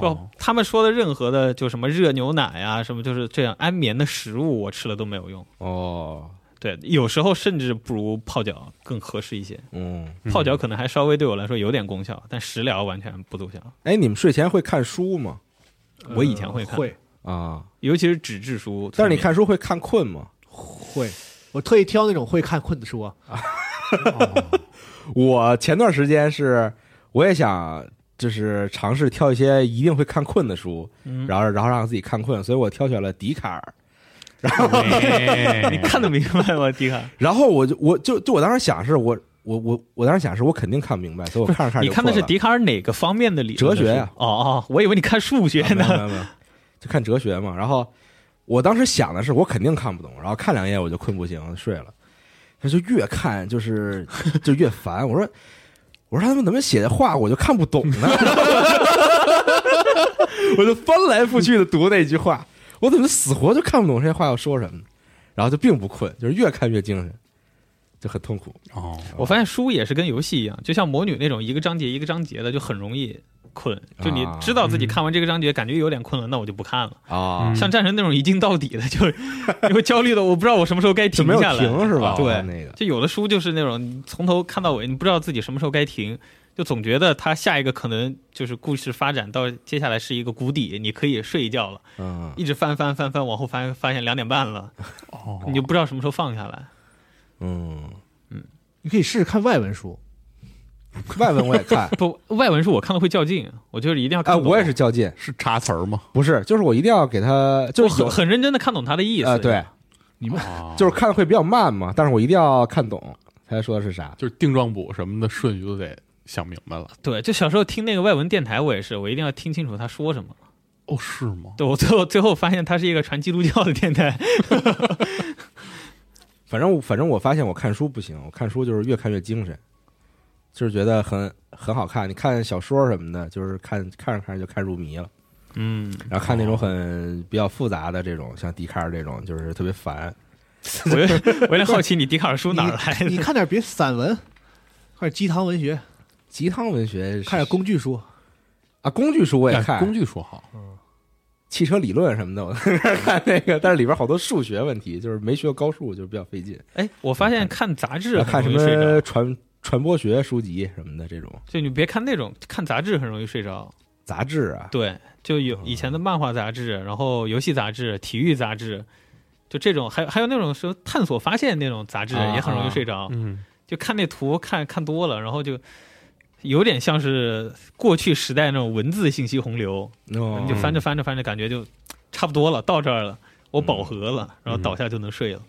[SPEAKER 5] 就
[SPEAKER 6] 哦
[SPEAKER 5] 他们说的任何的就什么热牛奶呀、什么就是这样安眠的食物，我吃了都没有用。
[SPEAKER 3] 哦，
[SPEAKER 5] 对，有时候甚至不如泡脚更合适一些。
[SPEAKER 3] 嗯，
[SPEAKER 5] 泡脚可能还稍微对我来说有点功效，但食疗完全不奏效。
[SPEAKER 3] 哎，你们睡前会看书吗？呃
[SPEAKER 5] 我以前会看，
[SPEAKER 4] 会
[SPEAKER 3] 啊，
[SPEAKER 5] 尤其是纸质书。
[SPEAKER 3] 但是你看书会看困吗？
[SPEAKER 4] 会，我特意挑那种会看困的书啊。
[SPEAKER 3] 我前段时间是，我也想就是尝试挑一些一定会看困的书，
[SPEAKER 5] 嗯
[SPEAKER 3] 然后然后让自己看困，所以我挑选了笛卡尔。哎
[SPEAKER 5] 看，你看得明白吗，迪卡？
[SPEAKER 3] 然后我就我就就我当时想是我我我我当时想是我肯定看不明白，所以我看着看着
[SPEAKER 5] 你
[SPEAKER 3] 就
[SPEAKER 5] 看的
[SPEAKER 3] 困
[SPEAKER 5] 是
[SPEAKER 3] 了
[SPEAKER 5] 笛卡尔哪个方面的理论
[SPEAKER 3] 哲学啊
[SPEAKER 5] 的
[SPEAKER 3] 呀
[SPEAKER 5] 书哦哦，我以为你看数学
[SPEAKER 3] 啊没有没
[SPEAKER 5] 呢。
[SPEAKER 3] 有没有， 就看哲学嘛。然后我当时想的是，我肯定看不懂，然后看两页我就困不行，睡了。他就越看就是 就越烦。我说我说他们怎么写的话我就看不懂呢？ 我就翻来覆去的读那句话，我怎么死活就看不懂这些话要说什么呢？然后就并不困，就是越看越精神，就很痛苦。
[SPEAKER 6] 哦，
[SPEAKER 5] 我发现书也是跟游戏一样，就像魔女那种一个章节一个章节的，就很容易困。就你
[SPEAKER 3] 啊
[SPEAKER 5] 知道自己看完这个章节感觉有点困了，那我就不看了。
[SPEAKER 3] 啊
[SPEAKER 6] 嗯
[SPEAKER 5] 像战神那种一镜到底的，就 就会焦虑的，我不知道我什么时候该
[SPEAKER 3] 就
[SPEAKER 5] 停
[SPEAKER 3] 没有
[SPEAKER 5] 下来。
[SPEAKER 3] 停是吧？
[SPEAKER 5] 对，
[SPEAKER 3] 那个
[SPEAKER 5] 就有的书就是那种你从头看到尾，你不知道自己什么时候该停，就总觉得他下一个可能就是故事发展到接下来是一个谷底，你可以睡一觉了，
[SPEAKER 3] 嗯，
[SPEAKER 5] 一直翻翻翻翻往后翻，发现两点半了，
[SPEAKER 6] 哦
[SPEAKER 5] 你就不知道什么时候放下 来。，
[SPEAKER 3] 嗯，
[SPEAKER 4] 你可以试试看外文 书，
[SPEAKER 3] 外文我也看
[SPEAKER 5] 不，外文书我看了会较劲，我就是一定要看
[SPEAKER 3] 啊，
[SPEAKER 5] 懂。
[SPEAKER 3] 我也是较劲，
[SPEAKER 6] 是查词儿吗？
[SPEAKER 3] 不是，就是我一定要给他，
[SPEAKER 5] 我
[SPEAKER 3] 就是
[SPEAKER 5] 很
[SPEAKER 3] 有
[SPEAKER 5] 很认真的看懂他的意思。
[SPEAKER 3] 啊，对，
[SPEAKER 5] 哦
[SPEAKER 6] 啊
[SPEAKER 3] 就是看的会比较慢嘛，但是我一定要看懂他说的是啥。
[SPEAKER 6] 就是定状补什么的顺序都得想明白了。
[SPEAKER 5] 对，就小时候听那个外文电台，我也是，我一定要听清楚他说什么。
[SPEAKER 6] 哦，是吗？
[SPEAKER 5] 对我最后最后发现他是一个传基督教的电台，
[SPEAKER 3] 反正我反正我发现我看书不行，我看书就是越看越精神，就是觉得很很好看。你看小说什么的，就是看看着看着就看入迷了，
[SPEAKER 5] 嗯，
[SPEAKER 3] 然后看那种很比较复杂的这种，像笛卡尔这种，就是特别烦。
[SPEAKER 5] 我有我有点好奇你笛卡尔书哪儿来
[SPEAKER 4] 你
[SPEAKER 5] 的？
[SPEAKER 4] 看点别散文，看点鸡汤文学，
[SPEAKER 3] 鸡汤文学是
[SPEAKER 4] 看点工具书，
[SPEAKER 3] 啊，工具书我也
[SPEAKER 6] 哎
[SPEAKER 3] 看，
[SPEAKER 6] 工具书好，
[SPEAKER 3] 汽车理论什么的，我在那儿看那个，但是里边好多数学问题，就是没学过高数，就是比较费劲。
[SPEAKER 5] 哎，我发现看杂志
[SPEAKER 3] 嗯然后看什
[SPEAKER 5] 很容易睡着
[SPEAKER 3] 么传传播学书籍什么的这种
[SPEAKER 5] 就你别看那种看杂志很容易睡着。
[SPEAKER 3] 杂志啊，
[SPEAKER 5] 对，就有以前的漫画杂志，
[SPEAKER 3] 嗯
[SPEAKER 5] 然后游戏杂志、体育杂志，就这种，还有还有那种说探索发现那种杂志
[SPEAKER 3] 啊
[SPEAKER 5] 也很容易睡着。
[SPEAKER 6] 嗯，
[SPEAKER 5] 就看那图看看多了，然后就有点像是过去时代那种文字信息洪流，
[SPEAKER 3] 哦
[SPEAKER 5] 你就翻着翻着翻着，感觉就差不多了，到这儿了，我饱和了，然后倒下就能睡了。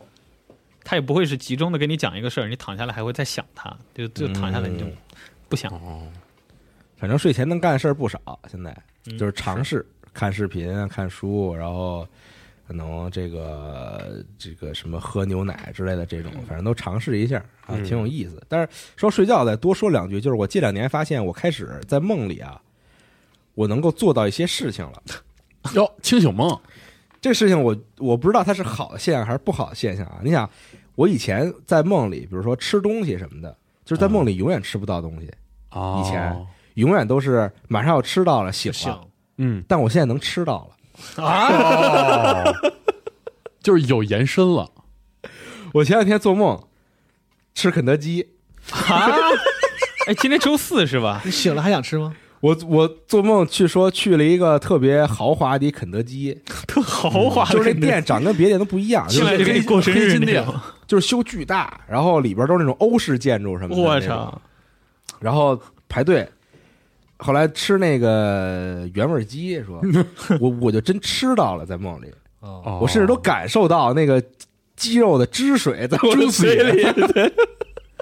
[SPEAKER 5] 他也不会是集中的给你讲一个事儿，你躺下来还会再想它，就就躺下来你就
[SPEAKER 3] 嗯
[SPEAKER 5] 不想。
[SPEAKER 3] 反正睡前能干的事儿不少，现在
[SPEAKER 5] 嗯
[SPEAKER 3] 就是尝试看视频啊、看书，然后可能这个这个什么喝牛奶之类的这种，
[SPEAKER 5] 嗯
[SPEAKER 3] 反正都尝试一下啊，
[SPEAKER 6] 嗯
[SPEAKER 3] 挺有意思。但是说睡觉再多说两句，就是我这两年发现，我开始在梦里啊，我能够做到一些事情了。
[SPEAKER 6] 哟，清醒梦，
[SPEAKER 3] 这事情我我不知道它是好的现象还是不好的现象啊。你想，我以前在梦里，比如说吃东西什么的，就是
[SPEAKER 5] 啊
[SPEAKER 3] 在梦里永远吃不到东西，
[SPEAKER 6] 哦
[SPEAKER 3] 以前永远都是马上要吃到了醒了，
[SPEAKER 4] 想
[SPEAKER 6] 嗯，
[SPEAKER 3] 但我现在能吃到了。
[SPEAKER 6] 就是有延伸了，
[SPEAKER 3] 我前两天做梦吃肯德基，
[SPEAKER 5] 啊，哎，今天周四是吧？
[SPEAKER 4] 你醒了还想吃吗？
[SPEAKER 3] 我我做梦去说去了一个特别豪华的肯德基，嗯
[SPEAKER 5] 特豪华的
[SPEAKER 3] 就是
[SPEAKER 5] 感
[SPEAKER 3] 那
[SPEAKER 5] 觉
[SPEAKER 3] 店长跟别店都不一样，就
[SPEAKER 5] 进来
[SPEAKER 3] 是
[SPEAKER 5] 就给你过生日那
[SPEAKER 6] 黑
[SPEAKER 5] 种。
[SPEAKER 3] 就是修巨大，然后里边都是那种欧式建筑什么的。
[SPEAKER 5] 我！操，
[SPEAKER 3] 然后排队，后来吃那个原味鸡， 说我我就真吃到了，在梦里，
[SPEAKER 4] 哦，
[SPEAKER 6] 哦
[SPEAKER 3] 我甚至都感受到那个鸡肉的汁水在我的嘴里。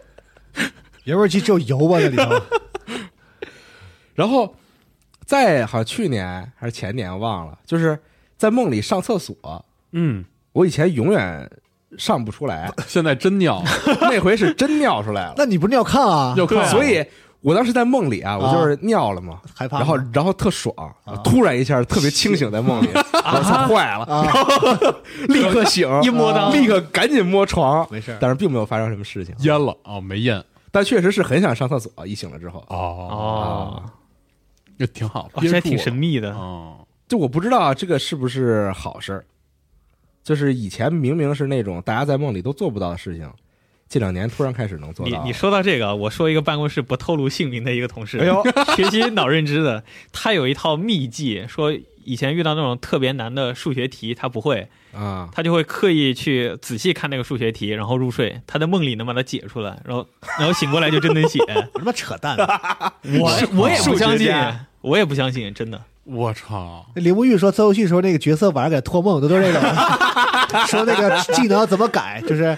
[SPEAKER 4] 原味鸡只有油吧那里头，
[SPEAKER 3] 然后在好像去年还是前年，我忘了，就是在梦里上厕所，
[SPEAKER 6] 嗯，
[SPEAKER 3] 我以前永远上不出 来，
[SPEAKER 6] 现在真尿了，
[SPEAKER 3] 那回是真尿出来了，
[SPEAKER 4] 那你不是尿炕啊？
[SPEAKER 6] 要看，
[SPEAKER 3] 所以。我当时在梦里啊，我就是尿了嘛，
[SPEAKER 4] 害怕吗
[SPEAKER 3] 然后然后特爽，突然一下特别清醒，在梦里，我操坏了，
[SPEAKER 4] 啊，
[SPEAKER 3] 立刻醒，
[SPEAKER 5] 一摸裆
[SPEAKER 3] 立刻赶紧摸床，
[SPEAKER 4] 没事儿
[SPEAKER 3] 但是并没有发生什么事情，
[SPEAKER 6] 淹了哦，没淹
[SPEAKER 3] 但确实是很想上厕所，一醒了之后，
[SPEAKER 6] 哦，
[SPEAKER 5] 哦，
[SPEAKER 6] 也挺好，
[SPEAKER 5] 这还
[SPEAKER 6] 憋住
[SPEAKER 5] 挺
[SPEAKER 6] 了
[SPEAKER 5] 神秘的。
[SPEAKER 6] 哦，
[SPEAKER 3] 就我不知道这个是不是好事儿，就是以前明明是那种大家在梦里都做不到的事情，这两年突然开始能做
[SPEAKER 5] 你
[SPEAKER 3] 到了。
[SPEAKER 5] 你说到这个，啊我说一个办公室不透露姓名的一个同事，
[SPEAKER 3] 哎呦，
[SPEAKER 5] 学习脑认知的，他有一套秘技，说以前遇到那种特别难的数学题他不会，
[SPEAKER 3] 啊，
[SPEAKER 5] 他就会刻意去仔细看那个数学题，然后入睡，他在梦里能把它解出来，然后然后醒过来就真能写。
[SPEAKER 4] 我他妈扯淡！
[SPEAKER 5] 我我也不
[SPEAKER 3] 数
[SPEAKER 5] 相
[SPEAKER 3] 学
[SPEAKER 5] 信
[SPEAKER 3] 家，
[SPEAKER 5] 我也不相信，真的。
[SPEAKER 6] 我操，
[SPEAKER 4] 那林无欲说最后戏时候那个角色晚上给他托梦，都都是这个，说那个技能要怎么改，就是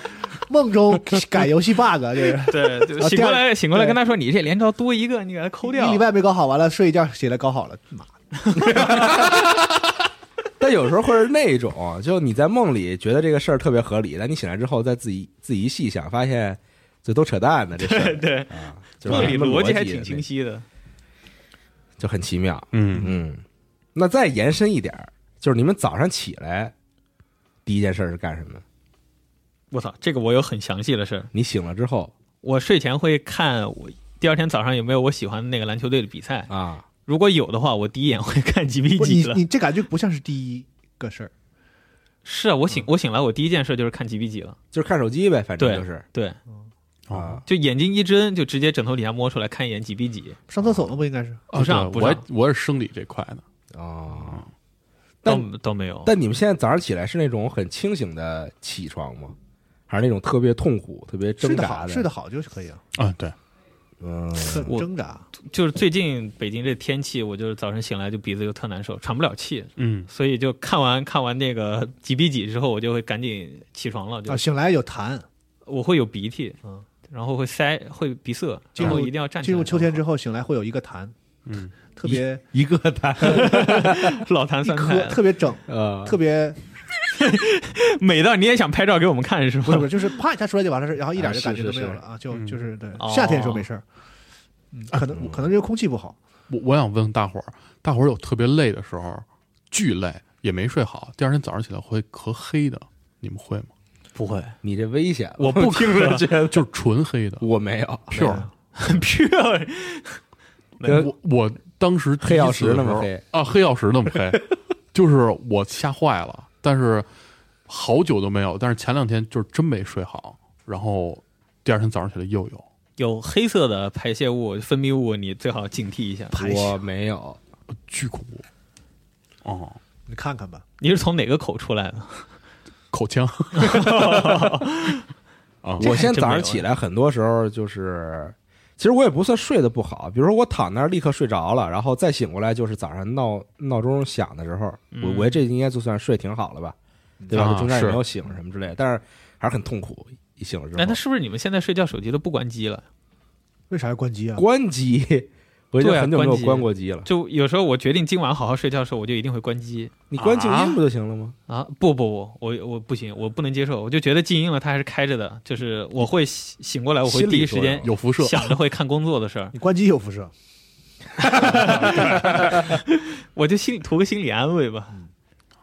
[SPEAKER 4] 梦中改游戏 bug，就是。
[SPEAKER 5] 对，就
[SPEAKER 4] 啊
[SPEAKER 5] 醒过
[SPEAKER 4] 第
[SPEAKER 5] 来，
[SPEAKER 4] 二
[SPEAKER 5] 醒过来
[SPEAKER 4] 对
[SPEAKER 5] 跟他说，你这连招多一个，你给他抠掉
[SPEAKER 4] 一礼。拜没搞好，完了睡一觉起来搞好了，妈
[SPEAKER 3] 但有时候会是那种，就你在梦里觉得这个事儿特别合理，但你醒来之后再自己自己一细想，发现这都扯淡的这事儿，
[SPEAKER 5] 对，
[SPEAKER 3] 啊就是
[SPEAKER 5] 梦里
[SPEAKER 3] 什么逻
[SPEAKER 5] 辑还
[SPEAKER 3] 的
[SPEAKER 5] 挺清
[SPEAKER 3] 那，
[SPEAKER 5] 晰的。
[SPEAKER 3] 就很奇妙。
[SPEAKER 6] 嗯，
[SPEAKER 3] 嗯，那再延伸一点儿，就是你们早上起来第一件事儿是干什么？
[SPEAKER 5] 我操，这个我有很详细的事儿。
[SPEAKER 3] 你醒了之后
[SPEAKER 5] 我睡前会看我第二天早上有没有我喜欢的那个篮球队的比赛，
[SPEAKER 3] 啊，
[SPEAKER 5] 如果有的话，我第一眼会看几比
[SPEAKER 4] 不，
[SPEAKER 5] 几
[SPEAKER 4] 你
[SPEAKER 5] 了。
[SPEAKER 4] 你这感觉不像是第一个事儿，
[SPEAKER 5] 是啊，我醒我醒来，我第一件事就是看几比几了。
[SPEAKER 3] 就是看手机呗，反正
[SPEAKER 5] 对，
[SPEAKER 3] 就是
[SPEAKER 5] 对，
[SPEAKER 3] 啊，
[SPEAKER 5] 就眼睛一睁就直接枕头底下摸出来看一眼几比几，
[SPEAKER 4] 上厕所了不应该是？
[SPEAKER 5] 不上
[SPEAKER 6] 啊
[SPEAKER 5] 不
[SPEAKER 6] 对我也
[SPEAKER 5] 上，
[SPEAKER 6] 我也是生理这块的，
[SPEAKER 3] 哦，
[SPEAKER 5] 嗯倒
[SPEAKER 3] 但
[SPEAKER 5] 倒没有。
[SPEAKER 3] 但你们现在早上起来是那种很清醒的起床吗？还是那种特别痛苦、特别挣
[SPEAKER 4] 睡得
[SPEAKER 3] 扎
[SPEAKER 4] 好，睡得好就是可以啊。
[SPEAKER 6] 啊，对，
[SPEAKER 3] 嗯，
[SPEAKER 4] 很
[SPEAKER 5] 我
[SPEAKER 4] 挣扎，
[SPEAKER 5] 就是最近北京这天气，我就是早晨醒来就鼻子就特难受，喘不了气，
[SPEAKER 6] 嗯，
[SPEAKER 5] 所以就看完看完那个几比几之后，我就会赶紧起床了，就
[SPEAKER 4] 啊，醒来有痰。
[SPEAKER 5] 我会有鼻涕，
[SPEAKER 4] 嗯
[SPEAKER 5] 然后会塞会鼻塞，
[SPEAKER 4] 进
[SPEAKER 5] 然
[SPEAKER 4] 入
[SPEAKER 5] 后一定要站起来。
[SPEAKER 4] 进入秋天之后，醒来会有一个痰，
[SPEAKER 6] 嗯，
[SPEAKER 4] 特别
[SPEAKER 3] 一个他
[SPEAKER 5] 后， 老痰
[SPEAKER 4] 一
[SPEAKER 5] 酸
[SPEAKER 4] 颗，
[SPEAKER 5] 菜，
[SPEAKER 4] 特别整，
[SPEAKER 3] 呃，
[SPEAKER 4] 特别
[SPEAKER 5] 美到你也想拍照给我们看是吗
[SPEAKER 4] 不是不？是，就是啪一下出来就完了事儿，然后一点
[SPEAKER 3] 啊
[SPEAKER 4] 就感
[SPEAKER 3] 是
[SPEAKER 4] 觉都
[SPEAKER 3] 是
[SPEAKER 4] 没有
[SPEAKER 3] 是
[SPEAKER 4] 了啊，就
[SPEAKER 6] 嗯
[SPEAKER 4] 就是对
[SPEAKER 5] 哦，
[SPEAKER 4] 夏天的时候没事儿，嗯可能可能因为空气不好，
[SPEAKER 6] 我我想问大伙儿，大伙儿有特别累的时候，巨累也没睡好，第二天早上起来会咳黑的，你们会吗？
[SPEAKER 3] 不会，你这危险了，
[SPEAKER 5] 我不听着觉得
[SPEAKER 6] 就是纯黑的
[SPEAKER 3] 我没有，
[SPEAKER 6] pure。
[SPEAKER 5] 很 pure，
[SPEAKER 3] 跟
[SPEAKER 6] 我我当时第
[SPEAKER 3] 黑
[SPEAKER 6] 一次
[SPEAKER 3] 曜石
[SPEAKER 6] 的
[SPEAKER 3] 那么
[SPEAKER 6] 时候
[SPEAKER 3] 黑
[SPEAKER 6] 啊，黑曜石那么 黑，就是我吓坏了，但是好久都没有，但是前两天就是真没睡好，然后第二天早上起来又有，
[SPEAKER 5] 有黑色的排泄物、分泌物，你最好警惕一下。
[SPEAKER 3] 我没有，
[SPEAKER 6] 巨恐怖。哦，
[SPEAKER 4] 你看看吧。
[SPEAKER 5] 你是从哪个口出来的？
[SPEAKER 6] 口腔啊，
[SPEAKER 3] 我现在早
[SPEAKER 5] 真没
[SPEAKER 3] 上
[SPEAKER 5] 有
[SPEAKER 3] 起来，很多时候就是，其实我也不算睡得不好。比如说我躺那儿立刻睡着了，然后再醒过来就是早上闹闹钟响的时候，我
[SPEAKER 5] 嗯
[SPEAKER 3] 我这应该就算睡挺好了吧，对吧？
[SPEAKER 6] 啊
[SPEAKER 3] 中间也
[SPEAKER 6] 是
[SPEAKER 3] 没有醒什么之类的，但是还是很痛苦。一醒了之
[SPEAKER 5] 哎，那
[SPEAKER 3] 后，
[SPEAKER 5] 是不是你们现在睡觉手机都不关机了？
[SPEAKER 4] 为啥要关机啊？
[SPEAKER 3] 关机，我已经
[SPEAKER 5] 对啊
[SPEAKER 3] 很久没有
[SPEAKER 5] 关机
[SPEAKER 3] 关过机了。
[SPEAKER 5] 就有时候我决定今晚好好睡觉的时候，我就一定会关机
[SPEAKER 3] 你关静音
[SPEAKER 6] 啊
[SPEAKER 3] 不就行了吗？
[SPEAKER 5] 啊！不不不，我我不行，我不能接受，我就觉得静音了，它还是开着的，就是我会醒醒过来，我会
[SPEAKER 3] 心理
[SPEAKER 5] 第一时间
[SPEAKER 6] 有辐射，
[SPEAKER 5] 想着会看工作的事儿，
[SPEAKER 4] 你关机有辐射，
[SPEAKER 5] 我就心里图个心理安慰吧，
[SPEAKER 3] 嗯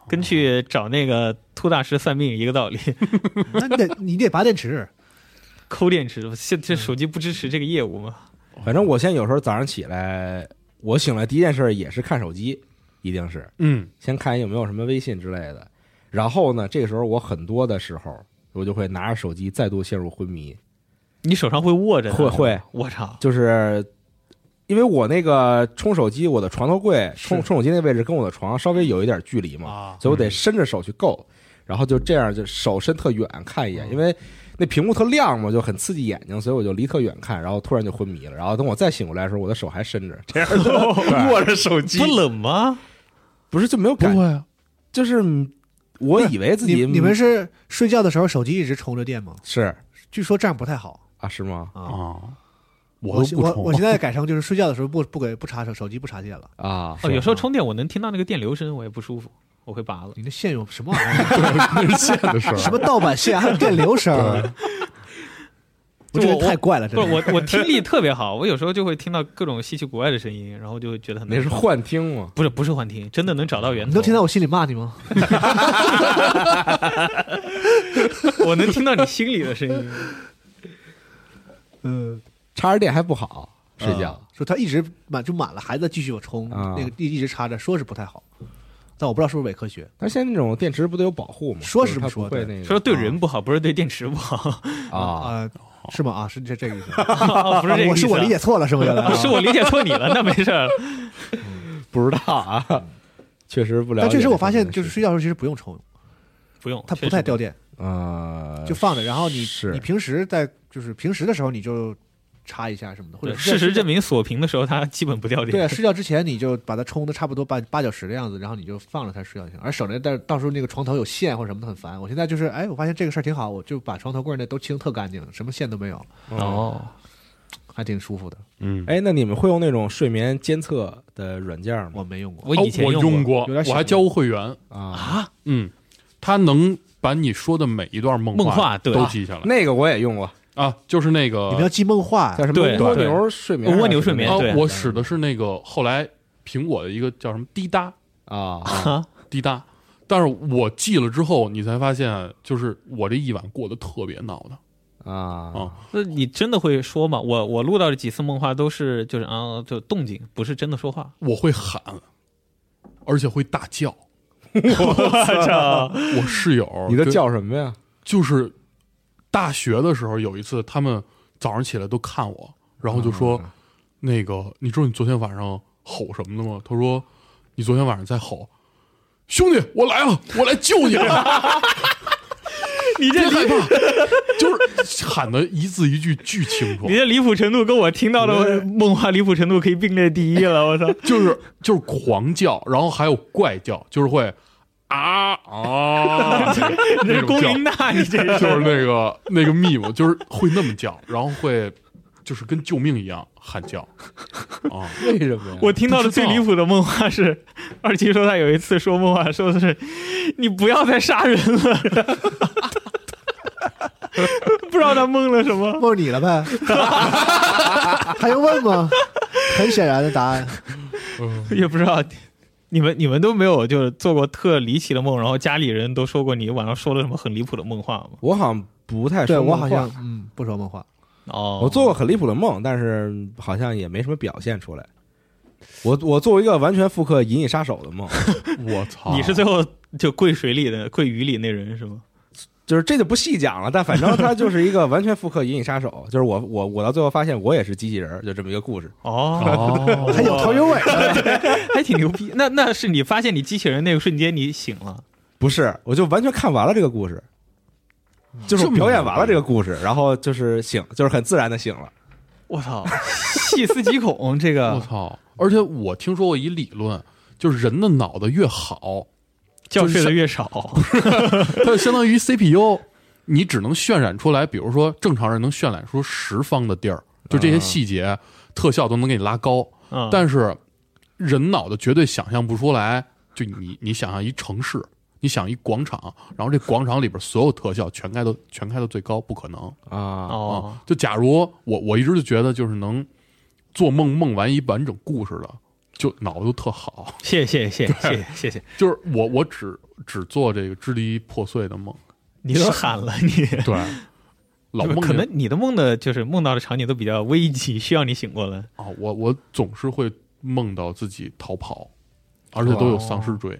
[SPEAKER 5] 跟去找那个秃大师算命一个道理，
[SPEAKER 4] 那你得你得拔电池，
[SPEAKER 5] 抠电池，现这手机不支持这个业务嘛？
[SPEAKER 3] 反正我现在有时候早上起来，我醒来第一件事也是看手机，一定是
[SPEAKER 6] 嗯，
[SPEAKER 3] 先看有没有什么微信之类的。然后呢，这个时候我很多的时候，我就会拿着手机再度陷入昏迷，
[SPEAKER 5] 你手上会握着它
[SPEAKER 3] 会
[SPEAKER 5] 啊
[SPEAKER 3] 会，
[SPEAKER 5] 我操，
[SPEAKER 3] 就是因为我那个充手机，我的床头柜充充手机那位置跟我的床稍微有一点距离嘛，
[SPEAKER 4] 啊
[SPEAKER 3] 所以我得伸着手去够，然后就这样就手伸特远看一眼，因为那屏幕特亮嘛，就很刺激眼睛，所以我就离特远看，然后突然就昏迷了。然后等我再醒过来的时候，我的手还伸着，这样握着 手机
[SPEAKER 5] 不，冷吗？
[SPEAKER 3] 不是就没有
[SPEAKER 6] 不
[SPEAKER 3] 感觉，
[SPEAKER 6] 会啊，
[SPEAKER 3] 就是我以为自己
[SPEAKER 4] 你你们是睡觉的时候手机一直充着电吗？
[SPEAKER 3] 是
[SPEAKER 4] 据说这样不太好
[SPEAKER 3] 啊是吗？
[SPEAKER 4] 啊。
[SPEAKER 6] 啊，
[SPEAKER 4] 我
[SPEAKER 6] 我
[SPEAKER 4] 现
[SPEAKER 6] 都不
[SPEAKER 4] 我
[SPEAKER 6] 充，
[SPEAKER 4] 我现在改成就是睡觉的时候不不给不插手手机不插电了。
[SPEAKER 3] 啊，
[SPEAKER 5] 哦，有时候充电我能听到那个电流声，我也不舒服，我会拔 了。
[SPEAKER 4] 你那线有什么玩意儿？
[SPEAKER 6] 那是线的事
[SPEAKER 4] 什
[SPEAKER 6] 儿，
[SPEAKER 4] 么盗版线还有电流声儿？ 我这人太怪了，真
[SPEAKER 5] 不是
[SPEAKER 4] 的。
[SPEAKER 5] 我，我听力特别好，我有时候就会听到各种稀奇古怪的声音，然后就会觉得很
[SPEAKER 3] 那是幻听吗？
[SPEAKER 5] 不是不是幻听，真的能找到源头。
[SPEAKER 4] 你能听到我心里骂你吗？
[SPEAKER 5] 我能听到你心里的声音。
[SPEAKER 4] 嗯，
[SPEAKER 3] 插着电还不好睡觉。
[SPEAKER 4] 啊说他一直满就满了，还在继续有充，
[SPEAKER 3] 啊
[SPEAKER 4] 那个一一直插着，说是不太好，但我不知道是不是伪科学。
[SPEAKER 3] 但是现在那种电池不都有保护吗？
[SPEAKER 4] 说
[SPEAKER 3] 就是是它
[SPEAKER 4] 不说
[SPEAKER 3] 不会那个
[SPEAKER 5] 说对人不好，不是对电池不好，
[SPEAKER 3] 啊，
[SPEAKER 4] 啊，是吗？啊，是这这个意思。
[SPEAKER 5] 哦 不是这个意
[SPEAKER 4] 我是
[SPEAKER 5] 思啊。
[SPEAKER 4] 我理解错了，是吗？原来
[SPEAKER 5] 啊，
[SPEAKER 4] 啊
[SPEAKER 5] 是我理解错你了，那没事儿。
[SPEAKER 3] 不知道啊，确实不了解。
[SPEAKER 4] 啊但确实我发现，就是睡觉的时候其实不用充，
[SPEAKER 5] 不用，呃
[SPEAKER 4] 它不
[SPEAKER 5] 哦确实
[SPEAKER 4] 太掉电，
[SPEAKER 3] 啊，
[SPEAKER 4] 就放着。然后你
[SPEAKER 3] 是
[SPEAKER 4] 你平时在就是平时的时候你就插一下什么的，或
[SPEAKER 5] 对。
[SPEAKER 4] 者
[SPEAKER 5] 事实证
[SPEAKER 4] 明。
[SPEAKER 5] 明，锁屏的时候它基本不掉电。
[SPEAKER 4] 对啊，睡觉之前你就把它充的差不多八八九十的样子，然后你就放着它睡觉就行，而省得到到时候那个床头有线或者什么的很烦。我现在就是，哎，我发现这个事儿挺好，我就把床头柜儿那都清特干净，什么线都没有，
[SPEAKER 5] 哦，
[SPEAKER 4] 还挺舒服的。
[SPEAKER 6] 嗯，
[SPEAKER 3] 哎，那你们会用那种睡眠监测的软件吗？
[SPEAKER 4] 我没用过，
[SPEAKER 5] 我以前
[SPEAKER 6] 哦我
[SPEAKER 5] 用
[SPEAKER 6] 过，
[SPEAKER 4] 有点
[SPEAKER 6] 我还
[SPEAKER 4] 想
[SPEAKER 6] 交过会员，
[SPEAKER 3] 啊，
[SPEAKER 5] 啊，
[SPEAKER 6] 嗯，它能把你说的每一段梦
[SPEAKER 5] 梦话对
[SPEAKER 6] 都记下来
[SPEAKER 3] 那个我也用过，
[SPEAKER 6] 啊，就是那
[SPEAKER 4] 你们要
[SPEAKER 6] 个
[SPEAKER 4] 记梦话
[SPEAKER 3] 叫什么
[SPEAKER 5] 对
[SPEAKER 3] 蜗
[SPEAKER 5] 对
[SPEAKER 3] 牛睡眠还是什么的？
[SPEAKER 5] 蜗牛睡眠
[SPEAKER 6] 啊
[SPEAKER 5] 对，
[SPEAKER 6] 我使的是那个后来苹果的一个叫什么滴答
[SPEAKER 3] 啊，
[SPEAKER 5] 啊，
[SPEAKER 6] 滴答，但是我记了之后，你才发现，就是我这一晚过得特别闹腾
[SPEAKER 3] 啊
[SPEAKER 6] 啊，
[SPEAKER 5] 那你真的会说吗？我我录到的几次梦话都是就是啊，就动静，不是真的说话。
[SPEAKER 6] 我会喊，而且会大叫。
[SPEAKER 5] 我操！
[SPEAKER 6] 我室友
[SPEAKER 3] 你都
[SPEAKER 6] 跟
[SPEAKER 3] 叫什么呀？
[SPEAKER 6] 就是大学的时候有一次，他们早上起来都看我，然后就说：“
[SPEAKER 5] 嗯
[SPEAKER 6] 那个，你知道你昨天晚上吼什么的吗？”他说：“你昨天晚上在吼，兄弟，我来了，我来救你 了。
[SPEAKER 5] 你
[SPEAKER 6] 别
[SPEAKER 5] 这
[SPEAKER 6] 害
[SPEAKER 5] 离
[SPEAKER 6] 怕，就是喊的一字一句巨清楚
[SPEAKER 5] 你，这离谱程度跟我听到的梦话离谱程度可以并列第一了，我操！
[SPEAKER 6] 就是就是狂叫，然后还有怪叫，就是会啊啊，
[SPEAKER 5] 你这
[SPEAKER 6] 那
[SPEAKER 5] 是
[SPEAKER 6] 种
[SPEAKER 5] 龚
[SPEAKER 6] 叫。
[SPEAKER 5] 琳娜，你这
[SPEAKER 6] 就是是那个那个 meme，就是会那么叫，然后会就是跟救命一样喊叫啊，
[SPEAKER 3] 为什么呀？
[SPEAKER 5] 我听到的最离谱的梦话是， 二七说他有一次说梦话，说的是你不要再杀人了， 不知道他梦了什么。
[SPEAKER 4] 问你了 呗？还用问吗？很显然的答案，
[SPEAKER 5] 也不知道。你们你们都没有就是做过特离奇的梦，然后家里人都说过你晚上说了什么很离谱的梦话吗？
[SPEAKER 3] 我好像不太
[SPEAKER 4] 对
[SPEAKER 3] 说
[SPEAKER 4] 我
[SPEAKER 3] 梦话
[SPEAKER 4] 好像嗯不说梦话，
[SPEAKER 5] 哦，
[SPEAKER 3] 我做过很离谱的梦，但是好像也没什么表现出来。我我做一个完全复刻《银翼杀手》的梦，
[SPEAKER 6] 我操！
[SPEAKER 5] 你是最后就跪水里的跪鱼里那人是吗？
[SPEAKER 3] 就是这就不细讲了，但反正它就是一个完全复刻《银翼杀手》，就是我我我到最后发现我也是机器人儿，就这么一个故事。
[SPEAKER 5] 哦，
[SPEAKER 6] 哦，
[SPEAKER 4] 还有头有尾呢，
[SPEAKER 5] 还挺牛逼。那那是你发现你机器人那个瞬间你醒了，
[SPEAKER 3] 不是，我就完全看完了这个故事，就是我表演完了这个故事，然后就是醒，就是很自然的醒了。
[SPEAKER 5] 我操，细思极恐这
[SPEAKER 6] 我
[SPEAKER 5] 个
[SPEAKER 6] 操！而且我听说过一理论，就是人的脑袋越好，
[SPEAKER 5] 觉睡得越 少。哦
[SPEAKER 6] 它就相当于 CPU，你只能渲染出来，比如说正常人能渲染出十方的地儿，就这些细节、特效都能给你拉高，
[SPEAKER 5] 嗯
[SPEAKER 6] 但是人脑子绝对想象不出来。就你，你想象一城市，你想一广场，然后这广场里边所有特效全开到全开到最高，不可能
[SPEAKER 3] 啊，
[SPEAKER 5] 哦
[SPEAKER 6] 啊！就假如我我一直就觉得，就是能做梦梦完一完整故事的，就脑子都特好。
[SPEAKER 5] 谢谢谢谢谢谢谢谢，
[SPEAKER 6] 就是我我只只做这个支离破碎的梦，
[SPEAKER 5] 你都喊了你。
[SPEAKER 6] 对，老梦见
[SPEAKER 5] 可能你的梦的就是梦到的场景都比较危急，需要你醒过来。
[SPEAKER 6] 啊，我我总是会梦到自己逃跑，而且都
[SPEAKER 4] 哦
[SPEAKER 6] 有丧尸 追。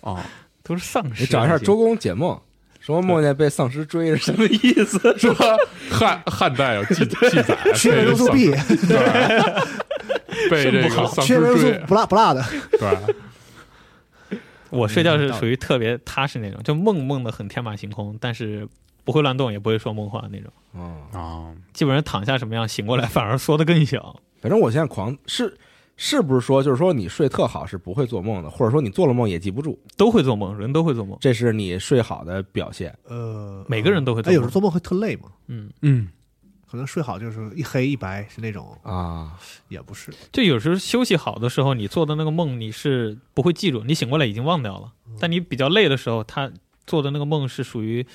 [SPEAKER 6] 啊，
[SPEAKER 5] 都是啊丧尸。
[SPEAKER 3] 你找一下周公解梦，说梦见被丧尸追着， 什么意思？
[SPEAKER 6] 说汉汉代有记记载，
[SPEAKER 4] 缺
[SPEAKER 6] 被
[SPEAKER 4] 维生
[SPEAKER 6] 这
[SPEAKER 4] 素
[SPEAKER 6] 丧
[SPEAKER 4] B，
[SPEAKER 6] 对，被这个丧
[SPEAKER 4] 缺
[SPEAKER 6] 尸
[SPEAKER 4] 维生
[SPEAKER 6] 追
[SPEAKER 4] 素，不辣不辣的，
[SPEAKER 6] 对，
[SPEAKER 5] 我睡觉
[SPEAKER 3] 嗯
[SPEAKER 5] 是属于特别踏实那种，就梦梦的很天马行空，但是不会乱动，也不会说梦话那种。
[SPEAKER 3] 嗯，
[SPEAKER 6] 啊，
[SPEAKER 5] 基本上躺下什么样，醒过来反而缩得更小。
[SPEAKER 3] 反正我现在狂是是不是说，就是说你睡特好是不会做梦的，或者说你做了梦也记不住，
[SPEAKER 5] 都会做梦，人都会做梦，
[SPEAKER 3] 这是你睡好的表现。
[SPEAKER 4] 呃，
[SPEAKER 5] 每个人都会做
[SPEAKER 4] 哎，有时
[SPEAKER 5] 梦
[SPEAKER 4] 候。做梦会特累嘛，
[SPEAKER 5] 嗯，
[SPEAKER 6] 嗯，
[SPEAKER 4] 可能睡好就是一黑一白是那种，
[SPEAKER 3] 啊，
[SPEAKER 4] 也不是，
[SPEAKER 5] 就有时候休息好的时候，你做的那个梦你是不会记住，你醒过来已经忘掉了。
[SPEAKER 3] 嗯
[SPEAKER 5] 但你比较累的时候，他做的那个梦是属于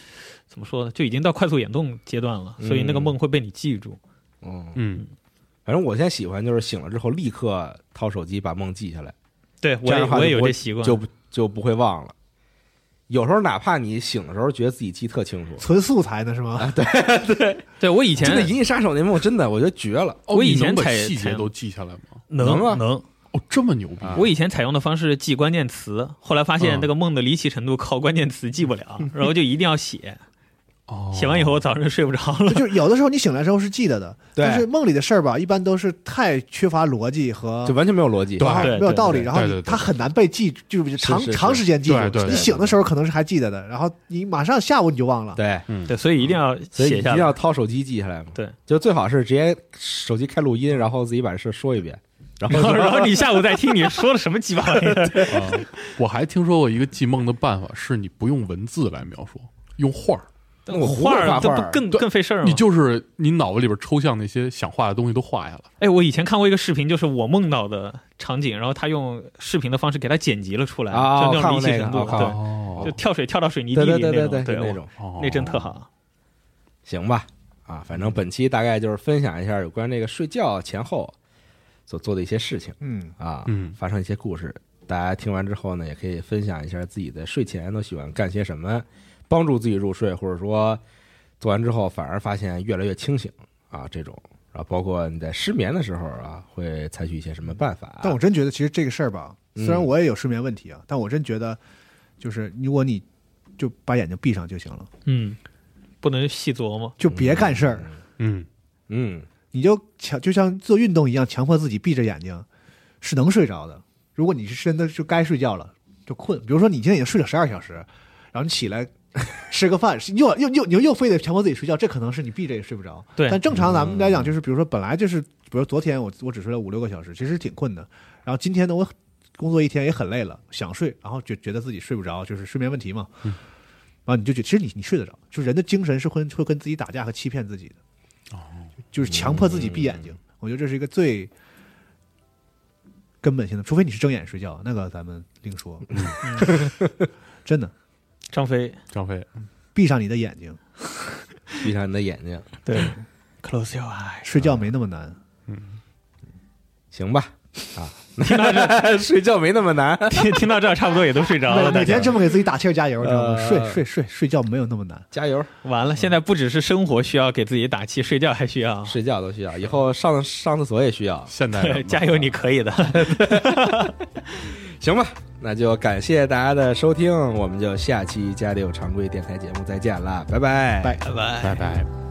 [SPEAKER 5] 怎么说呢？就已经到快速眼动阶段了，所以那个梦会被你记住。
[SPEAKER 3] 嗯，
[SPEAKER 6] 嗯，
[SPEAKER 3] 反正我现在喜欢就是醒了之后立刻掏手机把梦记下来，
[SPEAKER 5] 对
[SPEAKER 3] 这
[SPEAKER 5] 我
[SPEAKER 3] 样
[SPEAKER 5] 也
[SPEAKER 3] 的话
[SPEAKER 5] 我也有
[SPEAKER 3] 就
[SPEAKER 5] 这
[SPEAKER 3] 不
[SPEAKER 5] 习惯，
[SPEAKER 3] 就不就不会忘了。有时候哪怕你醒的时候觉得自己记特清楚，
[SPEAKER 4] 纯素材呢是吗？
[SPEAKER 5] 对我以前
[SPEAKER 3] 真的《银翼杀手》那梦真的我觉得绝了。
[SPEAKER 6] 哦
[SPEAKER 5] 我
[SPEAKER 6] 你
[SPEAKER 5] 以前
[SPEAKER 6] 能把
[SPEAKER 5] 才
[SPEAKER 6] 细节
[SPEAKER 5] 才
[SPEAKER 6] 都记下来吗？
[SPEAKER 3] 能啊
[SPEAKER 5] 能。
[SPEAKER 6] 哦，这么牛逼！
[SPEAKER 3] 啊
[SPEAKER 5] 我以前采用的方式是记关键词，后来发现
[SPEAKER 6] 嗯
[SPEAKER 5] 那个梦的离奇程度靠关键词记不了，然后就一定要写，
[SPEAKER 6] 哦，
[SPEAKER 3] 嗯
[SPEAKER 5] 写完以后我早上就睡不着
[SPEAKER 3] 哦
[SPEAKER 5] 了。
[SPEAKER 4] 就是有的时候你醒来之后是记得的，
[SPEAKER 3] 对
[SPEAKER 4] 但是梦里的事儿吧，一般都是太缺乏逻辑和
[SPEAKER 3] 就完全没有逻辑。啊
[SPEAKER 4] 然后
[SPEAKER 5] 啊对
[SPEAKER 4] 没有道理，
[SPEAKER 5] 对
[SPEAKER 4] 然后
[SPEAKER 6] 对对
[SPEAKER 4] 你
[SPEAKER 6] 对
[SPEAKER 4] 它很难被记，住，就是长
[SPEAKER 3] 是是
[SPEAKER 4] 长时间记住
[SPEAKER 6] 对对。对
[SPEAKER 4] 你醒的时候可能是还记得的，然后你马上下午你就忘了。
[SPEAKER 3] 对，
[SPEAKER 5] 对，所以一定要
[SPEAKER 3] 所以
[SPEAKER 5] 写
[SPEAKER 3] 一
[SPEAKER 5] 下
[SPEAKER 3] 定
[SPEAKER 5] 来。
[SPEAKER 3] 要掏手机记下来嘛。
[SPEAKER 5] 对，
[SPEAKER 3] 就最好是直接手机开录音，然后自己把事说一遍，然
[SPEAKER 5] 然
[SPEAKER 3] 后
[SPEAKER 5] 后，然后你下午再听你说了什么鸡巴玩意儿。
[SPEAKER 6] 啊，我还听说过一个记梦的办法，是你不用文字来描述，用画儿，
[SPEAKER 3] 那 我胡
[SPEAKER 5] 画
[SPEAKER 3] 画
[SPEAKER 5] 儿这
[SPEAKER 3] 画
[SPEAKER 5] 不
[SPEAKER 3] 儿
[SPEAKER 5] 更
[SPEAKER 6] 对
[SPEAKER 5] 更费事儿吗
[SPEAKER 6] 你？就是你脑子里边抽象那些想画的东西都画下来。
[SPEAKER 5] 哎，我以前看过一个视频，就是我梦到的场景，然后他用视频的方式给他剪辑了出来，
[SPEAKER 3] 啊
[SPEAKER 5] 就那种离
[SPEAKER 3] 我
[SPEAKER 5] 奇
[SPEAKER 3] 看
[SPEAKER 5] 程
[SPEAKER 3] 过
[SPEAKER 5] 度，
[SPEAKER 3] 那个
[SPEAKER 5] 对，
[SPEAKER 6] 哦
[SPEAKER 5] 就跳水跳到水泥地
[SPEAKER 3] 对对
[SPEAKER 5] 里
[SPEAKER 3] 对
[SPEAKER 5] 那
[SPEAKER 3] 对
[SPEAKER 5] 种，
[SPEAKER 3] 对，
[SPEAKER 5] 对
[SPEAKER 3] 就那种
[SPEAKER 6] 哦
[SPEAKER 5] 那真特好。
[SPEAKER 3] 行吧。啊，反正本期大概就是分享一下有关这个睡觉前后所做的一些事情
[SPEAKER 4] 嗯，
[SPEAKER 3] 啊，
[SPEAKER 6] 嗯
[SPEAKER 3] 发生一些故事。大家听完之后呢，也可以分享一下自己的睡前都喜欢干些什么，帮助自己入睡，或者说做完之后反而发现越来越清醒啊，这种。然后包括你在失眠的时候啊，会采取一些什么办法啊？
[SPEAKER 4] 但我真觉得其实这个事儿吧，
[SPEAKER 3] 嗯
[SPEAKER 4] 虽然我也有睡眠问题啊，但我真觉得就是如果你就把眼睛闭上就行了，
[SPEAKER 5] 嗯，不能细琢磨。
[SPEAKER 4] 就别干事儿，
[SPEAKER 6] 嗯，
[SPEAKER 3] 嗯，
[SPEAKER 4] 你就强就像做运动一样，强迫自己闭着眼睛是能睡着的。如果你是真的就该睡觉了，就困。比如说你今天已经睡了十二小时，然后你起来 吃个饭，又又又你又非得强迫自己睡觉，这可能是你闭着也睡不着。
[SPEAKER 5] 对
[SPEAKER 4] 但正常咱们来讲，就是比如说本来就是，比如昨天我我只睡了五六个小时，其实挺困的。然后今天呢，我工作一天也很累了，想睡，然后觉觉得自己睡不着，就是睡眠问题嘛。嗯啊，你就觉其实你你睡得着，就是人的精神是会会跟自己打架和欺骗自己的，哦，就是强迫自己闭眼
[SPEAKER 5] 嗯
[SPEAKER 4] 睛，我觉得这是一个最根本性的，除非你是睁眼睡觉，那个咱们另说，
[SPEAKER 5] 嗯
[SPEAKER 4] 真的，
[SPEAKER 5] 张飞，
[SPEAKER 6] 张飞
[SPEAKER 4] 闭上你的眼睛，
[SPEAKER 3] 闭上你的眼睛，
[SPEAKER 5] 对，Close your eyes，
[SPEAKER 4] 睡觉没那么难，
[SPEAKER 3] 行吧？啊，睡觉没那么难。
[SPEAKER 5] 听听到这儿差不多也都睡哎着了，
[SPEAKER 4] 每
[SPEAKER 5] 大
[SPEAKER 4] 每
[SPEAKER 5] 家
[SPEAKER 4] 天这么给自己打气儿加油，知道吗？
[SPEAKER 3] 呃
[SPEAKER 4] 睡睡睡睡觉没有那么难，
[SPEAKER 3] 加油！
[SPEAKER 5] 完了，现在不只是生活需要给自己打气，睡觉还 需要。
[SPEAKER 3] 睡觉都需要，以后上上厕所也需要，
[SPEAKER 6] 现代人
[SPEAKER 5] 对，
[SPEAKER 6] 嘛
[SPEAKER 5] 加油，你可以 的。
[SPEAKER 3] 行吧？那就感谢大家的收听，我们就下期《家里有常规》电台节目再见啦，拜拜，
[SPEAKER 4] 拜
[SPEAKER 5] 拜拜。
[SPEAKER 6] 拜拜。